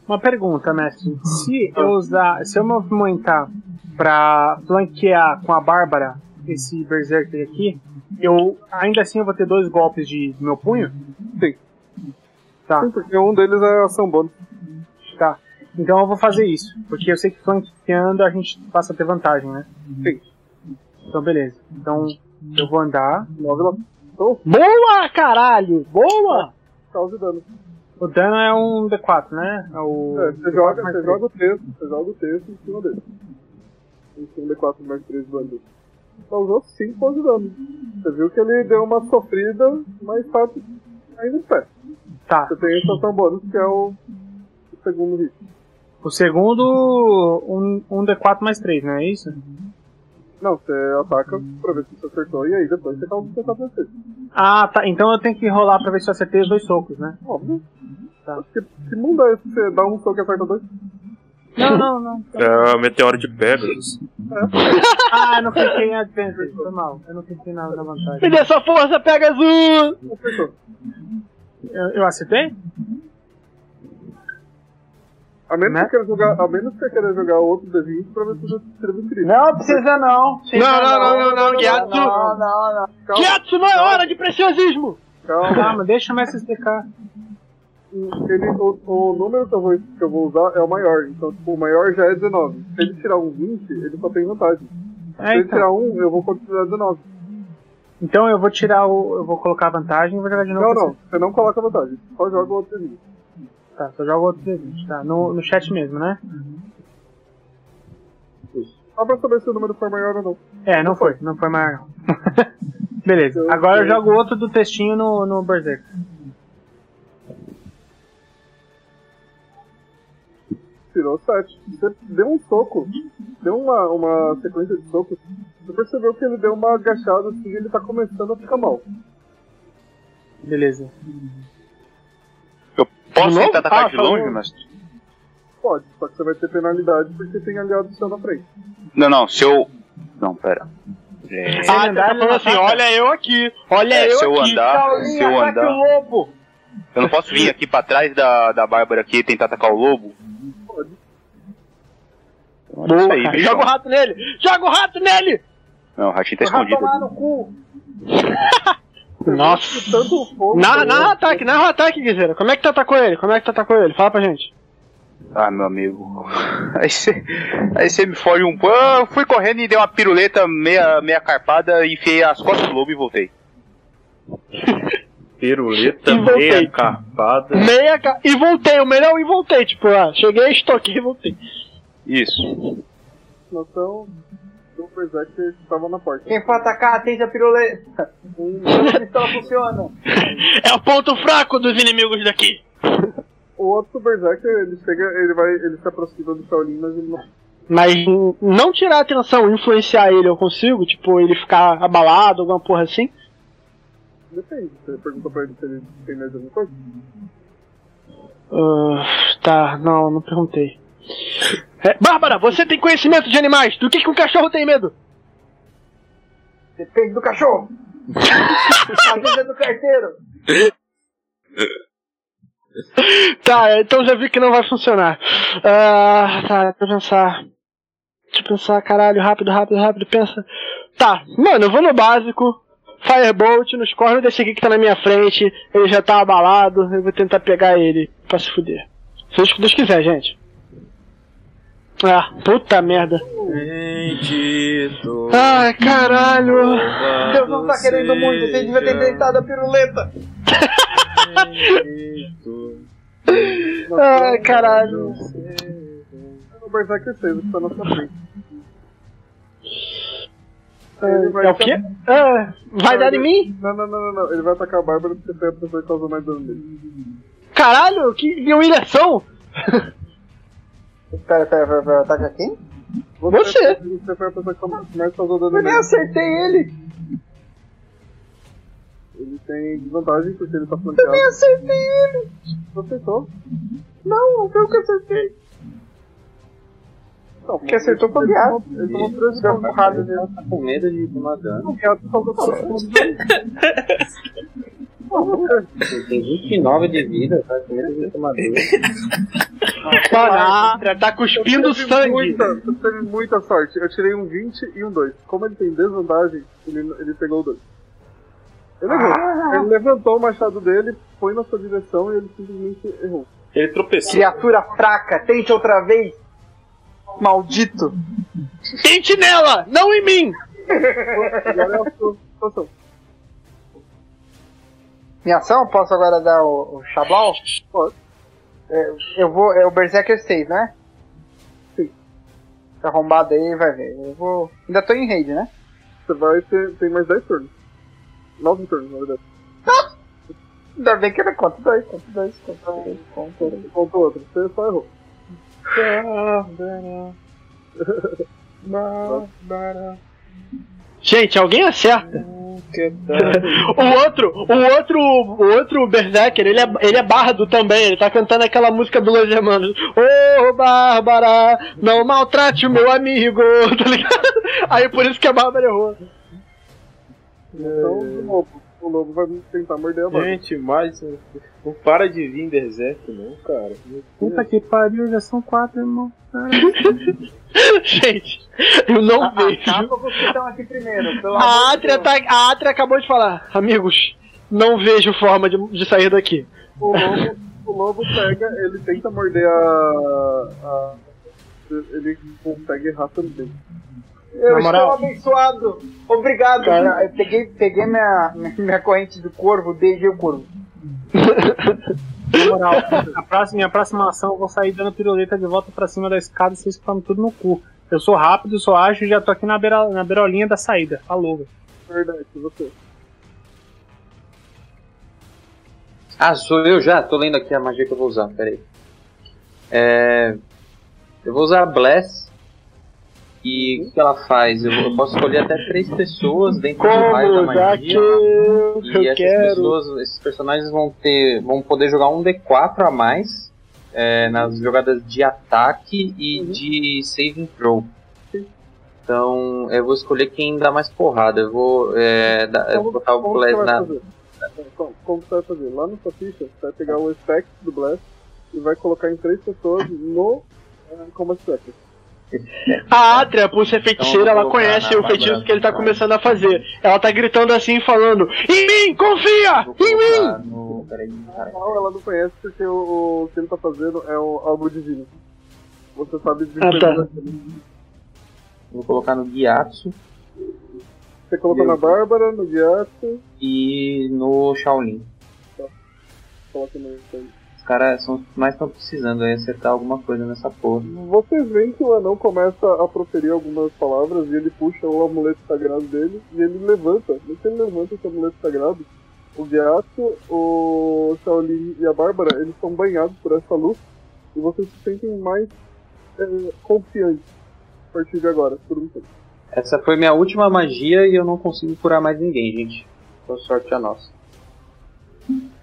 Speaker 7: Uma pergunta, mestre. Se eu usar. Se eu movimentar pra flanquear com a Bárbara esse Berserker aqui, eu ainda assim eu vou ter dois golpes de, do meu punho?
Speaker 1: Sim.
Speaker 7: Tá,
Speaker 1: sim, porque um deles é ação bônus.
Speaker 7: tá. Então eu vou fazer isso. Porque eu sei que flanqueando a gente passa a ter vantagem, né?
Speaker 1: Sim.
Speaker 7: Então beleza. Então eu vou andar.
Speaker 1: Nove lá.
Speaker 7: Boa, caralho! Boa!
Speaker 1: Causa dano.
Speaker 7: O dano é um D4, né? É o.
Speaker 1: É, você joga, você joga o texto, você joga o texto em cima dele. Em cima de 4 mais 3 bandido. Causou 5 pontos de dano. Você viu que ele deu uma sofrida, mas tá ainda em pé.
Speaker 7: Tá.
Speaker 1: Você tem essa ação bônus, que é o, o segundo hit.
Speaker 7: O segundo, um, um D4 mais 3, não é isso?
Speaker 1: Não, você ataca pra ver se você acertou, e aí depois você causa o ataque pra você.
Speaker 7: Ah, tá. Então eu tenho que rolar pra ver se eu acertei os dois socos, né?
Speaker 1: Óbvio. Que, que mundo é esse? que Você dá um soco e acerta dois?
Speaker 7: Não, *laughs* não, não.
Speaker 5: É, meteoro de Pegasus.
Speaker 7: Ah, eu não cliquei em advantage. Foi mal. Eu não cliquei na, na vantagem.
Speaker 6: Me dê sua força, pega azul!
Speaker 7: Eu, eu acertei?
Speaker 1: A menos,
Speaker 7: Né?
Speaker 1: que queira jogar, a menos que você queira jogar outro D20 pra ver se você escreve um crítico.
Speaker 3: Não precisa não. precisa
Speaker 6: Não, não, não, não, não,
Speaker 3: não,
Speaker 6: Gyatso.
Speaker 3: não, não, não.
Speaker 6: Kiatsu, não é hora de preciosismo!
Speaker 1: Calma.
Speaker 7: Calma, tá, deixa o mestre explicar.
Speaker 1: Ele, o, o número que eu, vou, que eu vou usar é o maior. Então, tipo, o maior já é 19. Se ele tirar um 20, ele só tem vantagem. Se
Speaker 7: É,
Speaker 1: ele
Speaker 7: então.
Speaker 1: tirar um, eu vou considerar 19.
Speaker 7: então eu vou tirar o. Eu vou colocar a vantagem e vou jogar de novo.
Speaker 1: Não, não. Você não coloca vantagem. Só joga o outro D20.
Speaker 7: Tá, só jogo outro D20. Tá, no, no chat mesmo, né?
Speaker 1: Só pra saber se o número foi maior ou não.
Speaker 7: É, não foi. Não foi maior, não. *laughs* Beleza. Agora eu jogo outro do textinho no, no Berserk.
Speaker 1: Tirou 7. Você deu um soco. Deu uma, uma sequência de socos. Você percebeu que ele deu uma agachada assim e ele tá começando a ficar mal.
Speaker 7: Beleza.
Speaker 8: Posso
Speaker 6: novo?
Speaker 8: tentar atacar
Speaker 6: Ah,
Speaker 8: de
Speaker 6: falou.
Speaker 8: longe, mestre?
Speaker 1: Pode, só que você vai ter penalidade porque tem aliado seu na frente.
Speaker 8: Não, não, se eu. Não, pera. É,
Speaker 6: Ah, ele tá falando assim: olha eu aqui, olha
Speaker 8: é,
Speaker 6: eu
Speaker 8: se eu
Speaker 6: aqui.
Speaker 8: andar, se eu
Speaker 3: Ataque o
Speaker 8: andar.
Speaker 3: lobo.
Speaker 8: Eu não posso vir aqui pra trás da, da Bárbara aqui e tentar atacar o lobo? Pode. é Isso aí, bicho.
Speaker 6: Joga o rato nele! Joga o rato nele!
Speaker 8: Não, o ratinho tá
Speaker 3: Vai
Speaker 8: escondido.
Speaker 3: tomar no cu.
Speaker 6: Nossa!
Speaker 1: Tanto o fogo.
Speaker 6: Narra, narra o ataque, narra o ataque, Guiseira. Como é que tu atacou ele? Como é que tu atacou ele? Fala pra gente.
Speaker 8: Ah, meu amigo. *laughs* Aí você aí cê me foge um pouco. Eu fui correndo e dei uma piruleta meia, meia carpada, enfiei as costas do lobo e voltei.
Speaker 5: Piruleta,
Speaker 6: E voltei.
Speaker 5: meia carpada.
Speaker 6: Meia ca... E voltei, o melhor e voltei. Tipo, ah, cheguei, estoquei e voltei.
Speaker 8: Isso.
Speaker 1: Então, do Berserker que estava na porta.
Speaker 3: Quem for atacar, atende a *laughs* piruleta. A pistola funciona.
Speaker 6: É o ponto fraco dos inimigos daqui.
Speaker 1: O outro Berserker, ele chega, ele vai, ele se aproxima do Shaolin, mas ele não.
Speaker 6: Mas n- não tirar a atenção, influenciar ele eu consigo, tipo, ele ficar abalado, alguma porra assim.
Speaker 1: Depende. Você perguntou pra ele se ele tem medo de alguma coisa?
Speaker 6: Ah, tá, não, não perguntei. É, Bárbara, você tem conhecimento de animais, do que, que um cachorro tem medo?
Speaker 3: Depende do
Speaker 6: *laughs*
Speaker 3: cachorro. Às vezes é do carteiro.
Speaker 6: Tá, então já vi que não vai funcionar. Ah, tá, deixa eu pensar. Deixa eu pensar, caralho, rápido, rápido, rápido, pensa. Tá, mano, eu vou no básico. Firebolt nos cornos desse aqui que tá na minha frente. Ele já tá abalado. Eu vou tentar pegar ele pra se fuder. Seja o que Deus quiser, gente. Ah, puta merda.
Speaker 5: Bendito.
Speaker 6: Ai, caralho.
Speaker 3: Deus não tá querendo muito, você devia ter inventado a piruleta.
Speaker 5: Bendito.
Speaker 6: Ai, caralho.
Speaker 1: O Berserker fez o que tá na sua frente. Ele vai
Speaker 6: É o quê? Ah, vai dar em mim?
Speaker 1: Não, não, não, não, não. Ele vai atacar a Bárbara porque foi a pessoa que causou mais dano nele.
Speaker 6: Caralho, que humilhação!
Speaker 3: Pera, pera, pera, pera, tá ataca quem?
Speaker 6: Você.
Speaker 1: Você foi a pessoa que mais causou dano
Speaker 3: Eu nem
Speaker 1: nele.
Speaker 3: acertei ele.
Speaker 1: Ele tem desvantagem porque ele tá
Speaker 3: Eu nem
Speaker 1: flanqueado.
Speaker 3: acertei ele.
Speaker 1: Você tentou.
Speaker 3: Não, não foi eu que acertei.
Speaker 1: Não,
Speaker 3: Que acertou foi o viado.
Speaker 1: Ele tomou 13 pontos de
Speaker 3: porrada
Speaker 1: porrada.
Speaker 3: dele.
Speaker 9: Tá com medo de tomar dano.
Speaker 1: O viado causou 13 pontos de dano.
Speaker 9: Ele tem 29 de vida, tá com medo de tomar dano.
Speaker 6: Mano, tá cuspindo
Speaker 1: teve
Speaker 6: sangue.
Speaker 1: Muita, eu teve muita sorte. Eu tirei um 20 e um 2. Como ele tem desvantagem, ele, ele pegou o 2. Ele errou. Ele levantou o machado dele, foi na sua direção e ele simplesmente errou.
Speaker 5: Ele tropeçou.
Speaker 3: Criatura fraca, tente outra vez. Maldito.
Speaker 6: Tente nela, não em mim!
Speaker 1: Agora é a sua situação.
Speaker 3: *laughs* Minha ação, posso agora dar o, o Xablau? Pô. É, eu vou. É o Berserker 6, né? Sim. Tá arrombado aí, vai ver. Eu vou. Ainda tô em raid, né?
Speaker 1: Você vai ter tem mais 10 turnos. 9 turnos, na verdade.
Speaker 3: Ainda bem que era conta 2, conta 2, conta 2, conta 2.
Speaker 1: Faltou outro. Você só errou.
Speaker 6: Gente, alguém acerta.
Speaker 9: Hum,
Speaker 6: o outro, o outro, o outro Berserker, ele é, ele é bardo também, ele tá cantando aquela música do Los Hermanos. Ô, Bárbara, não maltrate o meu amigo, *laughs* tá ligado? Aí por isso que a Bárbara errou.
Speaker 1: Então, de novo. O lobo vai tentar morder a barra.
Speaker 13: Gente, mas
Speaker 5: um,
Speaker 13: uh, não para de vir Berserk, não, cara.
Speaker 7: Puta que pariu, já são quatro, irmão.
Speaker 6: Gente, eu não
Speaker 9: Ah,
Speaker 6: vejo.
Speaker 9: tá.
Speaker 3: Acaba Tá, com os que estão aqui primeiro, pelo
Speaker 2: Ah,
Speaker 6: A
Speaker 3: amor de
Speaker 6: Atria,
Speaker 3: Deus.
Speaker 6: tá, a Atria acabou de falar, amigos, não vejo forma de, de sair daqui.
Speaker 1: O lobo, o lobo pega, ele tenta morder a. a ele consegue errar também.
Speaker 3: Eu
Speaker 6: Na moral.
Speaker 3: estou abençoado. Obrigado. Cara, eu peguei, peguei minha, minha corrente do corvo, beijei o corvo.
Speaker 7: Na moral, a próxima, minha próxima ação eu vou sair dando piruleta de volta pra cima da escada e vocês ficam tudo no cu. Eu sou rápido, sou ágil e já tô aqui na, beira, na beirolinha da saída. Falou, velho.
Speaker 1: Verdade, é você.
Speaker 9: Ah, sou eu já? Tô lendo aqui a magia que eu vou usar, peraí. É... Eu vou usar a Bless. E o que ela faz? Eu, eu posso escolher até três pessoas dentro do raio da
Speaker 6: Como daqui
Speaker 9: magia.
Speaker 6: eu
Speaker 9: E essas
Speaker 6: quero.
Speaker 9: pessoas, esses personagens vão ter. vão poder jogar um D4 a mais é, nas jogadas de ataque e
Speaker 6: Uhum.
Speaker 9: de saving throw. Então eu vou escolher quem dá mais porrada. Eu vou, é, dar- eu vou botar
Speaker 6: Então,
Speaker 9: o
Speaker 1: você
Speaker 9: Bless
Speaker 1: vai
Speaker 9: na.
Speaker 1: fazer? É, Como, como você vai fazer? Lá na sua ficha, você vai pegar o stack do Blast e vai colocar em três pessoas no eh, Combat Tracker.
Speaker 6: A Atria, por ser feiticeira,
Speaker 9: Então,
Speaker 6: ela
Speaker 9: vou colocar
Speaker 6: conhece
Speaker 9: na
Speaker 6: o feitiço
Speaker 9: Bárbara
Speaker 6: que ele tá
Speaker 9: Sacra.
Speaker 6: começando a fazer. Ela tá gritando assim, falando: Em mim, confia!
Speaker 9: Vou
Speaker 6: Em mim!
Speaker 9: colocar no. Peraí, cara.
Speaker 1: Não, ela não conhece porque o, o que ele tá fazendo é o, algo divino. Você sabe de
Speaker 6: Ah, tá.
Speaker 9: Vou colocar no Gyatso
Speaker 1: Você colocou na Bárbara, no Giato,
Speaker 9: e no Shaolin.
Speaker 1: coloca no.
Speaker 9: caras são os que mais estão precisando aí acertar alguma coisa nessa porra.
Speaker 1: Vocês veem que o anão começa a proferir algumas palavras e ele puxa o amuleto sagrado dele e ele levanta. No que ele levanta esse amuleto sagrado, o Beato, o Shaolin e a Bárbara, eles são banhados por essa luz e vocês se sentem mais eh, confiantes a partir de agora, por um tempo.
Speaker 9: Essa foi minha última magia e eu não consigo curar mais ninguém, gente. Boa sorte a nossa.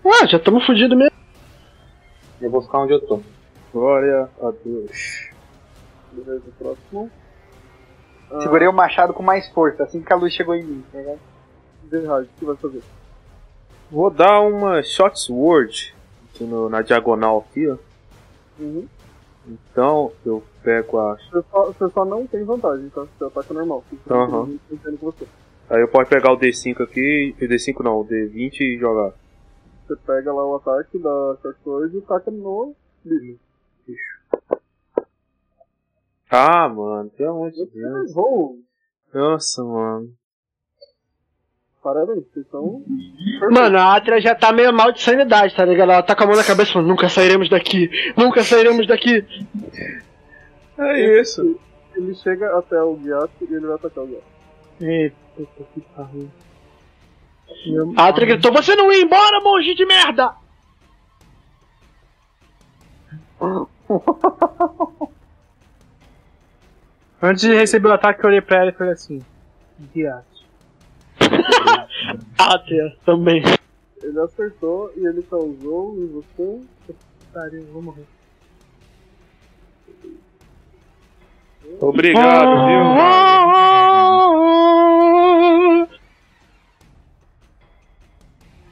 Speaker 6: Ah, já estamos fodidos mesmo.
Speaker 9: Eu vou ficar onde eu tô.
Speaker 5: né?
Speaker 13: Glória a Deus.
Speaker 1: Beleza, próximo.
Speaker 3: Segurei o machado com mais força, assim que a luz chegou em mim, tá ligado?
Speaker 1: Gerard, o que vai fazer?
Speaker 5: Vou dar uma shot sword aqui no- na diagonal aqui, ó.
Speaker 1: Uhum.
Speaker 5: Então eu pego a.
Speaker 1: Você só, você só não tem vantagem, tá? Você ataca normal.
Speaker 5: Aham.
Speaker 1: Uhum. Entendo com você.
Speaker 5: Aí eu posso pegar o D5 aqui, e D5 não, o D20 e jogar.
Speaker 1: Você pega lá o ataque da Shortword e taca no bicho.
Speaker 5: Ah, mano, pelo amor de
Speaker 1: Você
Speaker 5: Deus.
Speaker 1: levou!
Speaker 5: Nossa, mano.
Speaker 1: Parabéns, vocês estão.
Speaker 6: Mano, a Atria já tá meio mal de sanidade, tá ligado? Ela tá com a mão na cabeça falando, nunca sairemos daqui, nunca sairemos daqui.
Speaker 5: É isso.
Speaker 1: Ele chega até o Giato e ele vai atacar o Giato.
Speaker 7: Eita, puta que pariu.
Speaker 6: A Atria gritou, você não ia embora, monge de merda!
Speaker 7: Antes de receber o ataque, eu olhei pra ela e falei assim: Guiado.
Speaker 6: Atria também.
Speaker 1: Ele acertou e ele causou um em você.
Speaker 7: Pariu, vou morrer.
Speaker 5: Obrigado,
Speaker 6: Ah.
Speaker 5: viu?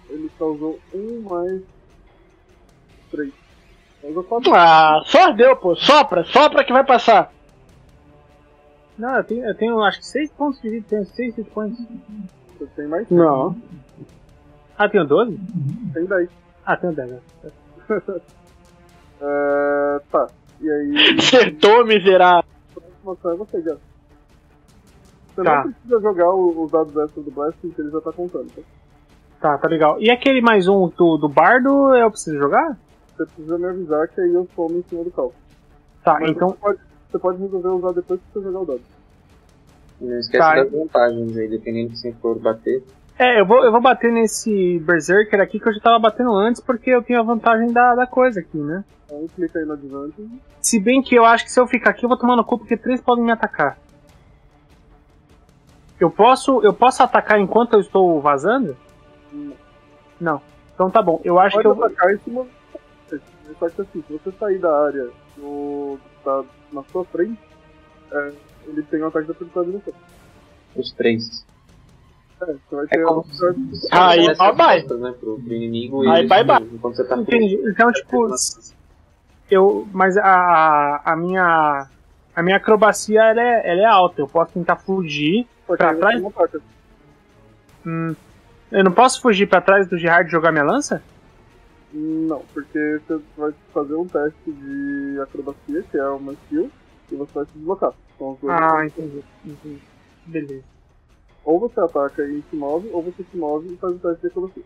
Speaker 1: Ele causou um mais. três. Causou quatro.
Speaker 6: Ah, só deu, pô. Sopra, sopra que vai passar.
Speaker 7: Não, eu tenho, eu tenho acho que 6 pontos de vida, tenho 6 hit points.
Speaker 1: Você tem mais?
Speaker 6: Não.
Speaker 7: Ah, tenho 12?
Speaker 1: Tem dez.
Speaker 7: Ah, tenho 10. né?
Speaker 1: É, tá. E aí,
Speaker 6: Acertou, miserável.
Speaker 1: você é você, Giato. Você
Speaker 7: Tá.
Speaker 1: não precisa jogar o- os dados extras do Blasting, que ele já tá contando, tá?
Speaker 7: Tá, tá legal. E aquele mais um do, do bardo, eu preciso jogar?
Speaker 1: Você precisa me avisar que aí eu somo em cima do calço.
Speaker 7: Tá,
Speaker 1: Mas
Speaker 7: então.
Speaker 1: você pode, você pode resolver usar depois que você jogar o dado.
Speaker 9: Não esquece
Speaker 7: Tá.
Speaker 9: das vantagens aí, dependendo de quem for bater.
Speaker 7: É, eu vou, eu vou bater nesse Berserker aqui que eu já tava batendo antes porque eu tenho a vantagem da, da coisa aqui, né?
Speaker 1: Então clica aí no advance.
Speaker 7: Se bem que eu acho que se eu ficar aqui eu vou tomar no cu porque três podem me atacar. Eu posso, eu posso atacar enquanto eu estou vazando?
Speaker 1: Não.
Speaker 7: Não. Então tá bom. Eu acho
Speaker 1: Pode
Speaker 7: que eu
Speaker 1: atacar em cima. Só que assim, se você sair da área no, da, na sua frente, é, ele tem um ataque da oportunidade no seu.
Speaker 9: Os três.
Speaker 1: É, você vai
Speaker 9: É
Speaker 1: ter
Speaker 9: como
Speaker 1: uma oportunidade-
Speaker 6: Aí,
Speaker 9: Você
Speaker 6: bye, bye.
Speaker 9: costas, né, pro, pro inimigo e
Speaker 6: Aí,
Speaker 9: eles-
Speaker 6: bye, bye.
Speaker 9: Enquanto você tá
Speaker 7: Entendi. Então, tipo, eu. Mas a, a minha. A minha acrobacia ela é, ela é alta. Eu posso tentar fugir.
Speaker 1: só que
Speaker 7: pra
Speaker 1: aí você
Speaker 7: trás?
Speaker 1: não ataca.
Speaker 7: Hum, eu não posso fugir pra trás do Gerard e jogar minha lança?
Speaker 1: Não, porque você vai fazer um teste de acrobacia, que é uma skill, e você vai se deslocar. Então, as duas-
Speaker 7: Ah, entendi. entendi. Beleza.
Speaker 1: Ou você ataca e se move, ou você se move e faz o teste de acrobacia.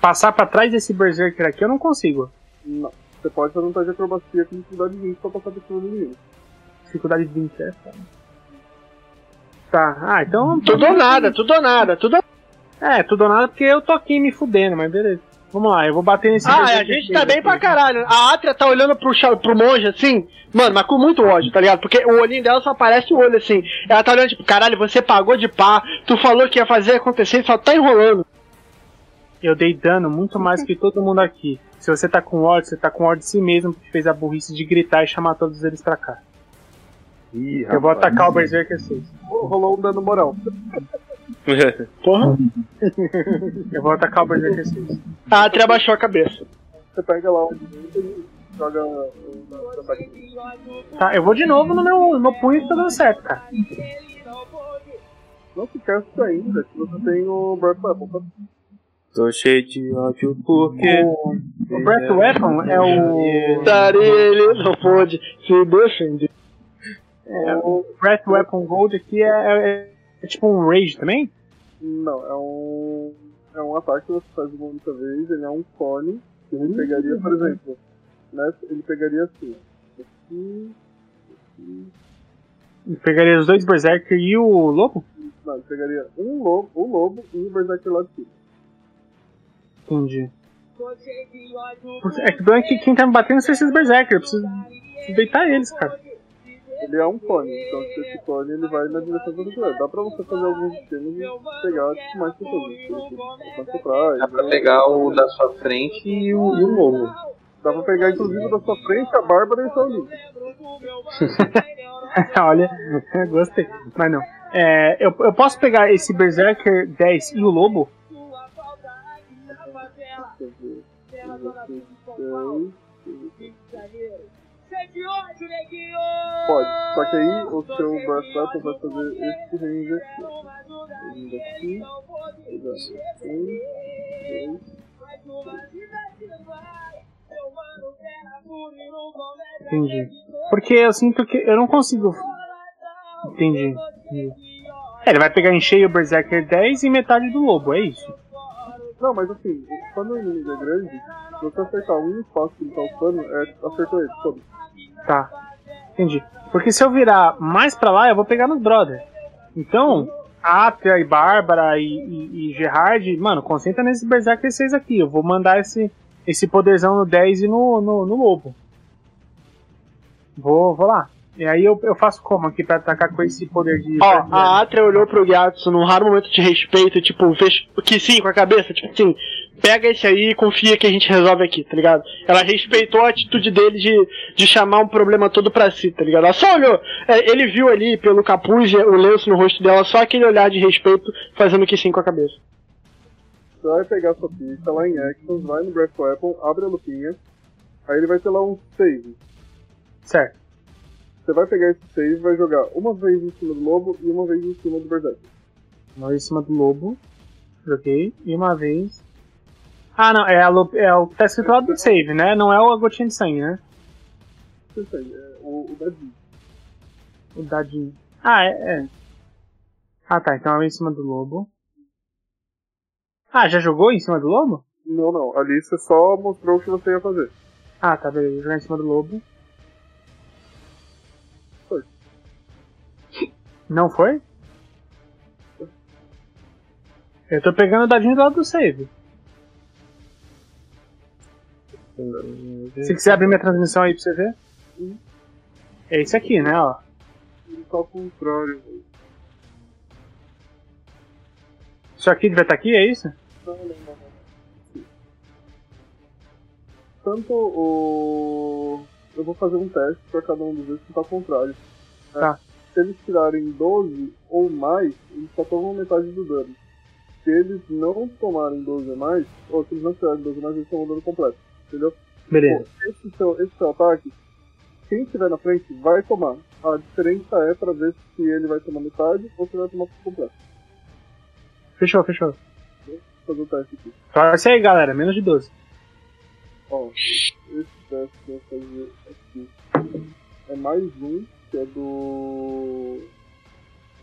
Speaker 7: Passar pra trás desse Berserker aqui eu não consigo.
Speaker 1: Não. Você pode fazer um teste de acrobacia com dificuldade 20 pra passar por cima do inimigo.
Speaker 7: Dificuldade 20 é foda. Tá, ah, então.
Speaker 6: Tudo ou nada, tudo ou nada, tudo ou
Speaker 7: É, tudo ou nada porque eu tô aqui me fudendo, mas beleza. Vamos lá, eu vou bater nesse.
Speaker 6: Ah,
Speaker 7: Berserker
Speaker 6: a gente
Speaker 7: aqui.
Speaker 6: tá bem pra caralho. A Atria tá olhando pro, cha- pro monge assim, mano, mas com muito ódio, tá ligado? Porque o olhinho dela só aparece o olho assim. Ela tá olhando tipo, caralho, você pagou de pá, tu falou que ia fazer acontecer e só tá enrolando.
Speaker 7: Eu dei dano muito mais que todo mundo aqui. Se você tá com ódio, você tá com ódio de si mesmo, que fez a burrice de gritar e chamar todos eles pra cá.
Speaker 5: Ih,
Speaker 7: Eu vou atacar o Berserker 6.
Speaker 1: Ro- Rolou um dano moral.
Speaker 6: Porra.
Speaker 7: Eu vou atacar o Berserker 6.
Speaker 6: A Atria abaixou a cabeça.
Speaker 1: Você pega lá um e joga um, o ataque.
Speaker 7: Tá, eu vou de novo no meu no punho que tá dando certo, cara.
Speaker 1: Não se cansa ainda, que você tem o Breath Weapon. tá?
Speaker 5: *laughs* Tô cheio de ódio porque.
Speaker 7: O, o Breath Weapon é o.
Speaker 6: Ele não pôde se defender.
Speaker 7: é, o Breath Weapon Gold aqui é, é- é tipo um Rage também?
Speaker 1: Não, é um. É um ataque que você faz uma única vez, ele é um cone. Ele pegaria, por exemplo, né? Ele pegaria assim. Aqui. aqui.
Speaker 7: Pegaria os dois Berserker e o Lobo?
Speaker 1: Não, ele pegaria um lobo, um lobo e um berserker lá de cima.
Speaker 7: Entendi. Porque- É que o problema é que quem tá me batendo são esses Berserker. Eu preciso *laughs* deitar eles, cara.
Speaker 1: Ele é um cone, então se esse cone ele vai na direção do joelho. Dá pra você fazer alguns esquemas e pegar tipo, mais pessoas. Tipo, pra trás,
Speaker 9: Dá pra
Speaker 1: né?
Speaker 9: pegar o da sua frente e o, e o *laughs* lobo.
Speaker 1: Dá pra pegar inclusive da sua frente a Bárbara e o Saulinho.
Speaker 7: Olha, *laughs* eu gostei. Mas não. É, eu, eu posso pegar esse Berserker 10 e o Lobo?
Speaker 1: Então, Pode, só que aí o seu braço vai fazer esse range aqui. ó. Indo aqui, exato. Um, dois,
Speaker 7: Entendi. Porque eu sinto que eu não consigo. Entendi. Entendi. É, ele vai pegar em cheio o Berserker 10 e metade do Lobo, é isso?
Speaker 1: Não, mas assim, quando o inimigo é grande, se você acertar um espaço que ele tá ocupando, é, acertou ele, foda
Speaker 7: Tá. Entendi. Porque se eu virar mais pra lá, eu vou pegar nos brother. Então, Atria e Bárbara e, e, e Gerard, mano, concentra nesse Berserker 6 aqui. Eu vou mandar esse, esse poderzão no 10 e no, no, no lobo. Vou, vou lá. E aí eu, eu faço como aqui pra atacar com esse poder de.
Speaker 6: Ó, a Atria olhou pro Gyatso num raro momento de respeito, tipo, fez que sim, com a cabeça, tipo assim, pega esse aí e confia que a gente resolve aqui, tá ligado? Ela respeitou a atitude dele de, de chamar um problema todo pra si, tá ligado? Ela só olhou, é, ele viu ali pelo capuz e o lenço no rosto dela, só aquele olhar de respeito, fazendo que sim com a cabeça.
Speaker 1: Você vai pegar sua pista lá em Actions, vai no Breath Weapon, abre a lupinha, aí ele vai ter lá um save.
Speaker 7: Certo.
Speaker 1: Você vai pegar esse save e vai jogar uma vez em cima do lobo e uma vez em cima do Berserker.
Speaker 7: Uma vez em cima do lobo. Joguei. E uma vez. Ah, não, é, a, lo- é o que tá escrito lá do save, né? Não é o- a gotinha de sangue, né?
Speaker 1: Isso aí, é o, o dadinho.
Speaker 7: O dadinho. Ah, é, é. Ah, tá. Então é em cima do lobo. Ah, já jogou em cima do lobo?
Speaker 1: Não, não, ali você só mostrou o que você ia fazer.
Speaker 7: Ah, tá. Beleza. Jogar em cima do lobo.
Speaker 1: Foi.
Speaker 7: Não foi? Eu tô pegando o dadinho do lado do save. Se quiser abrir minha transmissão aí pra você ver. É isso aqui, né, ó.
Speaker 1: Ele tá ao contrário, velho.
Speaker 7: Isso aqui devia estar aqui, é isso?
Speaker 1: Tanto o. Eu vou fazer um teste pra cada um dos dois que tá ao contrário. né?
Speaker 7: Tá.
Speaker 1: Se eles tirarem 12 ou mais, eles só tomam metade do dano. Se eles não tomarem 12 ou mais, ou se eles não tirarem 12 ou mais, eles tomam o dano completo. Entendeu? Tipo,
Speaker 7: Beleza.
Speaker 1: Esse seu, esse seu ataque, quem estiver na frente vai tomar. A diferença é pra ver se ele vai tomar metade ou se vai tomar por completo.
Speaker 7: Fechou, fechou.
Speaker 1: Vou fazer o teste aqui.
Speaker 7: Torce aí, galera. Menos de 12.
Speaker 1: Ó, esse teste que eu vou fazer aqui é mais um, que é do.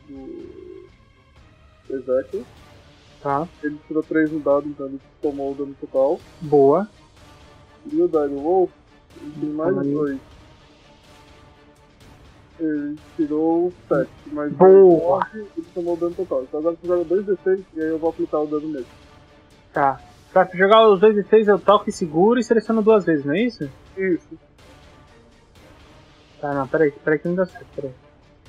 Speaker 1: do. Berserker.
Speaker 7: Tá.
Speaker 1: Ele tirou 3 no dado, então ele tomou o dano total.
Speaker 7: Boa.
Speaker 1: E o Dire Wolf, ele tem mais
Speaker 7: Toma aí.
Speaker 1: 2. Ele tirou 7, mais
Speaker 7: Boa.
Speaker 1: 9, ele tomou o dano total. Então agora você joga 2d6 e aí eu vou aplicar o dano nele.
Speaker 7: Tá. Pra jogar os 2 e 6, eu toco e seguro e seleciono duas vezes, não é isso?
Speaker 1: Isso.
Speaker 7: Tá, não. Peraí, peraí que não dá certo. Peraí.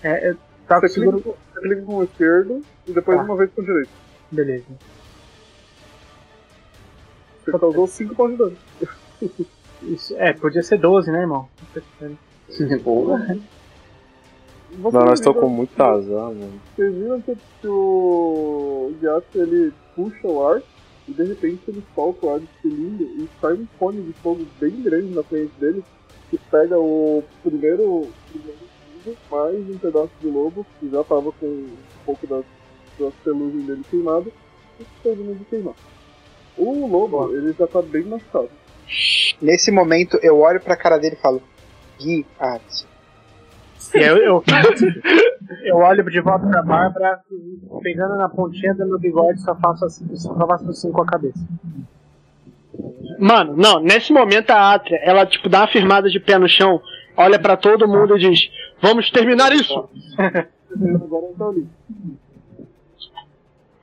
Speaker 7: É, eu toco e
Speaker 1: Você clica,
Speaker 7: seguro.
Speaker 1: com- você clica com o esquerdo e depois
Speaker 7: Tá.
Speaker 1: uma vez com o direito.
Speaker 7: Beleza. Tá
Speaker 1: Você causou 5 pontos de dano.
Speaker 7: Isso, é, podia ser 12, né, irmão?
Speaker 1: Você
Speaker 5: Não, nós
Speaker 1: liga-
Speaker 5: estamos com muito azar, mano.
Speaker 1: Vocês viram que, que o Gyatso ele puxa o ar e de repente ele solta o ar de cilindro e sai um cone de fogo bem grande na frente dele que pega o primeiro, primeiro cilindro, mais um pedaço de lobo que já tava com um pouco das, das pelugens dele queimado e termina de queimar. O lobo, ele já tá bem machucado.
Speaker 3: Nesse momento, eu olho pra cara dele e falo: Gui, ah, Arts.
Speaker 7: E
Speaker 6: é
Speaker 7: aí eu, eu, eu olho de volta pra Bárbara, pegando na pontinha do meu bigode, só faço assim, só faço assim com a cabeça.
Speaker 6: Mano, não, nesse momento a Atria, ela tipo dá uma firmada de pé no chão, olha pra todo mundo e diz: Vamos terminar isso!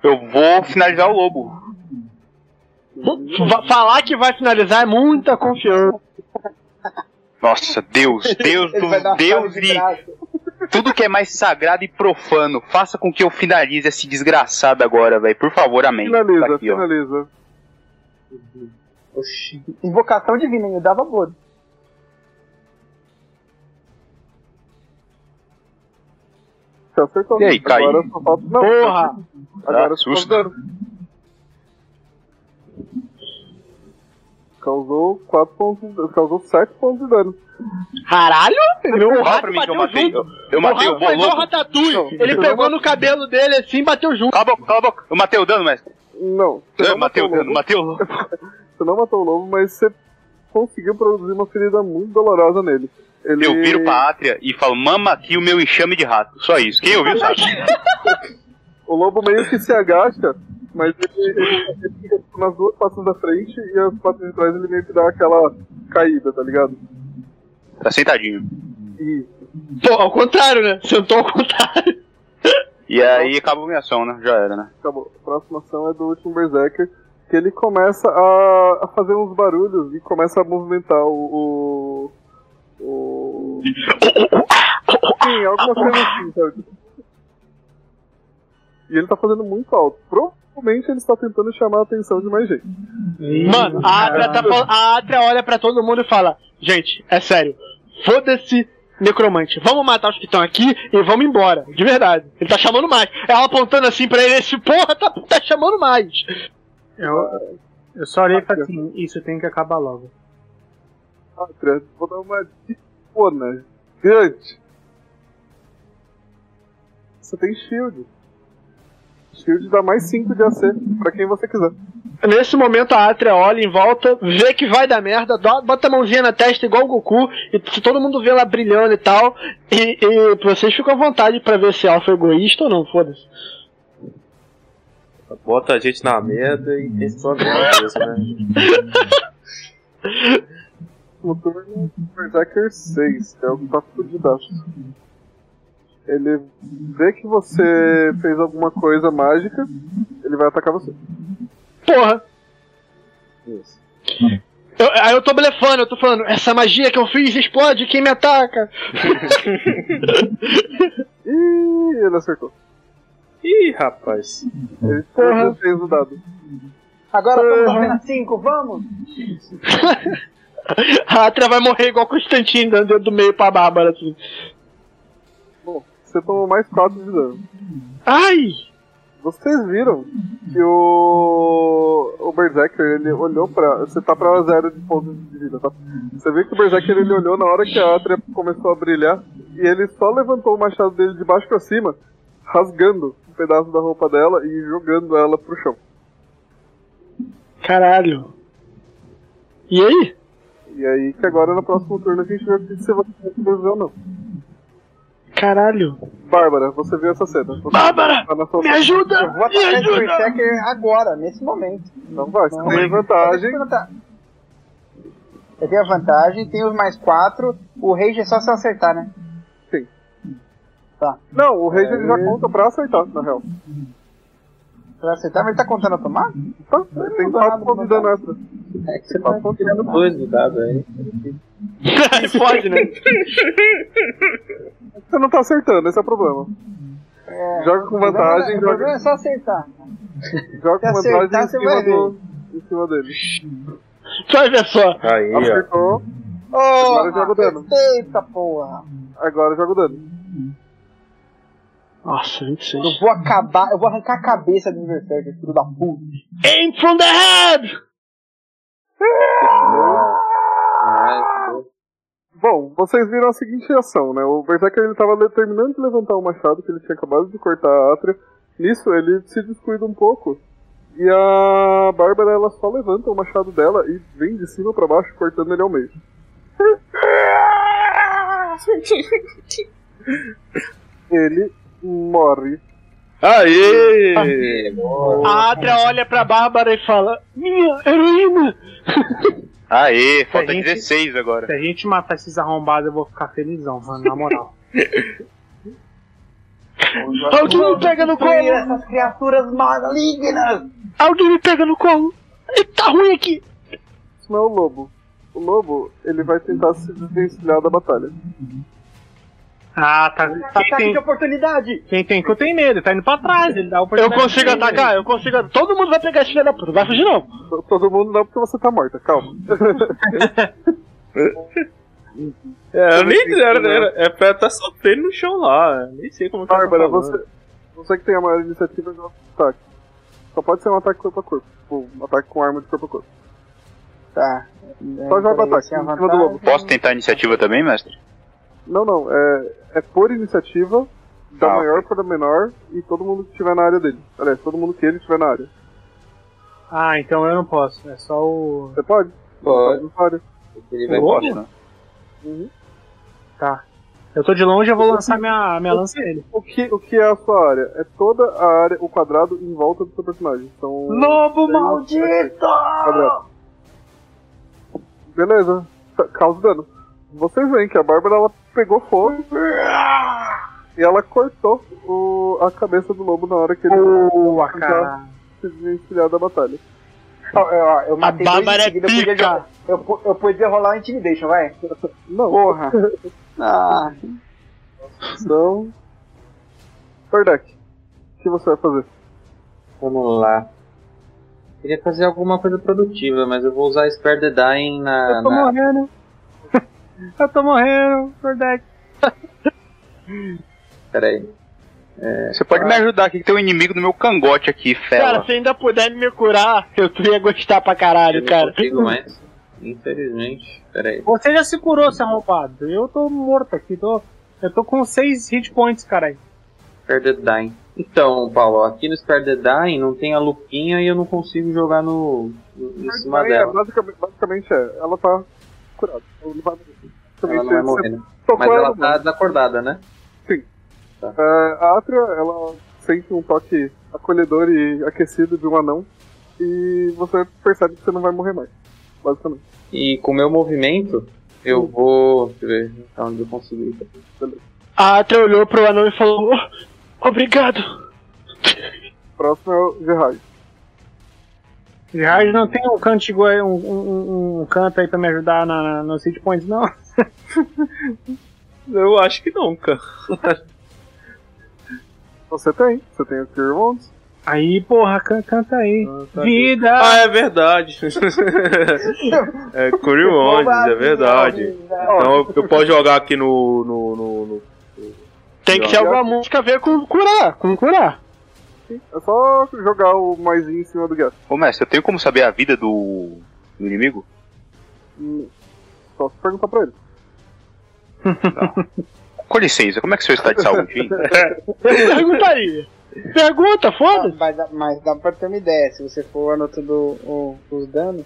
Speaker 8: Eu vou finalizar o lobo.
Speaker 6: Va- Falar que vai finalizar é muita confiança.
Speaker 8: Nossa,
Speaker 3: *laughs*
Speaker 8: Deus, Deus,
Speaker 3: Ele
Speaker 8: do,
Speaker 3: vai dar uma
Speaker 8: Deus
Speaker 3: de
Speaker 8: e
Speaker 3: graça.
Speaker 8: tudo que é mais sagrado e profano. Faça com que eu finalize esse desgraçado agora, velho. Por favor, amém. Tá
Speaker 1: Finaliza,
Speaker 8: aqui, ó.
Speaker 1: finaliza.
Speaker 3: Invocação divina, eu dava boa.
Speaker 1: Você acertou.
Speaker 8: E aí, Caí?
Speaker 1: Agora só falta. Não,
Speaker 6: Porra!
Speaker 1: agora só falta
Speaker 8: Ah, susto.
Speaker 1: dano. Causou 4 pontos. de- Causou 7 pontos de dano.
Speaker 6: Caralho! Meu
Speaker 8: Fala
Speaker 6: rato
Speaker 8: pra mim que eu
Speaker 6: bateu
Speaker 8: matei.
Speaker 6: junto.
Speaker 8: Eu, eu matei
Speaker 6: o
Speaker 8: o
Speaker 6: rato foi igual o
Speaker 8: bolobo.
Speaker 6: Ratatouille. Ele pegou no cabelo dele assim e bateu junto.
Speaker 8: Cala a boca, cala a boca. Eu matei o dano, mestre.
Speaker 1: Não. Você
Speaker 8: Eu
Speaker 1: não
Speaker 8: É, matei
Speaker 1: matou
Speaker 8: o dano,
Speaker 1: lobo.
Speaker 8: matei o lobo.
Speaker 1: Você não matou o lobo, mas você conseguiu produzir uma ferida muito dolorosa nele. Ele...
Speaker 8: Eu viro pra Átria e falo, mama aqui o meu enxame de rato. Só isso. Quem ouviu sabe.
Speaker 1: O lobo meio que se agacha, mas ele, ele- ele fica tipo, nas duas patas da frente e as patas de trás ele meio que dá aquela caída, tá ligado?
Speaker 8: Tá sentadinho.
Speaker 1: E
Speaker 6: Pô, ao contrário, né? Sentou ao contrário.
Speaker 8: E aí acabou minha ação, né? Já era, né?
Speaker 1: acabou. A próxima ação é do último Berserker, que ele começa a, a fazer uns barulhos e começa a movimentar o. o, o... Sim, alguma coisa assim, sabe? E ele tá fazendo muito alto. Provavelmente ele está tentando chamar a atenção de mais gente.
Speaker 6: Mano, a Atria, tá fal- a Atria olha pra todo mundo e fala: Gente, é sério. Foda-se, necromante. Vamos matar os que estão aqui e vamos embora. De verdade. Ele tá chamando mais. Ela apontando assim pra ele: Esse porra tá, tá chamando mais.
Speaker 7: Eu, eu só olhei e falei assim, isso tem que acabar logo.
Speaker 1: Átria, Ah, vou dar uma dipona grande. Você tem shield. Shield dá mais 5 de AC pra quem você quiser.
Speaker 6: Nesse momento a Atria olha em volta, vê que vai dar merda, dó- bota a mãozinha na testa igual o Goku, e se todo mundo vê ela brilhando e tal, e, e vocês ficam à vontade pra ver se ela foi egoísta ou não, foda-se.
Speaker 5: Bota a gente na merda e pensa só nela mesmo, né?
Speaker 1: No turno, Berserker 6, que é o que tá fudidaço. Ele vê que você fez alguma coisa mágica, ele vai atacar você.
Speaker 6: Porra! Eu, aí eu tô blefando, eu tô falando, essa magia que eu fiz explode, quem me ataca?
Speaker 1: Ih, ele acertou.
Speaker 5: Ih, rapaz.
Speaker 1: Ele
Speaker 6: Porra.
Speaker 1: Porra. fez o dado.
Speaker 3: Agora estamos na 5, vamos!
Speaker 6: A Atria vai morrer igual Constantine, dando dedo do meio pra Bárbara, assim.
Speaker 1: Bom, você tomou mais 4 de dano.
Speaker 6: Ai!
Speaker 1: Vocês viram que o, o Berserker, ele olhou pra... Você tá pra zero de pontos de vida, tá? Você viu que o Berserker, ele olhou na hora que a Atria começou a brilhar e ele só levantou o machado dele de baixo pra cima, rasgando um pedaço da roupa dela e jogando ela pro chão.
Speaker 6: Caralho. E aí?
Speaker 1: E aí que agora, no próximo turno, a gente vê se você vai sobreviver ou não.
Speaker 6: Caralho.
Speaker 1: Bárbara, você viu essa cena. Você
Speaker 6: Bárbara!
Speaker 1: Tá na sua...
Speaker 6: Me ajuda!
Speaker 3: Eu vou
Speaker 6: Me
Speaker 3: atacar esse
Speaker 6: ajuda!
Speaker 3: Berserker agora, nesse momento.
Speaker 1: Não vai, você
Speaker 3: Não,
Speaker 1: tem
Speaker 3: Deixa eu
Speaker 1: vantagem.
Speaker 3: perguntar. Eu tenho a vantagem, tenho os mais 4. O Rage é só se eu acertar, né?
Speaker 1: Não, o Rage ele já
Speaker 3: É.
Speaker 1: conta pra acertar, na real.
Speaker 3: Se eu acertar, mas ele tá contando automático?
Speaker 1: Tá, tem
Speaker 3: não dá
Speaker 1: 4
Speaker 3: nada,
Speaker 1: pontos
Speaker 3: não
Speaker 1: de
Speaker 3: dá
Speaker 1: dano extra.
Speaker 9: É que você tá tirando dois do dado aí.
Speaker 6: Pode, né?
Speaker 1: Você não tá acertando, esse é o problema.
Speaker 3: É.
Speaker 1: Joga com
Speaker 3: O problema-
Speaker 1: vantagem,
Speaker 3: O problema
Speaker 1: joga,
Speaker 3: é só acertar.
Speaker 1: joga
Speaker 3: se
Speaker 1: com
Speaker 3: acertar,
Speaker 1: vantagem em
Speaker 3: você vai
Speaker 1: cima, do, em cima dele.
Speaker 6: Vai ver só.
Speaker 5: Aí, ó.
Speaker 1: Acertou,
Speaker 3: Oh,
Speaker 1: Agora joga o dano.
Speaker 3: Eita porra!
Speaker 1: agora joga o dano.
Speaker 6: Nossa, 26.
Speaker 3: Eu vou acabar, eu vou arrancar a cabeça do Berserker, filho da puta.
Speaker 6: Aim from the head!
Speaker 9: Ah,
Speaker 1: Bom, vocês viram a seguinte ação, né? O Berserker ele tava le- terminando de levantar o machado que ele tinha acabado de cortar a átria. Nisso, ele se descuida um pouco. E a Bárbara ela só levanta o machado dela e vem de cima pra baixo, cortando ele ao
Speaker 3: *laughs*
Speaker 1: meio. Ele morre
Speaker 8: Aê!
Speaker 6: A Atra olha pra Bárbara e fala: Minha heroína!
Speaker 8: Aê, falta
Speaker 7: gente-
Speaker 8: 16 agora.
Speaker 7: Se a gente matar esses arrombados, eu vou ficar felizão, mano, na moral.
Speaker 6: Alguém me pega no
Speaker 3: Destruir
Speaker 6: colo!
Speaker 3: essas criaturas malignas!
Speaker 6: Alguém me pega no colo! E tá ruim aqui!
Speaker 1: Isso não é o lobo. O lobo, ele vai tentar se desvencilhar da batalha.
Speaker 7: Ah, tá. Quem
Speaker 3: Ataque de
Speaker 7: tem,
Speaker 3: oportunidade!
Speaker 7: quem tem que eu tenho medo, tá indo pra trás, ele dá
Speaker 6: Eu
Speaker 7: oportunidade.
Speaker 6: consigo
Speaker 7: pra ele.
Speaker 6: atacar, eu consigo. Todo mundo vai pegar esse filho da puta, vai fugir não.
Speaker 1: T- Todo mundo não, porque você tá morta, calma.
Speaker 5: É, eu nem era, era, é pra tá sofrendo no chão lá. eu Nem sei como que ela tá
Speaker 1: né? Bárbara,
Speaker 5: falando.
Speaker 1: você, você que tem a maior iniciativa joga um ataque. Só pode ser um ataque corpo a corpo. Tipo, um ataque com arma de corpo a corpo.
Speaker 3: Tá.
Speaker 1: Só joga o
Speaker 3: Então,
Speaker 1: ataque
Speaker 3: sem
Speaker 1: em cima do
Speaker 3: vantagem.
Speaker 1: lobo.
Speaker 8: Posso tentar a iniciativa também, mestre?
Speaker 1: Não, não. É, é por iniciativa, da
Speaker 3: Tá.
Speaker 8: Ah,
Speaker 1: maior para a menor, e todo mundo que estiver na área dele. Aliás, todo mundo que ele estiver na área.
Speaker 7: Ah, então eu não posso, é só o.
Speaker 1: Você pode?
Speaker 9: Pode.
Speaker 1: Tá na área.
Speaker 9: Ele vai né?
Speaker 7: Opa.
Speaker 9: puxando.
Speaker 7: Tá. Eu tô de longe, eu vou lançar minha, minha lança nele.
Speaker 1: O que, o que é a sua área? É toda a área, o quadrado em volta do seu personagem. Então,
Speaker 3: Lobo
Speaker 1: tem um
Speaker 3: maldito!
Speaker 1: quadrado. Beleza. Tá- Causa dano. Vocês veem que a Bárbara ela pegou fogo e ela cortou o- a cabeça do lobo na hora que ele
Speaker 7: Boa,
Speaker 1: Então,
Speaker 7: cara.
Speaker 1: se desvencilhar da batalha.
Speaker 3: Ó, ó, Eu matei dois
Speaker 6: Bárbara
Speaker 3: em
Speaker 6: é
Speaker 3: seguida, eu podia
Speaker 6: pica.
Speaker 3: jogar- eu po- eu podia rolar um Intimidation, vai.
Speaker 1: Não,
Speaker 3: *laughs* Porra. Ah,
Speaker 1: então. Tordek, o que você vai fazer?
Speaker 9: Vamos lá. Queria fazer alguma coisa produtiva, mas eu vou usar Spare the Dying na.
Speaker 7: Eu tô
Speaker 9: na-
Speaker 7: morrendo. *laughs* eu tô morrendo,
Speaker 9: *laughs*
Speaker 7: Nordex.
Speaker 9: Pera aí.
Speaker 8: Você pode me ajudar aqui que tem um inimigo no meu cangote aqui,
Speaker 6: É. Ah. Cara,
Speaker 8: fela.
Speaker 6: se ainda puder me curar, eu ia gostar pra
Speaker 9: Eu
Speaker 6: caralho,
Speaker 9: não
Speaker 6: cara.
Speaker 9: consigo mais. Infelizmente. Pera aí.
Speaker 7: Você já se curou, seu arrombado. Eu tô morto aqui, tô. Eu tô com 6 hit points, caralho.
Speaker 9: Spare the Dying. Então, Paulo, aqui no Spare the Dying não tem a lupinha e eu não consigo jogar no. no- em cima
Speaker 1: Aí, é,
Speaker 9: dela.
Speaker 1: basicamente, basicamente é, ela tá curada. Ela não vai morrer.
Speaker 9: Ela
Speaker 1: Basicamente,
Speaker 9: não
Speaker 1: você
Speaker 9: vai morrer. né?
Speaker 1: tocou
Speaker 9: Mas
Speaker 1: ela
Speaker 9: ela
Speaker 1: no
Speaker 9: tá desacordada, né?
Speaker 1: É, a Atria, ela sente um toque acolhedor e aquecido de um anão. E você percebe que você não vai morrer mais. Basicamente.
Speaker 9: E com o meu movimento, eu vou. Deixa eu ver até onde eu consigo ir.
Speaker 6: A Atra olhou pro anão e falou: "Oh, Obrigado.
Speaker 1: Próximo é o Gerard.
Speaker 7: Gerard não tem um cântico aí, um, um, um- um canto aí pra me ajudar na, na- nos hit points, não?
Speaker 5: Eu acho que não, cara.
Speaker 1: Você tem, você tem o Clear Wounds.
Speaker 7: Aí, porra, can- canta aí.
Speaker 5: tá
Speaker 7: Vida!
Speaker 5: Ah, é verdade. *laughs* é Curiones, é verdade. Então eu, eu posso jogar aqui no. no, no, no-
Speaker 6: Tem que ser alguma música a ver com curar, com curar.
Speaker 1: É só jogar o maisinho em cima do gato.
Speaker 8: Ô, mestre, eu tenho como saber a vida do, do inimigo?
Speaker 1: Só se perguntar pra ele.
Speaker 8: Com licença, como é que o senhor está de
Speaker 6: *laughs*
Speaker 8: saúde, hein?
Speaker 6: Eu perguntaria. Pergunta, foda-se.
Speaker 3: mas, dá- mas dá pra ter uma ideia, se você for anotando o- os danos.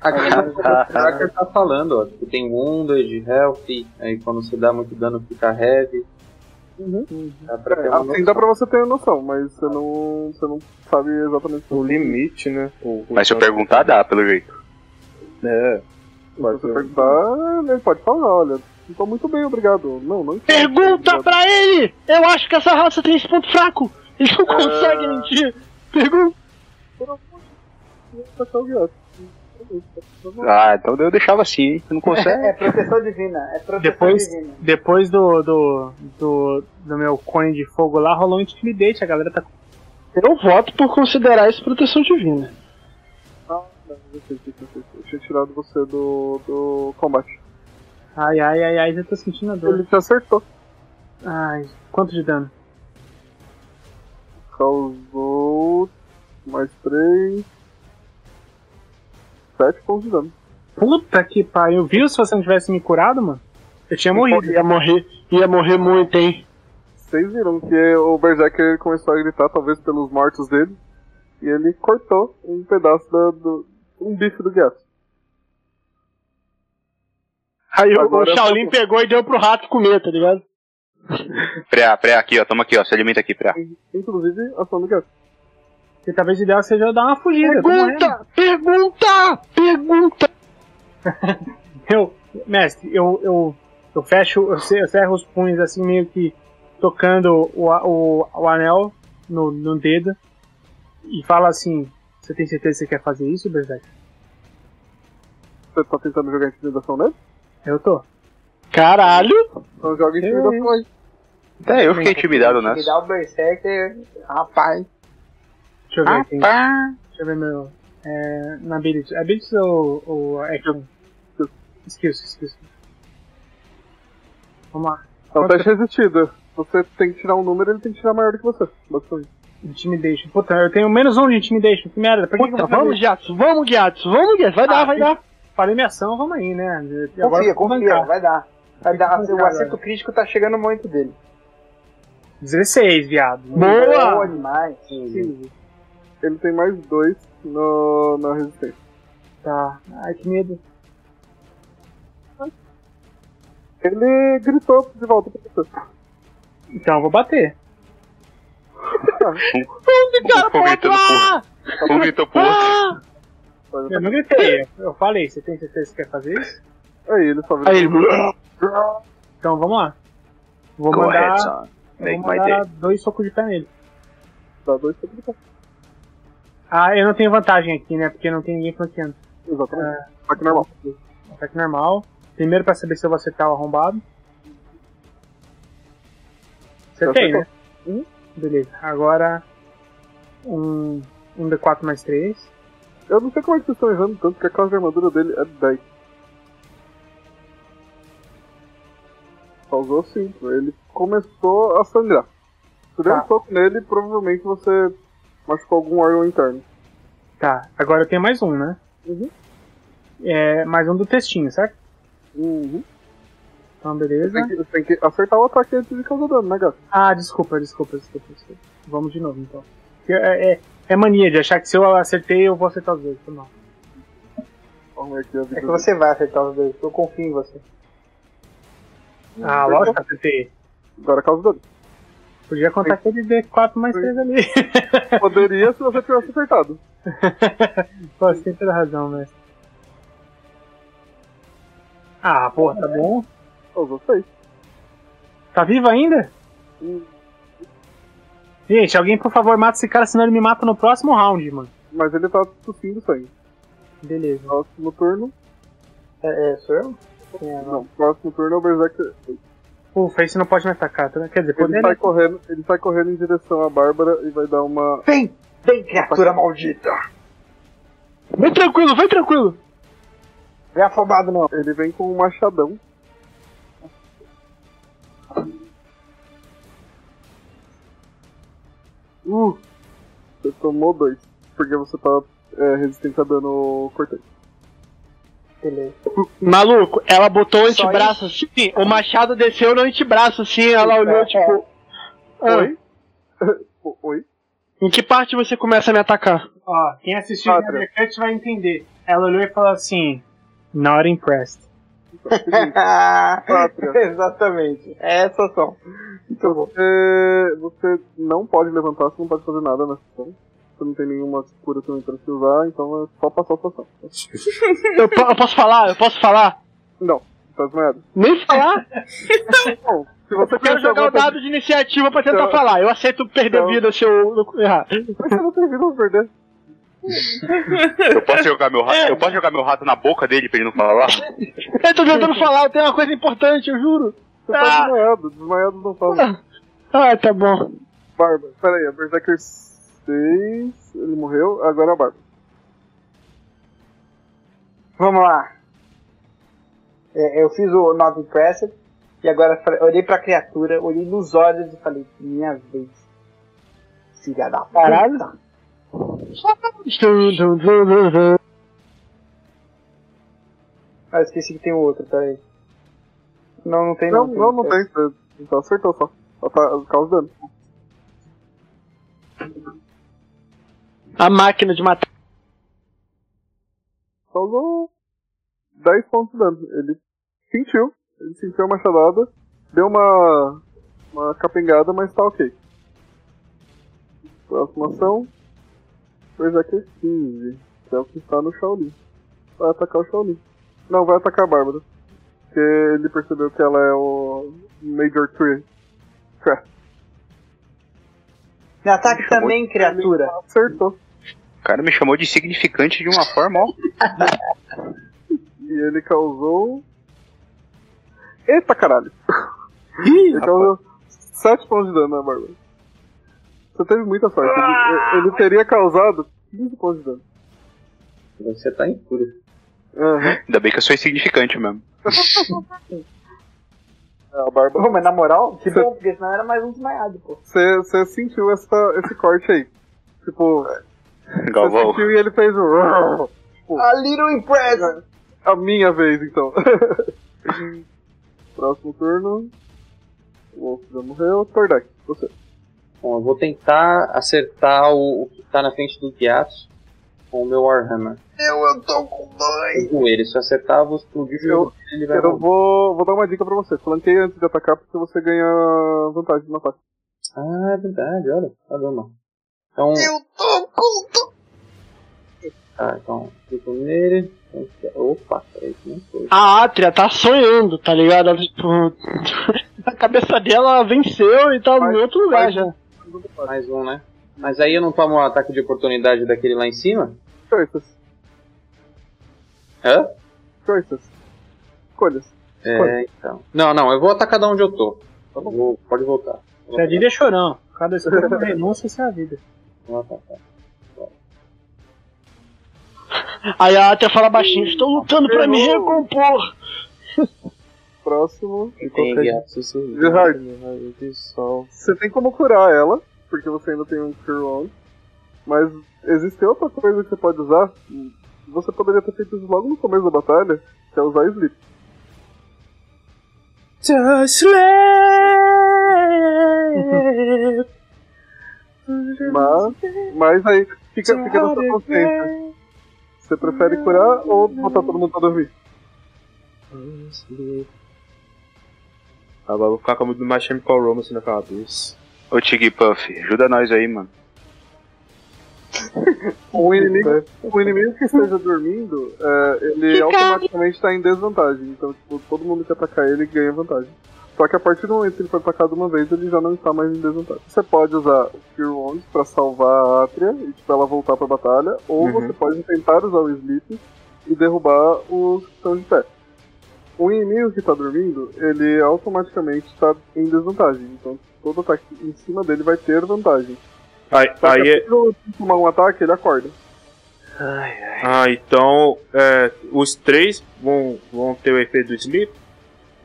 Speaker 9: Aqui
Speaker 3: *laughs* Ah,
Speaker 9: o Tracker tá falando, ó. Que tem Wounded, Health, aí quando você dá muito dano fica heavy. Dá pra ter
Speaker 1: É,
Speaker 9: uma
Speaker 1: assim dá pra você ter noção, mas você não, você não sabe exatamente
Speaker 13: O limite, né? O, o
Speaker 8: Mas se eu perguntar, dá, pelo jeito.
Speaker 13: É.
Speaker 1: Se você perguntar, ele pode falar, olha, não tô muito bem, obrigado. Não, não estou
Speaker 6: Pergunta
Speaker 1: muito bem,
Speaker 6: pra ele! Eu acho que essa raça tem esse ponto fraco. Eles não conseguem mentir. Pergunta.
Speaker 1: obrigado. Tá só o gato.
Speaker 8: Ah, então eu deixava assim, hein? Não consegue?
Speaker 6: *laughs*
Speaker 3: É proteção divina, é proteção
Speaker 7: Depois-
Speaker 5: Tá
Speaker 3: divina.
Speaker 7: Depois do, do, do, do meu cone de fogo lá, rolou um intimidate, a galera tá.
Speaker 6: Eu voto por considerar isso proteção divina.
Speaker 1: Ah, não, eu sei, eu sei, eu sei. Eu tinha tirado você do, do combate.
Speaker 7: Ai, ai, ai, ai, já tô sentindo a dor.
Speaker 1: Ele te acertou.
Speaker 7: Ai, quanto de dano?
Speaker 1: Causou. Mais três. Sete pontos de dano.
Speaker 7: Puta que pariu, viu se você não tivesse me curado, mano? Eu tinha morrido.
Speaker 6: Ia morrer, ia morrer muito, hein?
Speaker 1: Vocês viram que o Berserker começou a gritar, talvez pelos mortos dele. E ele cortou um pedaço da, do. um bife do gato.
Speaker 6: Aí o-
Speaker 1: Agora
Speaker 6: o Shaolin
Speaker 1: eu-
Speaker 6: pegou e deu pro rato comer, tá ligado?
Speaker 8: Preá, preá, aqui, ó. Toma aqui, ó. Se alimenta aqui, preá.
Speaker 1: Inclusive, ação do gato.
Speaker 7: Porque talvez o ideal seja dar uma fugida. tô morrendo.
Speaker 6: Pergunta! Pergunta! Pergunta!
Speaker 7: Eu, mestre, eu, eu, eu fecho, eu ce- eu cerro os punhos assim, meio que tocando o, a- o, o anel no, no dedo e falo assim: Você tem certeza que você quer fazer isso, Berserk?
Speaker 1: Você tá tentando jogar intimidação nele?
Speaker 7: Eu tô.
Speaker 6: Caralho!
Speaker 1: Então joga intimidação aí.
Speaker 8: É, eu fiquei intimidado
Speaker 3: Me
Speaker 8: nessa.
Speaker 3: dá o Berserker, rapaz.
Speaker 7: Deixa eu ver aqui. Deixa eu ver meu. É, na Ability. Ability ou, ou Action? Skills, skills. Vamos lá.
Speaker 1: É um teste resistido. Você tem que tirar um número, ele tem que tirar maior do que você. Basicamente.
Speaker 7: Intimidation. Puta, eu tenho menos um de intimidation. Que merda. Por que, que eu
Speaker 6: Puta,
Speaker 7: falei?
Speaker 6: vamos, Giatsu, vamos, Giatsu, vamos, Giatsu, vai
Speaker 7: Ah,
Speaker 6: dar, vai dar.
Speaker 7: Falei minha ação, vamos aí, né? E agora
Speaker 3: Confia,
Speaker 7: eu vou
Speaker 3: confia,
Speaker 7: bancar.
Speaker 3: vai dar. Vai dar.
Speaker 7: Vou
Speaker 3: O
Speaker 7: bancar,
Speaker 3: acerto crítico tá chegando no momento dele.
Speaker 7: 16, viado.
Speaker 3: Boa
Speaker 6: Boa!
Speaker 3: demais.
Speaker 1: Ele tem mais dois no, na resistência.
Speaker 7: Tá. Ai, que medo.
Speaker 1: Ele gritou de volta pra você.
Speaker 7: Então eu vou bater.
Speaker 8: Um ficou gritando pro outro. Um gritou pro outro.
Speaker 7: Eu não gritei. eu- Eu falei, você tem certeza que quer fazer isso?
Speaker 1: Aí ele só um vira.
Speaker 6: Aí ele.
Speaker 7: Então vamos lá. Vou
Speaker 8: Go
Speaker 7: mandar,
Speaker 8: ahead, son.
Speaker 7: eu
Speaker 8: Make
Speaker 7: vou
Speaker 8: my day.
Speaker 7: mandar dois socos de pé nele.
Speaker 1: Dá dois pra gritar.
Speaker 7: Ah, eu não tenho vantagem aqui, né? Porque não tem ninguém flanqueando.
Speaker 1: Exatamente.
Speaker 3: Ah.
Speaker 1: Ataque normal.
Speaker 7: Ataque normal. Primeiro pra saber se eu vou acertar o arrombado. Acertei,
Speaker 8: Então, tá
Speaker 7: né? Beleza. Agora. Um. Um D4 mais 3.
Speaker 1: Eu não sei como é que vocês estão errando tanto, porque a classe de armadura dele é 10. Causou 5. Ele começou a sangrar. Se der
Speaker 7: Tá.
Speaker 1: um soco nele, provavelmente você machucou algum órgão interno.
Speaker 7: Tá. Agora eu tenho mais um, né?
Speaker 1: Uhum.
Speaker 7: É, mais um do textinho, certo?
Speaker 1: Uhum.
Speaker 7: Então,
Speaker 1: Você,
Speaker 7: beleza.
Speaker 1: tem que, você tem que acertar o ataque antes de causar dano, né, gato?
Speaker 7: Ah, desculpa, desculpa, desculpa, desculpa. Vamos de novo, então. Que É, é, é mania de achar que se eu acertei, eu vou acertar os dois. Então, não.
Speaker 1: Vamos ver aqui a
Speaker 3: É que
Speaker 1: vida.
Speaker 3: você vai acertar os dois, eu confio em você.
Speaker 7: Ah, lógico que eu acertei.
Speaker 1: Agora causa dano.
Speaker 7: Podia contar aquele D4 mais 3 ali. *laughs*
Speaker 1: Poderia se você tivesse acertado.
Speaker 7: Pô, você tem toda a razão, né? Ah, porra, tá bom.
Speaker 1: Causou 6.
Speaker 7: Tá vivo ainda? Gente, alguém, por favor, mata esse cara, senão ele me mata no próximo round, mano.
Speaker 1: Mas ele tá tossindo sangue.
Speaker 7: Beleza.
Speaker 1: Próximo turno.
Speaker 3: É, é, sou eu?
Speaker 1: Não, próximo turno é o Berserker.
Speaker 7: Ufa, esse não pode me atacar, tá? quer dizer,
Speaker 1: Ele
Speaker 7: poder
Speaker 1: sai,
Speaker 7: né?
Speaker 1: correndo, ele sai correndo em direção à Bárbara e vai dar uma.
Speaker 3: Vem! Vem, criatura maldita!
Speaker 6: Vem tranquilo, vem tranquilo.
Speaker 3: Vem é afobado *laughs* não.
Speaker 1: Ele vem com um machadão. Uh! Você tomou dois, porque você tá é, resistente a dano cortante.
Speaker 6: Maluco, ela botou o
Speaker 3: Só
Speaker 6: antebraço assim, o machado desceu no antebraço assim, ela olhou tipo. "Ah,
Speaker 1: Oi? O- Oi?
Speaker 6: em que parte você começa a me atacar?
Speaker 7: Ó, quem assistiu o
Speaker 1: Quatro.
Speaker 7: Undercut vai entender. Ela olhou e falou assim: Not impressed.
Speaker 1: Pátria.
Speaker 3: *laughs* Exatamente. É essa só. Muito bom.
Speaker 1: É, você não pode levantar, você não pode fazer nada nessa sessão. Você não tem nenhuma cura também pra se usar, então é só passar a situação.
Speaker 6: Eu, po- eu posso falar, eu posso falar.
Speaker 1: Não, tá desmaiado.
Speaker 6: Nem falar?
Speaker 1: Bom, se você
Speaker 6: Eu quero
Speaker 1: quer
Speaker 6: jogar o
Speaker 1: você...
Speaker 6: dado de iniciativa pra tentar
Speaker 1: Então-
Speaker 6: falar. Eu aceito perder
Speaker 1: então-
Speaker 6: vida se eu errar.
Speaker 1: Mas você não tem vida pra perder.
Speaker 8: Eu posso jogar meu rato, eu posso jogar meu rato na boca dele pra ele não falar?
Speaker 6: Eu tô tentando *laughs* falar, eu tenho uma coisa importante, eu juro.
Speaker 1: Você tá
Speaker 6: Ah.
Speaker 1: desmaiado, desmaiado não fala.
Speaker 6: Ah, tá bom.
Speaker 1: Barba, peraí, a Berserker 6. Ele morreu, agora é a Barba.
Speaker 3: Vamos lá. É, eu fiz o Not Impressive e agora falei- olhei pra criatura, olhei nos olhos e falei, minha vez. Filha da
Speaker 6: Caralho.
Speaker 3: puta. Ah, eu esqueci que tem outro, peraí. Não, não tem
Speaker 1: Não, não,
Speaker 6: é.
Speaker 1: não tem. você- Então acertou só. Só tá causa dano.
Speaker 6: A máquina de matar.
Speaker 1: Causou 10 pontos de dano. Ele sentiu, ele sentiu a machadada, deu uma capengada, mas tá ok. Próxima ação. Pois aqui é 15, que é o que está no Shaolin. Vai atacar o Shaolin. Não, vai atacar a Bárbara. Porque ele percebeu que ela é o Major Tree.
Speaker 3: Me ataque também, criatura.
Speaker 1: Acertou.
Speaker 8: O cara me chamou de significante de uma forma, ó.
Speaker 1: E ele causou. Eita caralho! ele causou 7 pontos de dano na Bárbara. Você teve muita sorte. Ele, ele teria causado 15 pontos de dano.
Speaker 9: Você tá em fúria.
Speaker 1: É,
Speaker 8: Ainda bem que eu sou insignificante mesmo.
Speaker 1: A Bárbara.
Speaker 3: *laughs* Pô, mas na moral, que bom, porque senão era mais um desmaiado, pô.
Speaker 1: Você, você sentiu essa, esse corte aí. Tipo, você
Speaker 8: *laughs* Galvão.
Speaker 1: sentiu e ele fez um.
Speaker 3: A little impress!
Speaker 1: A minha vez, então. *laughs* Próximo turno. O Wolf já morreu. Tordek, você.
Speaker 9: Bom, eu vou tentar acertar o, o que tá na frente do Gyatso com o meu Warhammer.
Speaker 3: Eu, eu tô com dois!
Speaker 9: Com ele, se eu acertar, eu vou explodir
Speaker 1: Eu-
Speaker 9: o jogo, ele vai
Speaker 1: Eu
Speaker 9: roubar.
Speaker 1: vou, vou dar uma dica pra você. Flanqueia antes de atacar, porque você ganha vantagem no ataque.
Speaker 9: Ah, é verdade, olha. Olha, mano. Então,
Speaker 3: Eu tô com dois!
Speaker 9: tá, então, clico nele. Opa, peraí, que não foi.
Speaker 6: A Atria tá sonhando, tá ligado? Ela, tipo, *laughs* a cabeça dela ela venceu e tá
Speaker 1: Mas-
Speaker 6: em outro lugar
Speaker 1: mas-
Speaker 6: já.
Speaker 9: Mais um, né? Mas aí eu não tomo o ataque de oportunidade daquele lá em cima?
Speaker 1: Choices.
Speaker 9: Hã?
Speaker 1: Choices. Escolhas.
Speaker 9: É, então. Não, não, eu vou atacar de onde eu tô.
Speaker 7: Tá
Speaker 9: Vou- pode voltar.
Speaker 7: Já diria chorão. Cada escolha é uma renúncia essa é a vida.
Speaker 9: Vou atacar.
Speaker 6: Aí a Atria fala baixinho, estou lutando pra me recompor.
Speaker 1: Próximo.
Speaker 9: Tem guerra.
Speaker 1: Gerhard. Você tem como curar ela, porque você ainda tem um Cure Wound. Mas existe outra coisa que você pode usar. Você poderia ter feito isso logo no começo da batalha, que é usar Sleep. Mas, mas aí fica, fica na sua consciência. Você prefere curar ou botar todo mundo pra dormir?
Speaker 5: Ah, vai ficar com muito mais Chemical Romance assim, na cabeça.
Speaker 8: Ô Tig Puff, ajuda nós aí, mano.
Speaker 1: O inimigo, o Um inimigo que esteja dormindo, é, ele automaticamente está em desvantagem. Então, tipo, todo mundo que atacar ele ganha vantagem. Só que a partir do momento que ele foi atacado uma vez, ele já não está mais em desvantagem. Você pode usar o Cure Wounds pra salvar a Atria e tipo, ela voltar pra batalha, ou
Speaker 5: Uhum.
Speaker 1: você pode tentar usar o Sleep e derrubar os que estão de pé. O inimigo que está dormindo, ele automaticamente está em desvantagem. Então, todo ataque em cima dele vai ter vantagem.
Speaker 5: Aí,
Speaker 1: Só que
Speaker 5: aí é-
Speaker 1: se ele tomar um ataque, ele acorda.
Speaker 5: Ah, então é, os três vão, vão ter o efeito do sleep?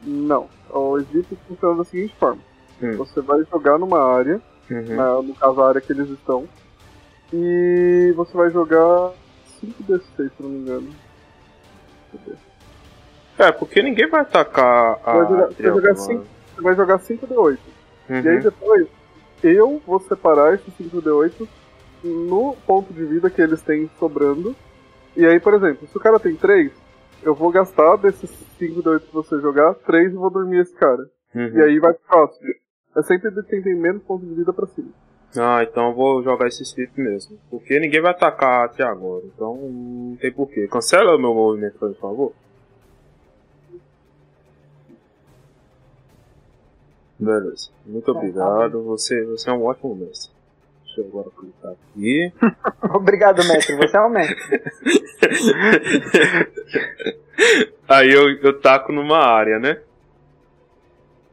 Speaker 1: Não. O Sleep funciona da seguinte forma:
Speaker 5: Hum.
Speaker 1: você vai jogar numa área,
Speaker 5: Uhum.
Speaker 1: na- no caso a área que eles estão, e você vai jogar 5d6, se não me engano.
Speaker 5: É, porque ninguém vai atacar a.
Speaker 1: Vai jogar- vai
Speaker 5: Adriana,
Speaker 1: jogar
Speaker 5: mano.
Speaker 1: cinco. Você vai jogar 5d8.
Speaker 5: Uhum.
Speaker 1: E aí depois, eu vou separar esses 5d8 no ponto de vida que eles têm sobrando. E aí, por exemplo, se o cara tem 3, eu vou gastar desses 5d8 que você jogar, 3 e vou dormir esse cara.
Speaker 5: Uhum.
Speaker 1: E aí vai pro próximo. É sempre de quem tem menos ponto de vida pra cima.
Speaker 5: Ah, então eu vou jogar esse sleep mesmo. Porque ninguém vai atacar até agora. Então não tem porquê. Cancela o meu movimento, por favor. Beleza. Muito obrigado. Você, você é um ótimo mestre. Deixa eu agora clicar aqui.
Speaker 3: *laughs* Obrigado, mestre, você é o mestre. *laughs*
Speaker 5: Aí eu, eu taco numa área, né?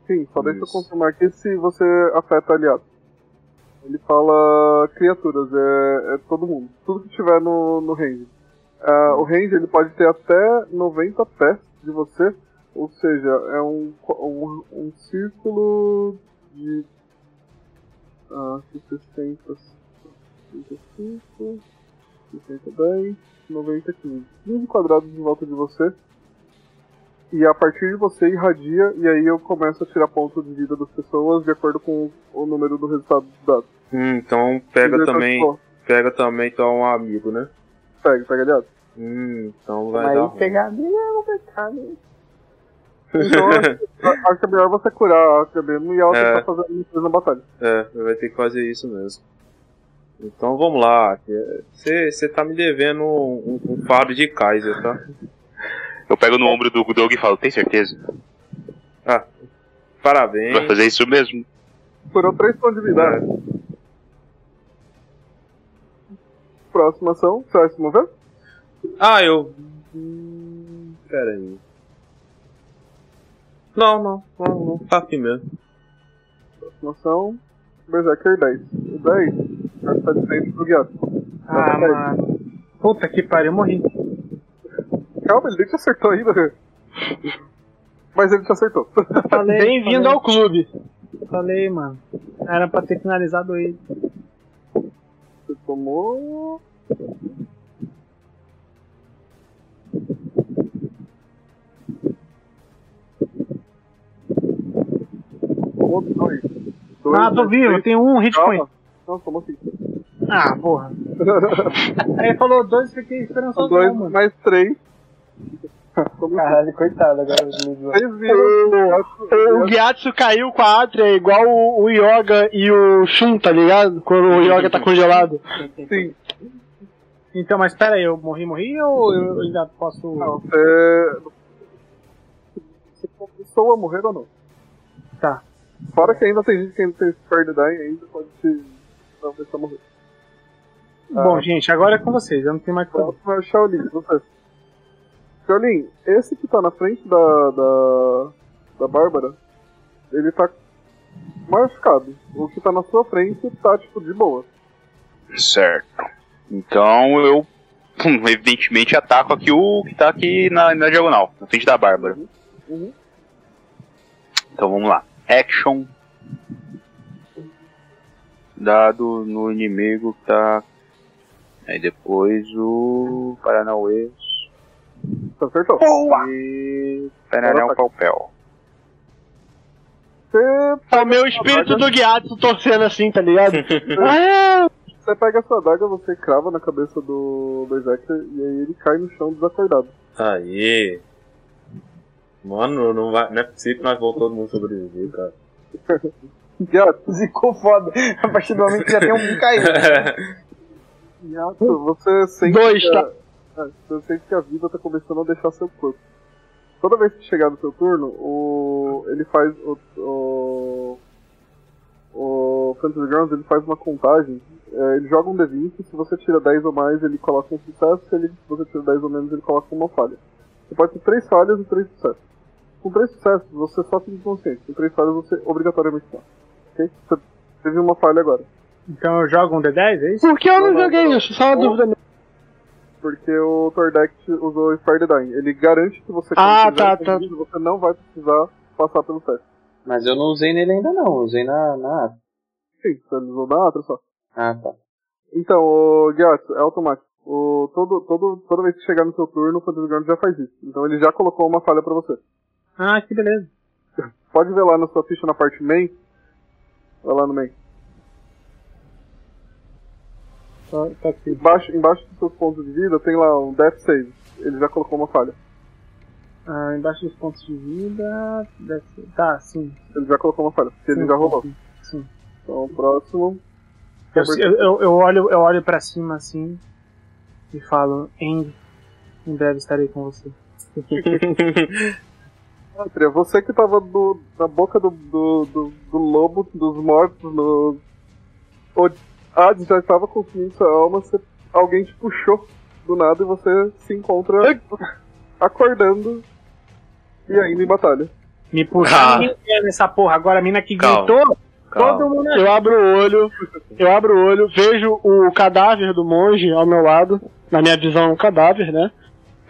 Speaker 1: Sim, só deixa eu
Speaker 5: Isso.
Speaker 1: confirmar aqui se você afeta aliado. Ele fala criaturas, é, é todo mundo. Tudo que tiver no, no range. Ah, o range ele pode ter até 90 pés de você, ou seja, é um, co- um, um círculo de. Ah, 60, 65, 60, 10, 90, 15. 15 quadrados em volta de você. E a partir de você irradia, e aí eu começo a tirar pontos de vida das pessoas de acordo com o número do resultado do dado.
Speaker 5: Hum, então pega
Speaker 1: Ele tá
Speaker 5: também.
Speaker 1: tipo,
Speaker 5: Pega também então um amigo, né?
Speaker 1: Pega, pega aliado.
Speaker 5: Hum, então vai dar.
Speaker 3: Mas
Speaker 5: ruim.
Speaker 3: pegar a minha é complicado.
Speaker 1: Então acho- acho que é melhor você curar a HBM e ela
Speaker 5: É.
Speaker 1: tentar fazer alguma coisa na batalha.
Speaker 5: É, vai ter que fazer isso mesmo. Então vamos lá. Você tá me devendo um, um- um fardo de Kaiser, tá?
Speaker 8: Eu pego no ombro do Doug e falo, tem certeza?
Speaker 5: Parabéns.
Speaker 8: Vai fazer isso mesmo?
Speaker 1: Curou três pontos de vida.
Speaker 5: É,
Speaker 1: Próxima ação, você vai se mover?
Speaker 5: Ah, eu. Hum, Pera aí. Não, não, não, não tá aqui mesmo.
Speaker 1: Próxima ação, Berserker 10. O 10 vai ficar de frente pro Guiado.
Speaker 7: Ah, mano. Puta que pariu, eu morri.
Speaker 1: Calma, ele nem te acertou ainda. Mas ele te acertou. *laughs*
Speaker 7: Falei,
Speaker 6: Bem-vindo
Speaker 7: falei,
Speaker 6: ao clube.
Speaker 7: Falei, mano. Era pra ter finalizado ele.
Speaker 1: Você tomou. Tomou dois. Dois,
Speaker 7: Ah, tô
Speaker 1: dois,
Speaker 7: vivo,
Speaker 1: três.
Speaker 7: tem um hit point.
Speaker 1: Calma. Não, tomou cinco.
Speaker 7: Ah, porra. Aí ele falou dois, fiquei
Speaker 1: *laughs*
Speaker 7: esperançoso
Speaker 1: dois
Speaker 7: não, é mano.
Speaker 1: mais três. Tomou
Speaker 3: Caralho, coitado agora os livros.
Speaker 1: Vocês viram?
Speaker 6: O Gyatso caiu com a Atria igual o, o Yoga e o Shun, tá ligado? Quando o Yoga tá congelado.
Speaker 1: Sim.
Speaker 7: Então, mas pera aí, eu morri, morri ou eu, eu ainda posso.
Speaker 1: Não, é... Você começou a morrer ou não?
Speaker 7: Tá.
Speaker 1: Fora que ainda tem gente que ainda tem Spare Dying, ainda pode te não deixar morrer.
Speaker 7: Bom, gente, agora é com vocês, eu não tenho mais como.
Speaker 1: Próximo é o Shaolin, você. Shaolin, esse que tá na frente da. da. da Bárbara, ele tá machucado. O que tá na sua frente tá, tipo, de boa.
Speaker 8: Certo. Então eu, *laughs* hum, evidentemente, ataco aqui o que tá aqui na, na diagonal, na frente da Bárbara.
Speaker 1: Uhum.
Speaker 8: Então vamos lá. Action. Dado no inimigo que tá. Aí depois o Paranauê.
Speaker 1: Você acertou.
Speaker 8: E. Paranau Palpel.
Speaker 1: Você,
Speaker 6: Tá o meu espírito do Gyatso torcendo assim, tá ligado? ah, é.
Speaker 1: você pega a sua daga, você crava na cabeça do Berserker e aí ele cai no chão desacordado.
Speaker 5: Aê! Mano, não, vai, não é possível que nós vamos todo mundo sobreviver, cara.
Speaker 1: Gato,
Speaker 3: Zicou foda. A partir do momento que já tem um caindo.
Speaker 5: *laughs*
Speaker 1: gato, você sente.
Speaker 6: Dois,
Speaker 1: que a-
Speaker 6: tá?
Speaker 1: É, Você sente que a vida tá começando a deixar seu corpo. Toda vez que chegar no seu turno, o. ele faz o. o. o Fantasy Grounds ele faz uma contagem. É, ele joga um D20, se você tira 10 ou mais, ele coloca um sucesso, se, ele, se você tira 10 ou menos, ele coloca uma falha. Você pode ter 3 falhas e 3 sucessos. Com 3 sucessos, você só fica inconsciente. Com 3 falhas, você obrigatoriamente morre. Ok? Você teve uma falha agora.
Speaker 7: Então eu jogo um D10, é isso?
Speaker 6: Por que eu
Speaker 1: Não,
Speaker 6: não
Speaker 1: não,
Speaker 6: joguei isso? Só uma dúvida minha.
Speaker 1: Porque o Tordect usou Spare the Dying. Ele garante que você,
Speaker 6: Ah,
Speaker 1: quando fizer
Speaker 6: tá,
Speaker 1: esse
Speaker 6: tá.
Speaker 1: vídeo, você não vai precisar passar pelo teste.
Speaker 9: Mas eu não usei nele ainda não, eu usei na, na ata.
Speaker 1: Sim, você usou na outra só.
Speaker 9: Ah, tá.
Speaker 1: Então, o Gyatso, é automático. O, todo, todo, toda vez que chegar no seu turno, o Fantasy Ground já faz isso. Então ele já colocou uma falha pra você.
Speaker 7: Ah, que beleza.
Speaker 1: Pode ver lá na sua ficha na parte main. Vai lá no main.
Speaker 7: Tô, tô Tá, aqui.
Speaker 1: Embaixo, embaixo dos seus pontos de vida tem lá um Death Save. Ele já colocou uma falha.
Speaker 7: Ah, embaixo dos pontos de vida. deve ser- Tá, sim.
Speaker 1: Ele já colocou uma falha, porque ele
Speaker 7: sim,
Speaker 1: já rolou.
Speaker 7: sim, sim.
Speaker 1: Então, o próximo.
Speaker 7: Eu, eu, eu, olho, eu olho pra cima assim e falo, Eng, em breve estarei com você.
Speaker 1: Pátria, você que tava do- na boca do, do, do- do lobo, dos mortos, no. O Hades já estava consumindo sua alma, você- alguém te puxou do nada e você se encontra acordando e ainda em batalha.
Speaker 7: Me puxar
Speaker 5: Ah.
Speaker 7: ninguém quer nessa porra. Agora a mina que
Speaker 5: Calma,
Speaker 7: gritou,
Speaker 5: calma.
Speaker 7: todo mundo é
Speaker 6: Eu abro o olho, eu abro o olho, vejo o cadáver do monge ao meu lado, na minha visão, um cadáver, né?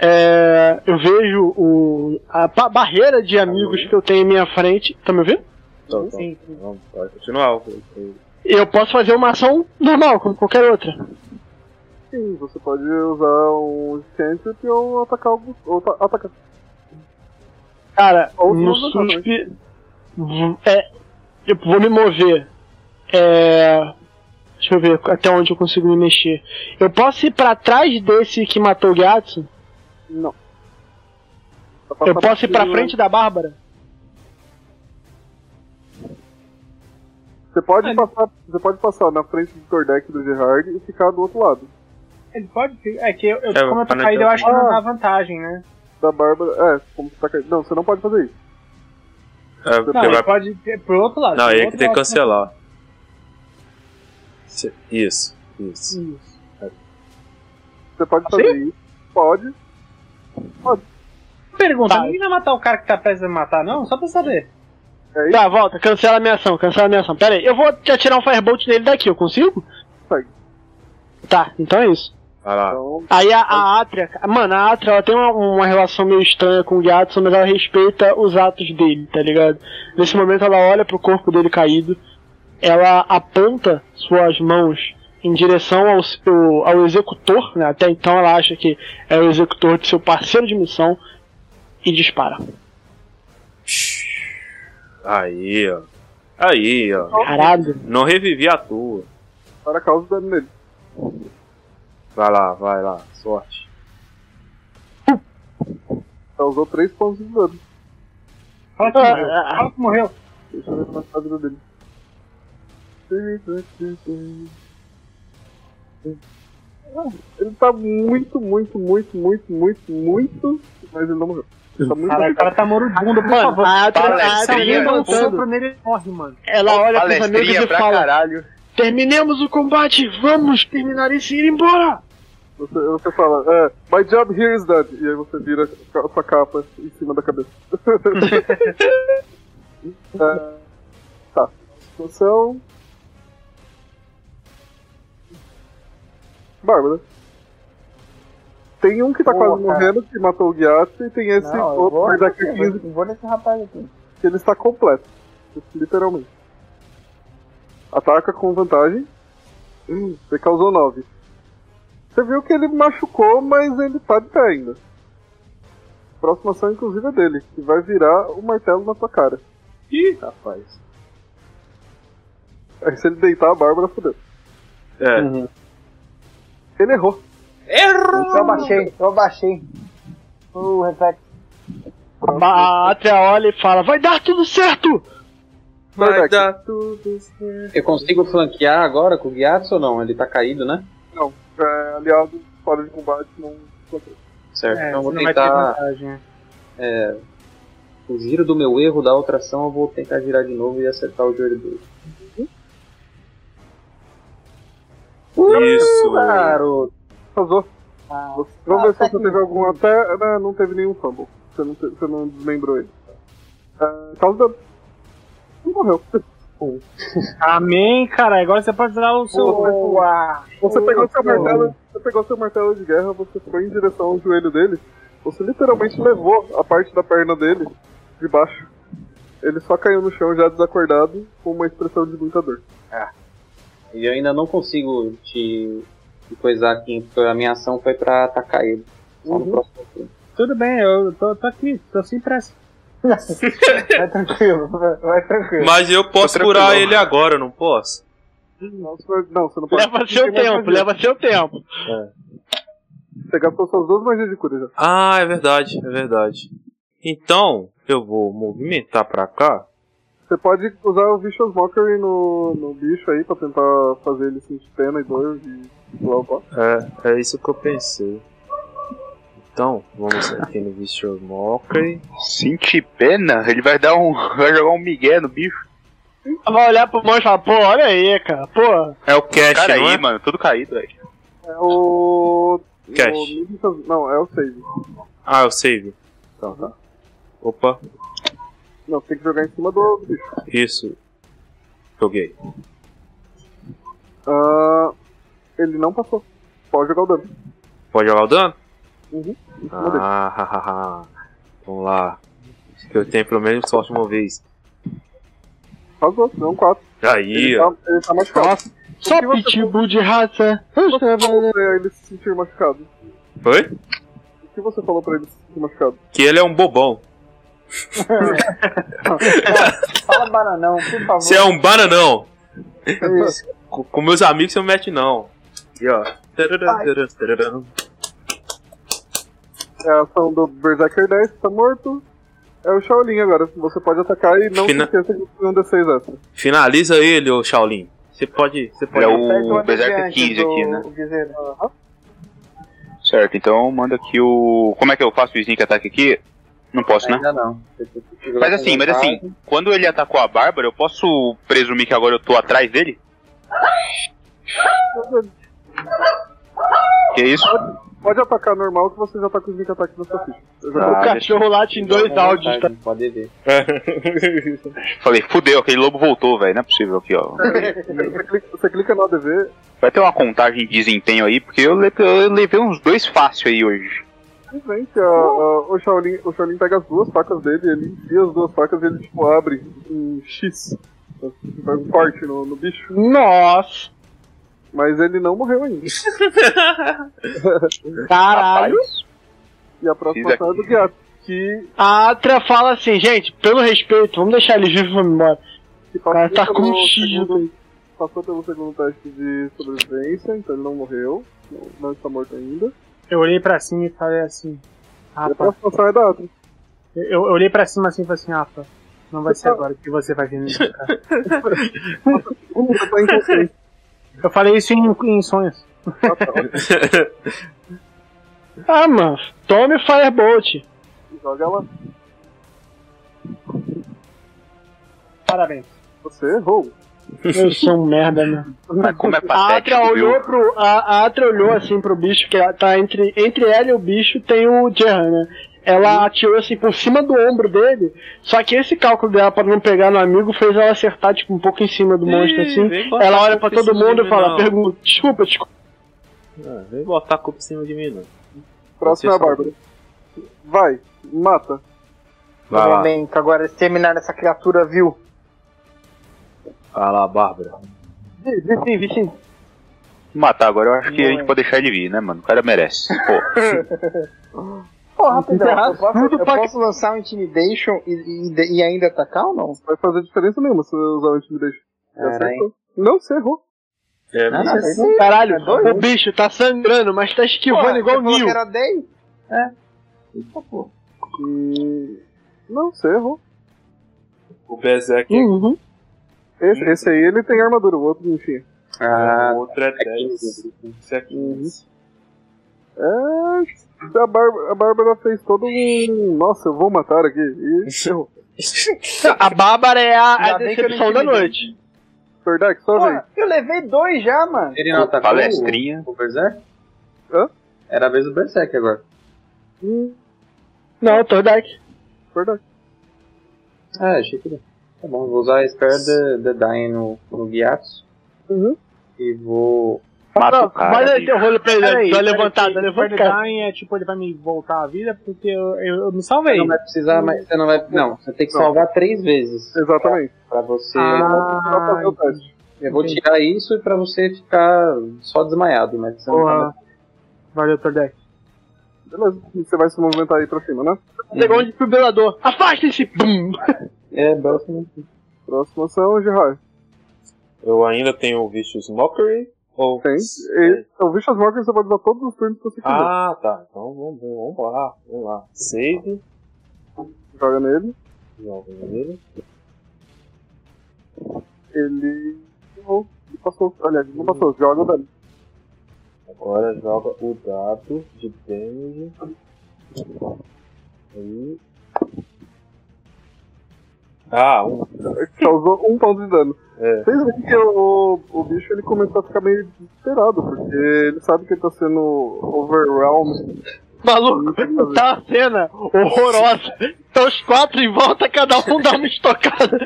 Speaker 6: É, eu vejo o, a ba- barreira de amigos que eu tenho em minha frente. Tá me ouvindo?
Speaker 5: Então, então,
Speaker 7: Sim, sim.
Speaker 5: vamos, pode continuar. Eu- eu-
Speaker 6: Eu posso fazer uma ação normal, como qualquer outra.
Speaker 1: Sim, você pode usar um Cantrip ou atacar algum. Ou ta- atacar. Tá
Speaker 6: Cara,
Speaker 1: Ou
Speaker 6: no
Speaker 1: se não,
Speaker 6: susp... v- É, eu vou me mover. É... Deixa eu ver até onde eu consigo me mexer. Eu posso ir pra trás desse que matou o Gyatso?
Speaker 1: Não.
Speaker 6: Eu posso ir pra frente da Bárbara?
Speaker 1: Você pode, passar, você pode passar na frente do Tordek e do Gerard e ficar do outro lado.
Speaker 7: Ele pode ter. É que eu, eu-
Speaker 5: É,
Speaker 7: como eu tô
Speaker 5: mas
Speaker 7: caído,
Speaker 5: então-
Speaker 7: eu acho que não
Speaker 1: Ah.
Speaker 7: dá vantagem, né?
Speaker 1: Da Bárbara. É, como você tá caindo. Não, você não pode fazer isso.
Speaker 5: É, porque
Speaker 7: Não, ele
Speaker 5: vai...
Speaker 7: pode ter pro outro lado.
Speaker 5: não
Speaker 7: pro
Speaker 5: aí é
Speaker 7: outro
Speaker 5: que tem que
Speaker 7: lado.
Speaker 5: cancelar. Cê- Isso, isso.
Speaker 7: Hum.
Speaker 1: Você pode fazer isso. Pode.
Speaker 7: Pergunta,
Speaker 6: Tá.
Speaker 7: ninguém vai matar o cara que tá prestes a me matar, não? Só pra saber.
Speaker 6: Tá, volta, cancela a minha ação, cancela a minha ação. Pera aí, eu vou atirar um firebolt nele daqui, eu consigo?
Speaker 1: Consegue.
Speaker 6: Tá, então é isso.
Speaker 5: Vai lá.
Speaker 1: Então,
Speaker 6: Aí a, a Atria, mano, a Atria ela tem uma, uma relação meio estranha com o Gyatso, mas ela respeita os atos dele, tá ligado? Nesse momento ela olha pro corpo dele caído, ela aponta suas mãos em direção ao, seu- ao executor, né? Até então ela acha que é o executor de seu parceiro de missão e dispara.
Speaker 5: Aí, ó. Aí, ó.
Speaker 6: Caralho.
Speaker 5: Não revivi à toa.
Speaker 1: para causa do dano nele.
Speaker 5: Vai lá, vai lá. Sorte.
Speaker 1: Causou 3 pontos de dano.
Speaker 7: Fala que
Speaker 1: *laughs*
Speaker 7: morreu. Fala que morreu.
Speaker 1: Deixa eu ver como é a quadra dele. Ele tá muito, muito, muito, muito, muito, muito. Mas ele não morreu. Ele tá muito.
Speaker 7: Caralho, o cara tá moribundo, por
Speaker 6: Mano,
Speaker 7: favor.
Speaker 6: a Atria, a Atria
Speaker 8: Palestrinha.
Speaker 7: Alguém dá um
Speaker 6: levantando,
Speaker 7: sopro nele ele morre, mano.
Speaker 6: ela olha pros amigos
Speaker 8: Palestrinha
Speaker 6: e
Speaker 8: pra
Speaker 6: fala:
Speaker 8: caralho.
Speaker 6: Terminemos o combate, vamos terminar isso e ir embora!
Speaker 1: Você, você fala, é, my job here is done. E aí você vira a sua capa em cima da cabeça. *laughs* é, tá. Situação. Bárbara. Tem um que tá
Speaker 3: Boa,
Speaker 1: quase
Speaker 3: cara.
Speaker 1: morrendo, que matou o Gyatso, e tem esse
Speaker 3: Não, eu
Speaker 1: outro tá
Speaker 3: vou,
Speaker 1: mas daqui
Speaker 3: eu
Speaker 1: 15
Speaker 3: vou, eu vou nesse rapaz aqui.
Speaker 1: que ele está completo. Literalmente. Ataca com vantagem. Hum, Você causou 9. Você viu que ele machucou, mas ele tá de pé ainda. Próxima ação, inclusive, é dele, que vai virar o martelo na sua cara.
Speaker 5: Ih, rapaz.
Speaker 1: Aí se ele deitar a Bárbara, fodeu.
Speaker 5: É,
Speaker 1: Ele errou.
Speaker 3: Eu baixei, eu baixei. O reflexo.
Speaker 6: A Atria olha e fala: Vai dar tudo certo!
Speaker 1: Vai
Speaker 5: vai
Speaker 1: dar
Speaker 5: dar tudo certo.
Speaker 9: Eu consigo flanquear agora com o Gyatso ou não? Ele tá caído, né?
Speaker 1: É, aliado, fora de combate, não.
Speaker 9: Certo.
Speaker 7: É,
Speaker 9: então eu vou
Speaker 7: não vai ter
Speaker 9: tentar. É.
Speaker 7: vantagem. né?
Speaker 9: O giro do meu erro da outra ação, eu vou tentar girar de novo e acertar o joelho dele.
Speaker 5: Isso.
Speaker 9: Claro!
Speaker 1: Casou.
Speaker 3: Ah,
Speaker 1: Você- Vamos
Speaker 3: Ah,
Speaker 1: ver
Speaker 3: tá
Speaker 1: se você
Speaker 3: aqui.
Speaker 1: teve algum até. Não, não teve nenhum fumble. Você não, te- você não desmembrou ele. É, causa da. Não morreu.
Speaker 7: Amém, cara. Agora você pode dar o seu.
Speaker 3: boa.
Speaker 1: Você pegou seu martelo, você pegou seu martelo de guerra, você foi em direção ao joelho dele. Você literalmente levou a parte da perna dele de baixo. Ele só caiu no chão já desacordado, com uma expressão de muita dor.
Speaker 9: E eu ainda não consigo te, te coisar aqui, porque a minha ação foi pra atacar ele. Só no próximo turno.
Speaker 7: Tudo bem, eu tô, tô aqui, tô sem pressa.
Speaker 3: Vai tranquilo, vai- vai tranquilo.
Speaker 5: Mas eu posso
Speaker 8: Tô
Speaker 5: curar
Speaker 8: tranquilo.
Speaker 5: ele agora, não posso?
Speaker 1: Não, você, vai- não, você não pode.
Speaker 6: Leva seu tempo, leva seu tempo.
Speaker 1: Você gastou suas duas magias de cura já.
Speaker 5: Ah, é verdade, é verdade. Então, eu vou movimentar pra cá.
Speaker 1: Você pode usar o Vicious Mockery no, no bicho aí pra tentar fazer ele sentir pena e dor e blá blá.
Speaker 5: É, é isso que eu pensei. Então, vamos aqui no Vicious Mockery.
Speaker 8: Sentir pena? Ele vai dar um. *laughs* Vai jogar um migué no bicho.
Speaker 6: Ela vai olhar pro monstro e falar: Pô, olha aí, cara, pô.
Speaker 5: É o Cash,
Speaker 8: Cara
Speaker 5: não
Speaker 8: aí,
Speaker 5: é?
Speaker 8: mano, tudo caído, velho.
Speaker 1: É o.
Speaker 5: Cash.
Speaker 1: o Vicious- não, é o save.
Speaker 5: Ah, eu save. Então, tá. Opa,
Speaker 1: Não, você tem que jogar em cima do bicho.
Speaker 5: isso. Joguei.
Speaker 1: Ah, ele não passou. Pode jogar o dano.
Speaker 5: Pode jogar o dano?
Speaker 1: Uhum. Em cima dele.
Speaker 5: Ah, *laughs* hahaha. Vamos lá. Eu tenho pelo menos sorte uma vez.
Speaker 1: Arrasou, não 4.
Speaker 5: Aí,
Speaker 1: Ele,
Speaker 5: ó.
Speaker 1: tá, ele tá machucado.
Speaker 6: Só
Speaker 1: que você-
Speaker 6: pitbull de raça.
Speaker 1: O que você falou pra ele se sentir machucado?
Speaker 5: Foi?
Speaker 1: O que você falou pra ele se sentir machucado?
Speaker 5: Que ele é um bobão.
Speaker 3: Fala bananão, por favor.
Speaker 5: Você é um bananão.
Speaker 1: É isso.
Speaker 5: *laughs* Com, com meus amigos você não mete, não. Aqui, ó. Tararã, tararã, tararã.
Speaker 1: É a ação do Berserker 10, tá morto. É o Shaolin agora. Você pode atacar e não
Speaker 5: Fina-
Speaker 1: se esqueça que tem um D6 extra.
Speaker 5: Finaliza ele, ô Shaolin. Você pode. Você pode.
Speaker 8: É
Speaker 3: Pega
Speaker 8: o
Speaker 3: uma
Speaker 8: Berserker
Speaker 3: deviante
Speaker 8: 15
Speaker 3: do-
Speaker 8: aqui, né?
Speaker 3: o bezerro.
Speaker 8: Certo, então manda aqui o. Como é que eu faço o sneak attack aqui? Não posso, né?
Speaker 9: Ainda não.
Speaker 8: Mas assim, mas assim, quando ele atacou a Bárbara, eu posso presumir que agora eu tô atrás dele? Que isso?
Speaker 1: Pode atacar normal que você já tá com o Sneak Attack na sua ficha. Eu já
Speaker 8: Ah,
Speaker 6: o cachorro late em dois áudios, tá?
Speaker 9: Pode ver.
Speaker 8: Falei, fudeu, aquele lobo voltou, velho. Não é possível aqui, ó.
Speaker 1: Você clica, você clica no ADV.
Speaker 8: Vai ter uma contagem de desempenho aí, porque eu, le- eu levei uns dois fácil aí hoje.
Speaker 1: Simplesmente, a- a- o, Shaolin, o Shaolin pega as duas facas dele, ele enfia as duas facas e ele, tipo, abre um X. Faz um corte no, no bicho.
Speaker 6: Nossa!
Speaker 1: Mas ele não morreu ainda.
Speaker 6: Caralho!
Speaker 1: E a próxima
Speaker 8: Fiz
Speaker 1: ação é do Guiato, que,
Speaker 6: A Atra fala assim, gente, pelo respeito, vamos deixar ele vivo e vamos embora.
Speaker 1: que
Speaker 6: cara
Speaker 1: passou,
Speaker 6: tá com um
Speaker 1: pelo
Speaker 6: X no
Speaker 1: segundo, passou pelo segundo teste de sobrevivência, então ele não morreu. não- Não está morto ainda.
Speaker 7: Eu olhei pra cima e falei assim,
Speaker 1: E a
Speaker 7: Rafa,
Speaker 1: próxima ação é da Atlas.
Speaker 7: eu, eu olhei pra cima assim e falei assim, Rafa, não vai ser agora que você vai vir me buscar.
Speaker 1: Você tá
Speaker 6: *laughs*
Speaker 1: inconsciente.
Speaker 7: Eu falei isso em, em sonhos.
Speaker 1: Tá,
Speaker 6: Ah, mano, tome o Firebolt.
Speaker 1: Joga ela.
Speaker 7: Parabéns.
Speaker 1: Você errou.
Speaker 6: Eu sou um merda, né?
Speaker 8: Mas como é
Speaker 6: A
Speaker 3: tipo,
Speaker 6: Atra
Speaker 8: patético, viu?
Speaker 6: olhou pro. A, a Atra olhou assim pro bicho, que ela tá entre, entre ela e o bicho tem o Jehan, né? Ela atirou assim por cima do ombro dele, só que esse cálculo dela pra não pegar no amigo fez ela acertar, tipo, um pouco em cima do monstro assim.
Speaker 5: vem botar
Speaker 6: Ela olha pra
Speaker 5: culpa em
Speaker 6: todo
Speaker 5: cima de
Speaker 6: mundo
Speaker 5: mim,
Speaker 6: e fala,
Speaker 5: não.
Speaker 6: pergunta, desculpa, desculpa.
Speaker 5: Ah, vem botar a culpa em cima de mim, não.
Speaker 1: Próxima é a Bárbara. Vai, mata.
Speaker 5: Vai
Speaker 6: Uhum.
Speaker 5: lá,
Speaker 3: Momento, agora exterminar essa criatura, viu?
Speaker 5: vai lá, Bárbara.
Speaker 8: Matar agora, eu acho que a gente pode deixar ele vir, né, mano? O cara merece. Pô,
Speaker 3: Pô,
Speaker 6: Ah, tá
Speaker 3: rapidão, eu posso, eu posso lançar um Intimidation e, e- e ainda atacar ou não?
Speaker 1: Vai fazer diferença nenhuma se você usar o intimidation. Já acertou. Não, você errou.
Speaker 5: É,
Speaker 3: Ah, não,
Speaker 5: mas-
Speaker 3: sim,
Speaker 6: Caralho,
Speaker 3: é dois.
Speaker 6: o bicho tá sangrando, mas tá esquivando
Speaker 3: Porra,
Speaker 6: igual o
Speaker 3: você falou
Speaker 6: Neo.
Speaker 3: que era 10?
Speaker 1: E... Não, você errou.
Speaker 5: o Berserk é
Speaker 6: Uhum.
Speaker 1: Esse, esse aí ele tem armadura, o outro, enfim.
Speaker 9: Ah,
Speaker 6: Uhum.
Speaker 5: o outro é 10.
Speaker 9: 15.
Speaker 5: Esse é 15.
Speaker 1: É. A Bárbara, a Bárbara fez todo um. Nossa, eu vou matar aqui. E errou.
Speaker 6: A Bárbara é a, a
Speaker 3: Ainda bem que eu não
Speaker 6: decepção da
Speaker 3: intimidei.
Speaker 6: noite.
Speaker 1: Sordek, sua vez.
Speaker 3: Porra, eu levei dois já, mano.
Speaker 9: Ele não atacou
Speaker 8: palestrinha.
Speaker 9: o, o Berserk?
Speaker 1: Hã?
Speaker 9: Era a vez do Berserk agora.
Speaker 1: Hum,
Speaker 6: Não, Tordek.
Speaker 1: Sordek.
Speaker 9: Ah, achei que... Tá bom, vou usar a Spare the, the Dying no, no Gyatso.
Speaker 1: Uhum.
Speaker 9: E vou...
Speaker 8: Mata
Speaker 3: Ah,
Speaker 6: Não,
Speaker 8: o cara.
Speaker 6: Vai dar
Speaker 8: bicho.
Speaker 6: teu rolo pra ele,
Speaker 7: Peraí,
Speaker 6: vai
Speaker 7: peraí,
Speaker 6: levantar, vai
Speaker 7: peraí, Burn
Speaker 6: levantar.
Speaker 7: Down é tipo, ele vai me voltar à vida porque eu, eu, eu me salvei.
Speaker 9: Não vai precisar, mas você não vai... Não, você tem que
Speaker 1: Não.
Speaker 9: salvar três vezes.
Speaker 1: Exatamente.
Speaker 9: Pra você...
Speaker 1: Só fazer o
Speaker 7: Ah,
Speaker 1: teste.
Speaker 9: Eu vou tirar isso pra você ficar só desmaiado, mas você não tá
Speaker 7: porra. Valeu, Tordek.
Speaker 1: Beleza. E Você vai se movimentar aí pra cima, né?
Speaker 6: Pegou um desfibrilador. Afastem-se! Bum!
Speaker 9: É, Belfast.
Speaker 1: Próxima ação, Jihai.
Speaker 5: Eu ainda tenho o Vicious Mockery. Ou...
Speaker 1: Tem. E, o Vicious Walker você pode usar todos os turnos que você quiser.
Speaker 5: Ah, tá. Então vamos, vamos vamos lá. Vamos lá. Save.
Speaker 1: Joga nele.
Speaker 5: Joga nele.
Speaker 1: Ele. errou. Ele passou. Aliás, não passou. Joga o dano.
Speaker 5: Agora joga o dado de damage. Aí. Ah, um.
Speaker 1: Causou um ponto de dano.
Speaker 5: É.
Speaker 1: Vocês veem que o, o bicho ele começou a ficar meio desesperado, porque ele sabe que ele tá sendo overwhelmed.
Speaker 6: Maluco, tá uma cena horrorosa. Então os quatro em volta, cada um dá uma estocada.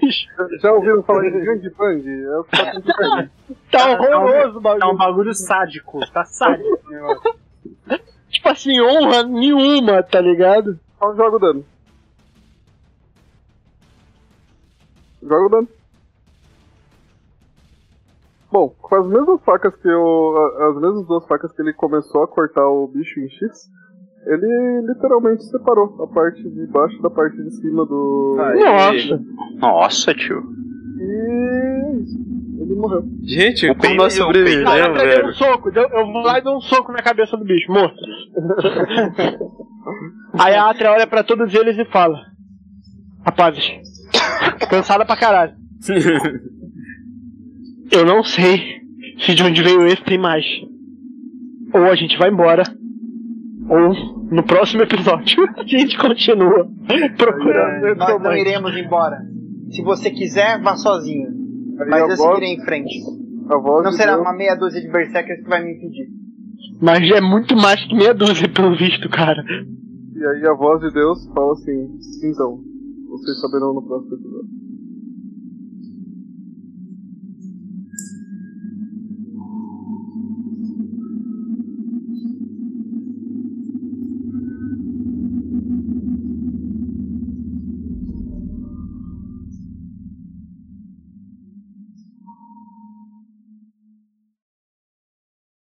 Speaker 6: Bicho,
Speaker 1: Já ouviram falar de Gang Bang? É o que tá acontecendo.
Speaker 6: tá horroroso,
Speaker 7: É um
Speaker 6: bagulho.
Speaker 7: bagulho sádico, tá sádico.
Speaker 6: Tipo assim, honra nenhuma, tá ligado?
Speaker 1: Então joga o dano. Joga o dano. Bom, com as mesmas facas que eu. a- As mesmas duas facas que ele começou a cortar o bicho em X, ele literalmente separou a parte de baixo da parte de
Speaker 3: Ah,
Speaker 1: cima do.
Speaker 6: Nossa.
Speaker 8: Nossa, tio.
Speaker 1: E é isso. Ele morreu.
Speaker 5: Gente,
Speaker 8: O
Speaker 5: como
Speaker 8: peito
Speaker 5: nós
Speaker 8: e o
Speaker 6: Cara,
Speaker 1: né?
Speaker 5: sobrevivemos,
Speaker 6: eu um
Speaker 5: velho.
Speaker 6: soco, deu- eu vou lá e dou um soco na cabeça do bicho, morto. Aí a Atria olha pra todos eles e fala: Rapazes, cansada pra caralho. Eu não sei se de onde veio esse tem mais. Ou a gente vai embora. Ou no próximo episódio *laughs* a gente continua procurando.
Speaker 3: Nós não iremos embora. Se você quiser, vá sozinho. Mas eu seguirei em frente.
Speaker 1: A voz
Speaker 3: Não
Speaker 1: de
Speaker 3: será
Speaker 1: Deus-
Speaker 3: uma meia dúzia de berserkers que vai me impedir.
Speaker 6: Mas é muito mais que meia dúzia, pelo visto, cara.
Speaker 1: E aí a voz de Deus fala assim: então, vocês saberão no próximo episódio.